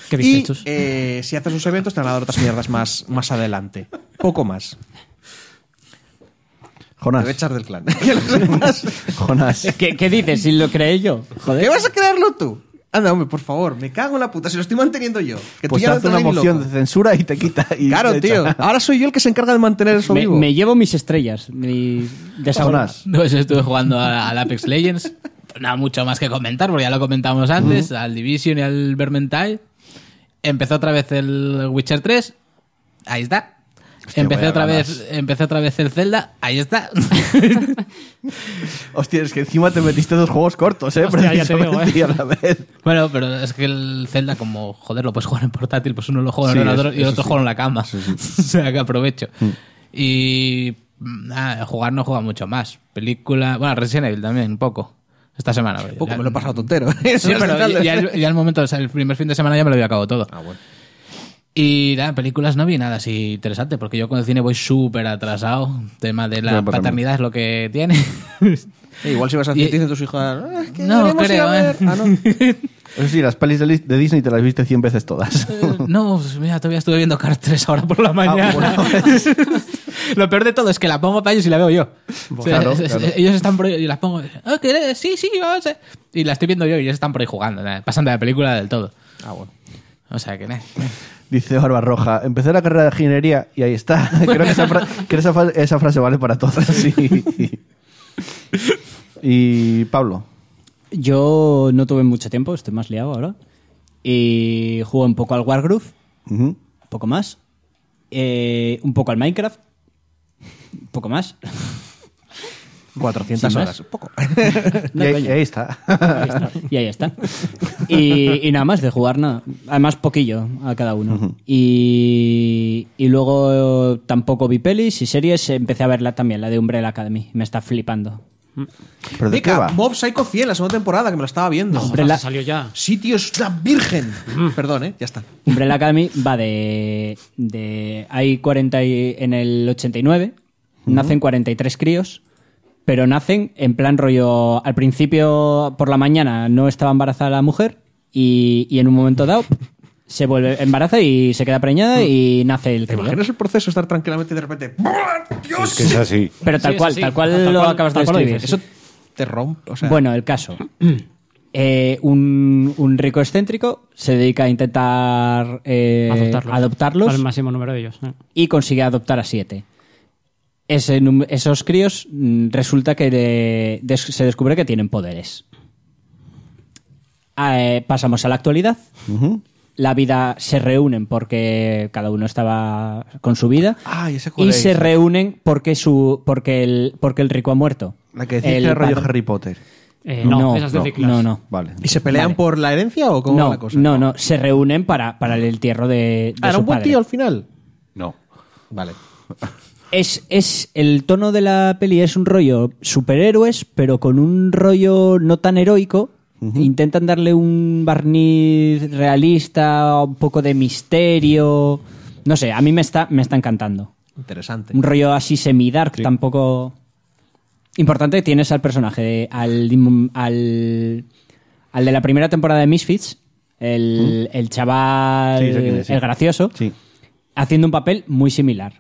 S7: ¿Qué
S2: Y
S7: viste, Chus?
S2: eh, si haces sus eventos, te van a dar otras mierdas más, más adelante. Poco más. Te voy a
S4: Jonás,
S2: echar del clan. Que lo sepas.
S4: Jonás.
S3: ¿Qué, qué dices? Si lo creé yo. Joder.
S2: ¿Qué vas a creerlo tú? Anda, hombre, por favor, me cago en la puta, si lo estoy manteniendo yo. Que
S4: Pues
S2: tú ya
S4: hace
S2: te
S4: una
S2: ves ni
S4: moción
S2: loco.
S4: de censura y te quita. y te
S2: Claro,
S4: echa.
S2: tío. Ahora soy yo el que se encarga de mantener eso
S3: Me,
S2: vivo.
S3: me llevo mis estrellas. Mis desahogas.
S4: Jonás,
S10: No, eso Pues estuve jugando a- al Apex Legends. Pues Nada mucho más que comentar, porque ya lo comentábamos antes, al Division y al Vermintide. Empezó otra vez el Witcher 3. Ahí está. empecé
S4: vaya
S10: otra
S4: ganas.
S10: vez, empecé otra vez el Zelda. Ahí está.
S4: hostia, es que encima te metiste dos juegos cortos, ¿eh?
S7: Hostia, ya te digo,
S4: Precisamente, y a la vez.
S10: bueno, pero es que el Zelda, como joder, lo puedes jugar en portátil, pues uno lo juega en
S4: Sí,
S10: el ordenador
S4: es-
S10: y el
S4: eso
S10: otro
S4: sí. Mm.
S10: juega en la cama. o sea que aprovecho. Y mm, nada, jugar no juega mucho más. Película. Bueno, Resident Evil también, un poco. Esta semana. pero
S2: Poco
S10: ya-
S2: me lo he pasado tontero. Eso
S10: Sí,
S2: es Ah,
S10: pero
S2: dejarle.
S10: ya, ya el, ya el momento, o sea, el primer fin de semana ya me lo había acabado todo. Y nada, en películas no vi nada así interesante, porque yo con el cine voy súper atrasado. Tema de la
S4: Ya, para mí.
S10: paternidad es lo que tiene.
S2: Eh, igual si vas a
S10: Y-
S2: decir dicen tus hijas. "Ah, es que
S10: No,
S2: queremos ir a
S10: creo,
S2: ver".
S10: eh.
S2: Ah, no.
S4: Eso Pues sí, las pelis de Lis- de Disney te las viste 100 veces todas.
S10: no, pues mira, todavía estuve viendo Cars 3 ahora por
S2: Ah,
S10: la mañana. lo peor de todo es que la pongo para ellos y la veo yo. O sea,
S4: claro,
S10: es- es-
S4: claro.
S10: Ellos están por ahí y las pongo. "Ah, ¿quieres? Sí, sí, vamos. eh". Y la estoy viendo yo y ellos están por ahí jugando, nada, pasando la película del todo. Ah, bueno. O sea que nada.
S4: Dice Barba Roja, empecé la carrera de ingeniería y ahí está. Creo que esa, fra- que esa fra- esa frase vale para todas. sí. Y Pablo,
S3: Yo no tuve mucho tiempo, estoy más liado ahora. Y jugué un poco al Wargroove,
S4: Ujú.
S3: un poco más. Eh, un poco al Minecraft, un poco más.
S2: 400
S3: Sin más.
S2: horas. Poco.
S3: No,
S4: y ahí,
S3: coño.
S4: ahí está.
S3: Ahí está. Y ahí está. Y, y nada más de jugar, nada. Además, poquillo a cada uno. y, y luego tampoco vi pelis y series. Empecé a verla también, la de Umbrella Academy. Me está flipando.
S4: ¿Pero de qué
S2: Dica,
S4: va?
S2: Mob Psycho 100, la segunda temporada, que me la estaba viendo.
S3: Hombre, Mm. la-
S7: Salió ya.
S2: Sí, tío, es una virgen. Perdón, eh. Ya está.
S3: Umbrella Academy va de. de hay 40 y- en el 89, nacen 43 críos, pero nacen en plan rollo. Al principio, por la mañana, no estaba embarazada la mujer, y, y en un momento dado se vuelve embaraza y se queda preñada y nace el
S2: ¿Te
S3: crío.
S2: imaginas el proceso estar tranquilamente y de repente. ¡buah, ¡Dios!
S6: Es que es así.
S3: Pero tal
S7: Sí,
S3: cual,
S7: sí,
S3: tal cual
S7: tal
S3: lo
S7: cual-
S3: acabas de
S7: tal cual lo
S3: describir.
S7: dices,
S2: Eso te rompe. O sea,
S3: Bueno, el caso. Eh, un, un rico excéntrico se dedica a intentar eh,
S7: Adoptarlos.
S3: adoptarlos
S7: Al máximo número de ellos. ¿eh?
S3: y consigue adoptar a siete. Ese num- esos críos mm, resulta que de- des- se descubre que tienen poderes. Ah, eh, pasamos a la actualidad. La vida se reúnen porque cada uno estaba con su vida.
S4: Ah, ya sé cuál
S3: y
S4: es.
S3: se reúnen porque su porque el, porque el rico ha muerto.
S4: La que decís
S3: El
S4: que era rollo
S3: padre-
S4: Harry Potter.
S7: Eh, no, esas de Ciclas.
S3: no, no.
S4: Vale.
S2: ¿Y se pelean
S3: Vale.
S2: por la herencia o cómo va
S3: no,
S2: la cosa?
S3: no, no, se reúnen para, para el entierro de, de
S2: Ah, era
S3: su
S2: un buen
S3: padre.
S2: tío al final.
S6: No.
S2: Vale.
S3: Es, es el tono de la peli es un rollo superhéroes, pero con un rollo no tan heroico. Intentan darle un barniz realista, un poco de misterio. No sé, a mí me está, me está encantando.
S2: Interesante.
S3: Un rollo así semi-dark, tampoco. Importante, tienes al personaje, de- al, al, al de la primera temporada de Misfits, el, el chaval,
S4: Sí, sé quién es, sí.
S3: el gracioso,
S4: Sí.
S3: haciendo un papel muy similar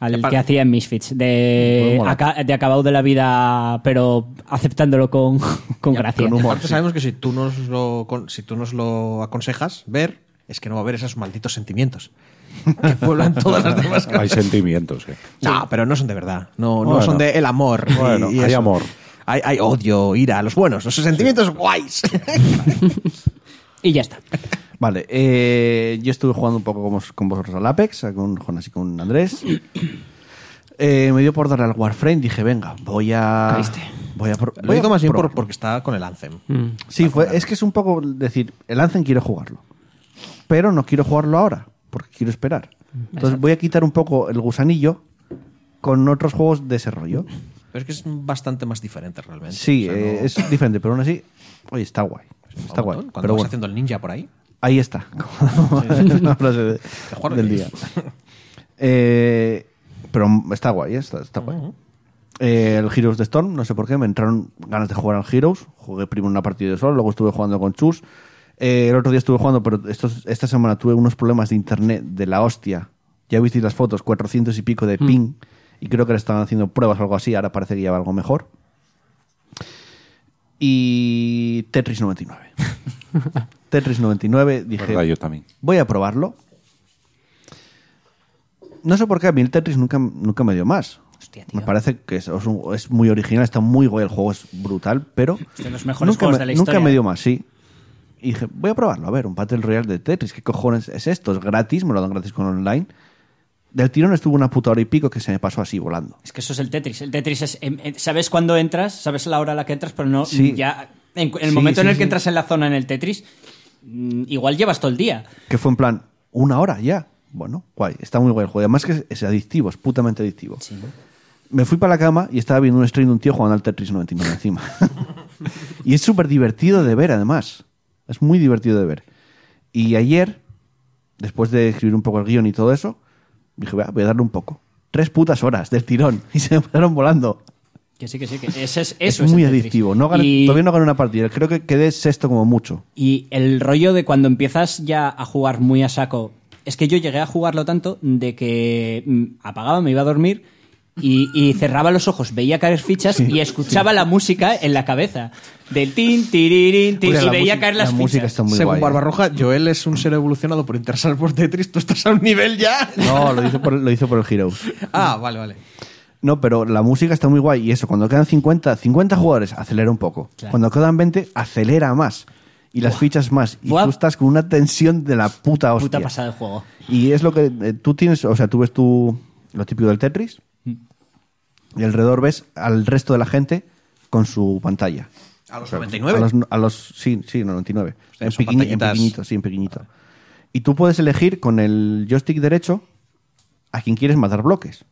S3: al que hacía en Misfits, de, aca- de acabado de la vida, pero aceptándolo con, con gracia.
S4: con humor.
S2: Aparte sabemos que si tú, nos lo, con- si tú nos lo aconsejas ver, es que no va a haber esos malditos sentimientos que pueblan todas las demás cosas.
S6: Hay sentimientos. eh.
S2: No, pero no son de verdad. No, no
S6: Bueno.
S2: son de el amor. y-
S6: Bueno,
S2: y
S6: hay
S2: eso.
S6: amor.
S2: Hay, hay odio, ira, los buenos, los sentimientos guays.
S3: Y ya está.
S4: Vale, eh, yo estuve jugando un poco con, vos- con vosotros al Apex, con Jonas y con Andrés. Eh, me dio por darle al Warframe, dije, venga, voy a... Voy a... pro-
S2: Lo
S4: voy a
S2: digo más bien
S4: pro-
S2: por- porque está con el Anthem.
S7: Mm.
S4: Sí, fue, es que es un poco decir, el Anthem quiero jugarlo, pero no quiero jugarlo ahora. porque quiero esperar. Entonces voy a quitar un poco el gusanillo con otros juegos de ese rollo.
S2: Pero es que es bastante más diferente realmente.
S4: Sí,
S2: O sea, no-
S4: eh, es diferente, pero aún así, oye, está guay. Está guay.
S2: Cuando
S4: Pero
S2: vas
S4: bueno,
S2: haciendo el ninja por ahí.
S4: ahí está. Una frase de-
S2: jugar
S4: del
S2: bien.
S4: día. Eh, pero está guay, está, está guay. Eh, el Heroes de Storm, no sé por qué, me entraron ganas de jugar al Heroes. Jugué primero una partida de sol, luego estuve jugando con Chus. Eh, el otro día estuve jugando, pero estos- esta semana tuve unos problemas de internet de la hostia. Ya visteis las fotos, 400 y pico de ping. Y creo que le estaban haciendo pruebas o algo así. Ahora parece que ya va algo mejor. Y Tetris 99. Tetris 99, dije.
S6: Verdad, yo también.
S4: Voy a probarlo. No sé por qué a mí el Tetris nunca, nunca me dio más. Me parece que es, es un- es muy original, está muy guay, el juego es brutal, pero.
S3: Es de los mejores
S4: nunca
S3: juegos
S4: me,
S3: de la
S4: nunca
S3: historia.
S4: me dio más, sí. Y dije, voy a probarlo, a ver, un Battle Royale de Tetris, ¿qué cojones es esto? Es gratis, me lo dan gratis con online. Del tirón estuvo una puta hora y pico que se me pasó así volando.
S3: Es que eso es el Tetris. El Tetris es. em, em, sabes cuándo entras, sabes la hora a la que entras, pero no.
S4: Sí.
S3: Ya. En, en el
S4: Sí,
S3: momento
S4: sí,
S3: en el que
S4: sí.
S3: entras en la zona en el Tetris, mm, igual llevas todo el día.
S4: Que fue en plan, una hora ya. Bueno, guay, está muy guay el juego. Además que es, es adictivo, es putamente adictivo. Me fui para la cama y estaba viendo un stream de un tío jugando al Tetris 99 encima. y es súper divertido de ver, además. Es muy divertido de ver. Y ayer, después de escribir un poco el guión y todo eso, dije, "Va, voy a darle un poco. Tres putas horas del tirón y se me pasaron volando.
S3: Que sí, que sí, que ese es,
S4: Es
S3: eso
S4: muy
S3: el Tetris.
S4: adictivo. No gané-
S3: Y-
S4: Todavía no gané una partida. Creo que quedé sexto como mucho.
S3: Y el rollo de cuando empiezas ya a jugar muy a saco. Es que yo llegué a jugarlo tanto de que mm, apagaba, me iba a dormir y, y cerraba los ojos, veía caer fichas y escuchaba la música en la cabeza. Del tin, tiririn, tin,
S4: Hostia,
S3: y
S4: Pues la
S3: veía
S4: música-
S3: caer las
S4: la música
S3: fichas.
S4: está muy
S2: Según
S4: guay. ¿eh?
S2: Barbarroja, Joel es un ser evolucionado por interesar por Tetris. Tú estás a un nivel ya.
S4: No, lo hizo por, lo hizo por el Heroes.
S2: Ah, vale, vale.
S4: No, pero la música está muy guay. Y eso, cuando quedan 50, 50 jugadores, acelera un poco. Cuando quedan 20, acelera más. Y las fichas más. Y
S3: Buah.
S4: tú estás con una tensión de la puta hostia.
S3: Puta pasada de juego.
S4: Y es lo que eh, tú tienes, o sea, tú ves tú lo típico del Tetris y alrededor ves al resto de la gente con su pantalla.
S2: A los
S4: A
S2: 99.
S4: los, a los- sí, sí, no, 99.
S2: sea,
S4: en,
S2: son
S4: pequeñi- en
S2: pantallitas.
S4: pequeñito, sí, en pequeñito. Y tú puedes elegir con el joystick derecho a quien quieres matar bloques.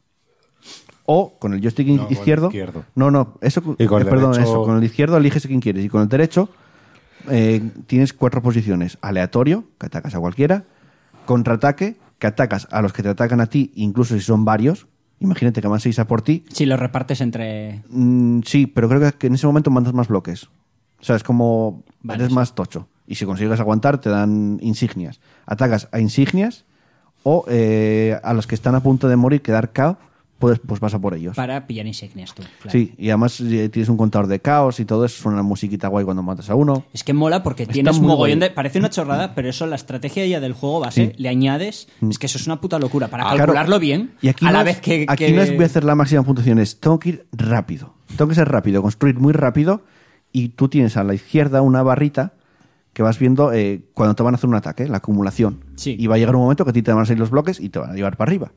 S4: O con el joystick
S6: No, con el
S4: izquierdo.
S6: izquierdo.
S4: No, no, eso
S6: Y con
S4: eh,
S6: el
S4: perdón,
S6: derecho-
S4: eso, con el izquierdo eliges a quien quieres y con el derecho eh, tienes cuatro posiciones. Aleatorio, que atacas a cualquiera. Contraataque, que atacas a los que te atacan a ti, incluso si son varios. Imagínate que van seis a por ti,
S3: Si lo repartes entre.
S4: Mm, sí, pero creo que- que en ese momento mandas más bloques. O sea, es como
S3: Vale,
S4: eres
S3: sí.
S4: más tocho. Y si consigues aguantar, te dan insignias. Atacas a insignias o eh, a los que están a punto de morir, quedar KO, pues, pues vas a por ellos.
S3: Para pillar insignias tú. claro.
S4: Sí, y además eh, tienes un contador de caos y todo eso. Suena musiquita guay cuando matas a uno.
S3: Es que mola porque tienes
S4: muy
S3: mogollón
S4: guay.
S3: de. Parece una chorrada, pero eso, la estrategia ya del juego base, le añades. Es que eso es una puta locura. Para
S4: Mm. Ah, Claro.
S3: calcularlo bien,
S4: Y aquí
S3: a la
S4: no
S3: vez
S4: es-
S3: que.
S4: Aquí
S3: que-
S4: no es voy a hacer la máxima puntuación, es tengo que ir rápido. Tengo que ser rápido, construir muy rápido. Y tú tienes a la izquierda una barrita que vas viendo eh, cuando te van a hacer un ataque, la acumulación.
S3: Sí.
S4: Y va a llegar un momento que a ti te van a salir los bloques y te van a llevar para arriba.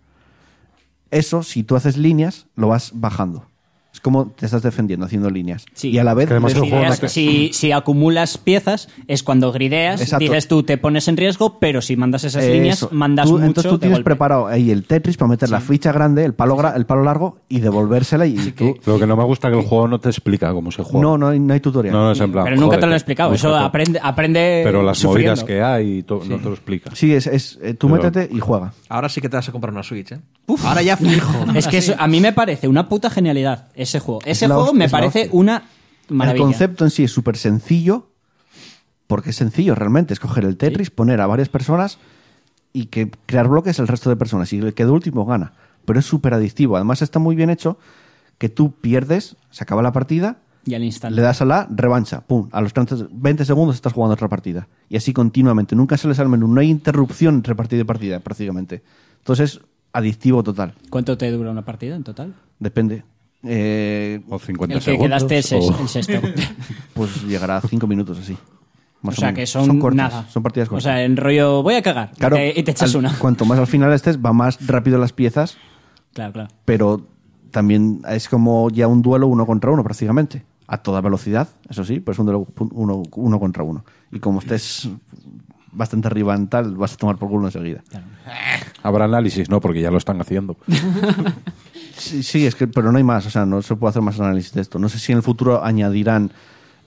S4: Eso, si tú haces líneas, lo vas bajando. Es como te estás defendiendo, haciendo líneas.
S3: Sí.
S4: Y a la vez...
S6: que además
S4: ves-
S6: el juego no
S3: Ideas-
S6: te-
S3: si, si acumulas piezas, es cuando grideas,
S4: Exacto.
S3: dices tú te pones en riesgo, pero si mandas esas
S4: eh,
S3: líneas,
S4: eso.
S3: mandas
S4: Tú-
S3: mucho.
S4: Entonces tú
S3: de
S4: tienes
S3: golpe.
S4: preparado ahí el Tetris para meter la ficha grande, el palo, gra- el palo largo y devolvérsela y tú...
S6: Lo que no me gusta es que el juego no te explica cómo se juega.
S4: No, no hay, no hay tutorial.
S6: No, no, es en plan,
S3: pero nunca te lo han
S6: jódete,
S3: explicado. Eso
S6: búscate.
S3: aprende, aprende.
S6: Pero las
S3: sufriendo.
S6: movidas que hay y to- no te lo explica.
S4: Sí, es, es eh, tú
S6: Pero-
S4: métete y juega.
S2: Ahora sí que te vas a comprar una Switch, ¿eh? Ahora ya fijo.
S3: Es que eso- a mí me parece una puta genialidad ese juego. Ese
S4: la
S3: juego
S4: hostia,
S3: me
S4: es la
S3: parece
S4: hostia.
S3: una maravilla.
S4: El concepto en sí es súper sencillo, porque es sencillo realmente, es coger el Tetris, poner a varias personas y que crear bloques al resto de personas, y el que de último gana. Pero es súper adictivo, además está muy bien hecho que tú pierdes, se acaba la partida,
S3: y al instante.
S4: le das a la revancha, pum, a los 30 20 segundos estás jugando otra partida. Y así continuamente, nunca sales al menú, no hay interrupción entre partida y partida prácticamente. Entonces es adictivo total,
S3: ¿Cuánto te dura una partida en total?
S4: depende. Eh,
S6: O 50
S3: El que
S6: segundos.
S3: quedaste es
S6: o-
S3: el sexto.
S4: pues llegará a cinco minutos así.
S3: o
S4: Más
S3: sea
S4: menos.
S3: que son,
S4: cortas,
S3: nada.
S4: Son partidas cortas.
S3: O sea, en rollo voy a cagar
S4: Claro,
S3: y, te, y te echas
S4: al-
S3: una.
S4: Cuanto más al final estés, va más rápido las piezas,
S3: Claro, claro.
S4: pero también es como ya un duelo uno contra uno prácticamente. A toda velocidad, eso sí, pues un duelo pu- uno, uno contra uno. Y como estés bastante ribantal, vas a tomar por culo enseguida.
S6: Habrá análisis, no, porque ya lo están haciendo.
S4: Sí, sí, es que, pero no hay más, o sea, no se puede hacer más análisis de esto. No sé si en el futuro añadirán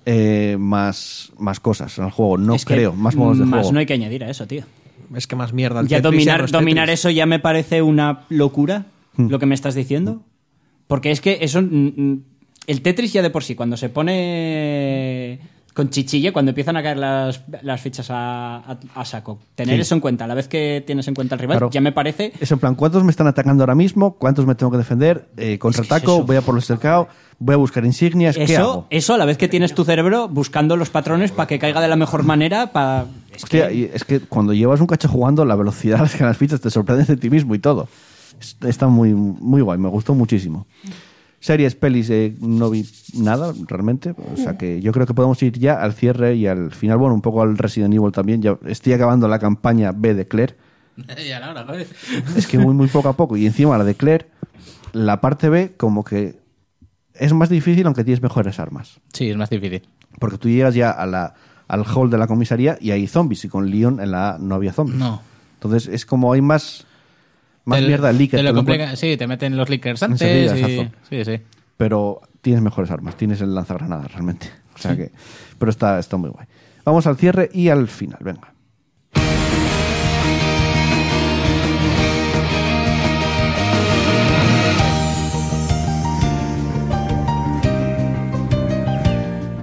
S4: eh, más, más cosas al juego, no
S3: Es que
S4: creo, más modos de
S3: Más
S4: juego.
S3: no hay que añadir a eso, tío.
S2: Es que más mierda. al
S3: Ya
S2: Tetris y a
S3: dominar,
S2: los
S3: dominar
S2: Tetris.
S3: eso ya me parece una locura,
S4: Hmm.
S3: lo que me estás diciendo. Porque es que eso. mm, mm, El Tetris ya de por sí, cuando se pone con chichilla, cuando empiezan a caer las, las fichas a, a- a saco, tener
S4: Sí.
S3: eso en cuenta, a la vez que tienes en cuenta al rival,
S4: Claro.
S3: ya me parece.
S4: Es en plan, ¿cuántos me están atacando ahora mismo? ¿Cuántos me tengo que defender? Eh, contraataco,
S3: eso.
S4: voy a por los cercado, voy a buscar insignias, ¿qué hago?
S3: Eso, eso a la vez que tienes tu cerebro buscando los patrones para que caiga de la mejor manera, para.
S4: Hostia, y es que cuando llevas un cacho jugando, la velocidad a la que las fichas te sorprendes de ti mismo y todo. Es- Está muy, muy guay, me gustó muchísimo. Series, pelis, eh, no vi nada realmente. O sea que yo creo que podemos ir ya al cierre y al final, bueno, un poco al Resident Evil también. Ya estoy acabando la campaña B de Claire.
S10: Ya la hora, joder.
S4: Es que muy, muy poco a poco. Y encima la de Claire, la parte B, como que es más difícil aunque tienes mejores armas.
S10: Sí, es más difícil.
S4: Porque tú llegas ya a la, al hall de la comisaría y hay zombies. Y con Leon en la A no había zombies.
S10: No.
S4: Entonces es como hay más, más
S10: Te-
S4: mierda líquida.
S10: Te lo complica- sí, te meten los lickers antes.
S4: Enseguida,
S10: y-
S4: exacto.
S10: sí, sí.
S4: Pero tienes mejores armas, tienes el lanzagranadas realmente. O sea que, pero está, está muy guay. Vamos al cierre y al final, venga.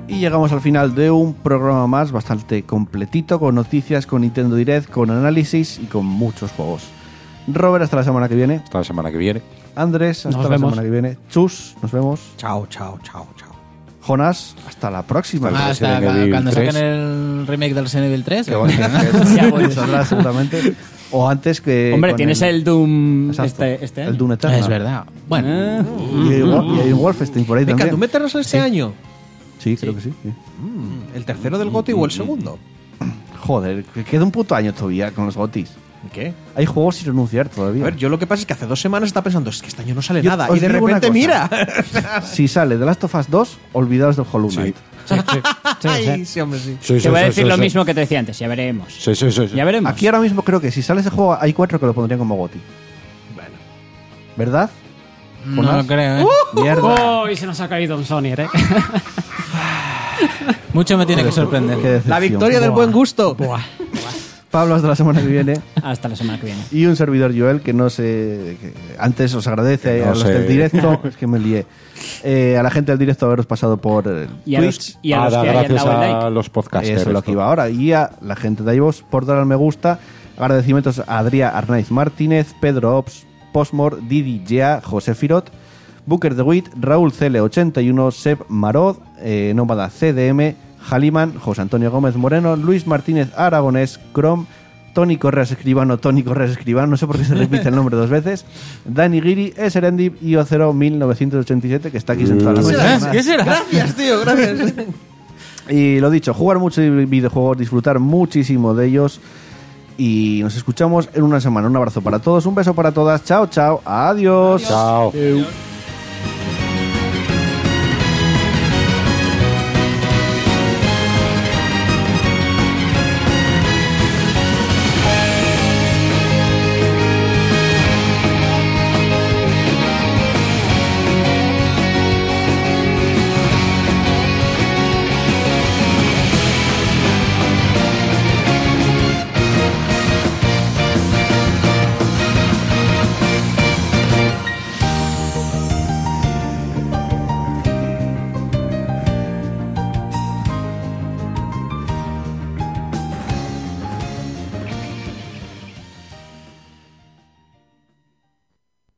S4: Y llegamos al final de un programa más bastante completito, con noticias, con Nintendo Direct, con análisis y con muchos juegos. Robert, hasta la semana que viene.
S6: Hasta la semana que viene.
S4: Andrés, hasta
S7: Nos
S4: la
S7: vemos.
S4: semana que viene. Chus, nos vemos.
S2: Chao, chao, chao, chao.
S4: Jonas, hasta la próxima.
S10: Ah, Hasta
S6: Resident
S10: cu-
S6: Evil
S10: cuando
S6: 3.
S10: saquen el remake del Resident Evil 3.
S4: Que bueno, que-
S3: Ya voy.
S4: que saldrá seguramente. O antes que.
S3: Hombre,
S4: Eh, con
S3: tienes el, Doom
S4: Exacto,
S3: este, este año.
S4: El Doom Eternal.
S10: Es verdad. Bueno,
S3: Ah.
S4: Y hay, Wol- y hay un Wolfenstein por ahí
S2: Venga,
S4: también.
S2: ¿tú meterás este año?
S4: Sí, creo que sí. sí.
S2: ¿El tercero del GOTY
S4: Mm,
S2: o el segundo?
S4: Joder, que queda un puto año todavía con los gotis.
S2: ¿Qué?
S4: Hay juegos sin anunciar
S2: A
S4: todavía.
S2: ver, yo lo que pasa es que hace dos semanas estaba pensando, es que este año no sale
S4: Yo
S2: nada.
S4: os
S2: Y de
S4: digo una
S2: repente,
S4: cosa.
S2: mira.
S4: Si sale The Last of Us 2, olvidaos del Hollow Knight.
S2: Ay, sí, hombre, sí.
S6: Sí, sí,
S3: Te voy a
S6: sí,
S3: decir
S6: sí,
S3: lo
S6: sí.
S3: mismo que te decía antes, ya veremos.
S6: Sí, sí, sí, sí.
S3: Ya veremos.
S4: Aquí ahora mismo creo que si sale ese juego hay cuatro que lo pondrían como goti. ¿Verdad?
S10: no
S4: Jonas.
S10: lo creo. ¿eh?
S4: ¡Uh! Mierda.
S7: ¡Oh! Y se nos ha caído un Sony, ¿eh?
S10: Mucho me tiene que
S4: Qué
S10: sorprender.
S4: decepción.
S2: La victoria del buen gusto.
S4: Pablo, hasta la semana que viene.
S3: Hasta la semana que viene.
S4: y un servidor Joel que no sé que antes os agradece
S6: Que no
S4: a los
S6: sé.
S4: del directo es que me lié Eh, a la gente del directo haberos pasado por eh,
S3: Y a
S4: Twitch
S3: los, y a
S6: Ah,
S3: los
S6: da
S3: que hayan
S6: gracias
S3: dado el
S6: a
S3: like.
S6: los podcasters.
S4: eso es lo que iba ahora y a la gente de iVoox por dar al me gusta agradecimientos a Adrián Arnaiz Martínez Pedro Ops Postmor Didi Gea José Firot Booker de Witt Raúl CL81 Seb Marod eh, Nómada CDM Jaliman José Antonio Gómez Moreno Luis Martínez Aragonés Crom Tony Correas Escribano, Tony Correas Escribano, no sé por qué se repite el nombre dos veces. Dani Giri, Eserendip y O01987, que está aquí sentado a la mesa.
S10: ¿Qué será?
S2: Gracias, tío, gracias.
S4: Y lo dicho, jugar muchos videojuegos, disfrutar muchísimo de ellos. Y nos escuchamos en una semana. Un abrazo para todos, un beso para todas. Chao, chao. Adiós.
S6: Chao.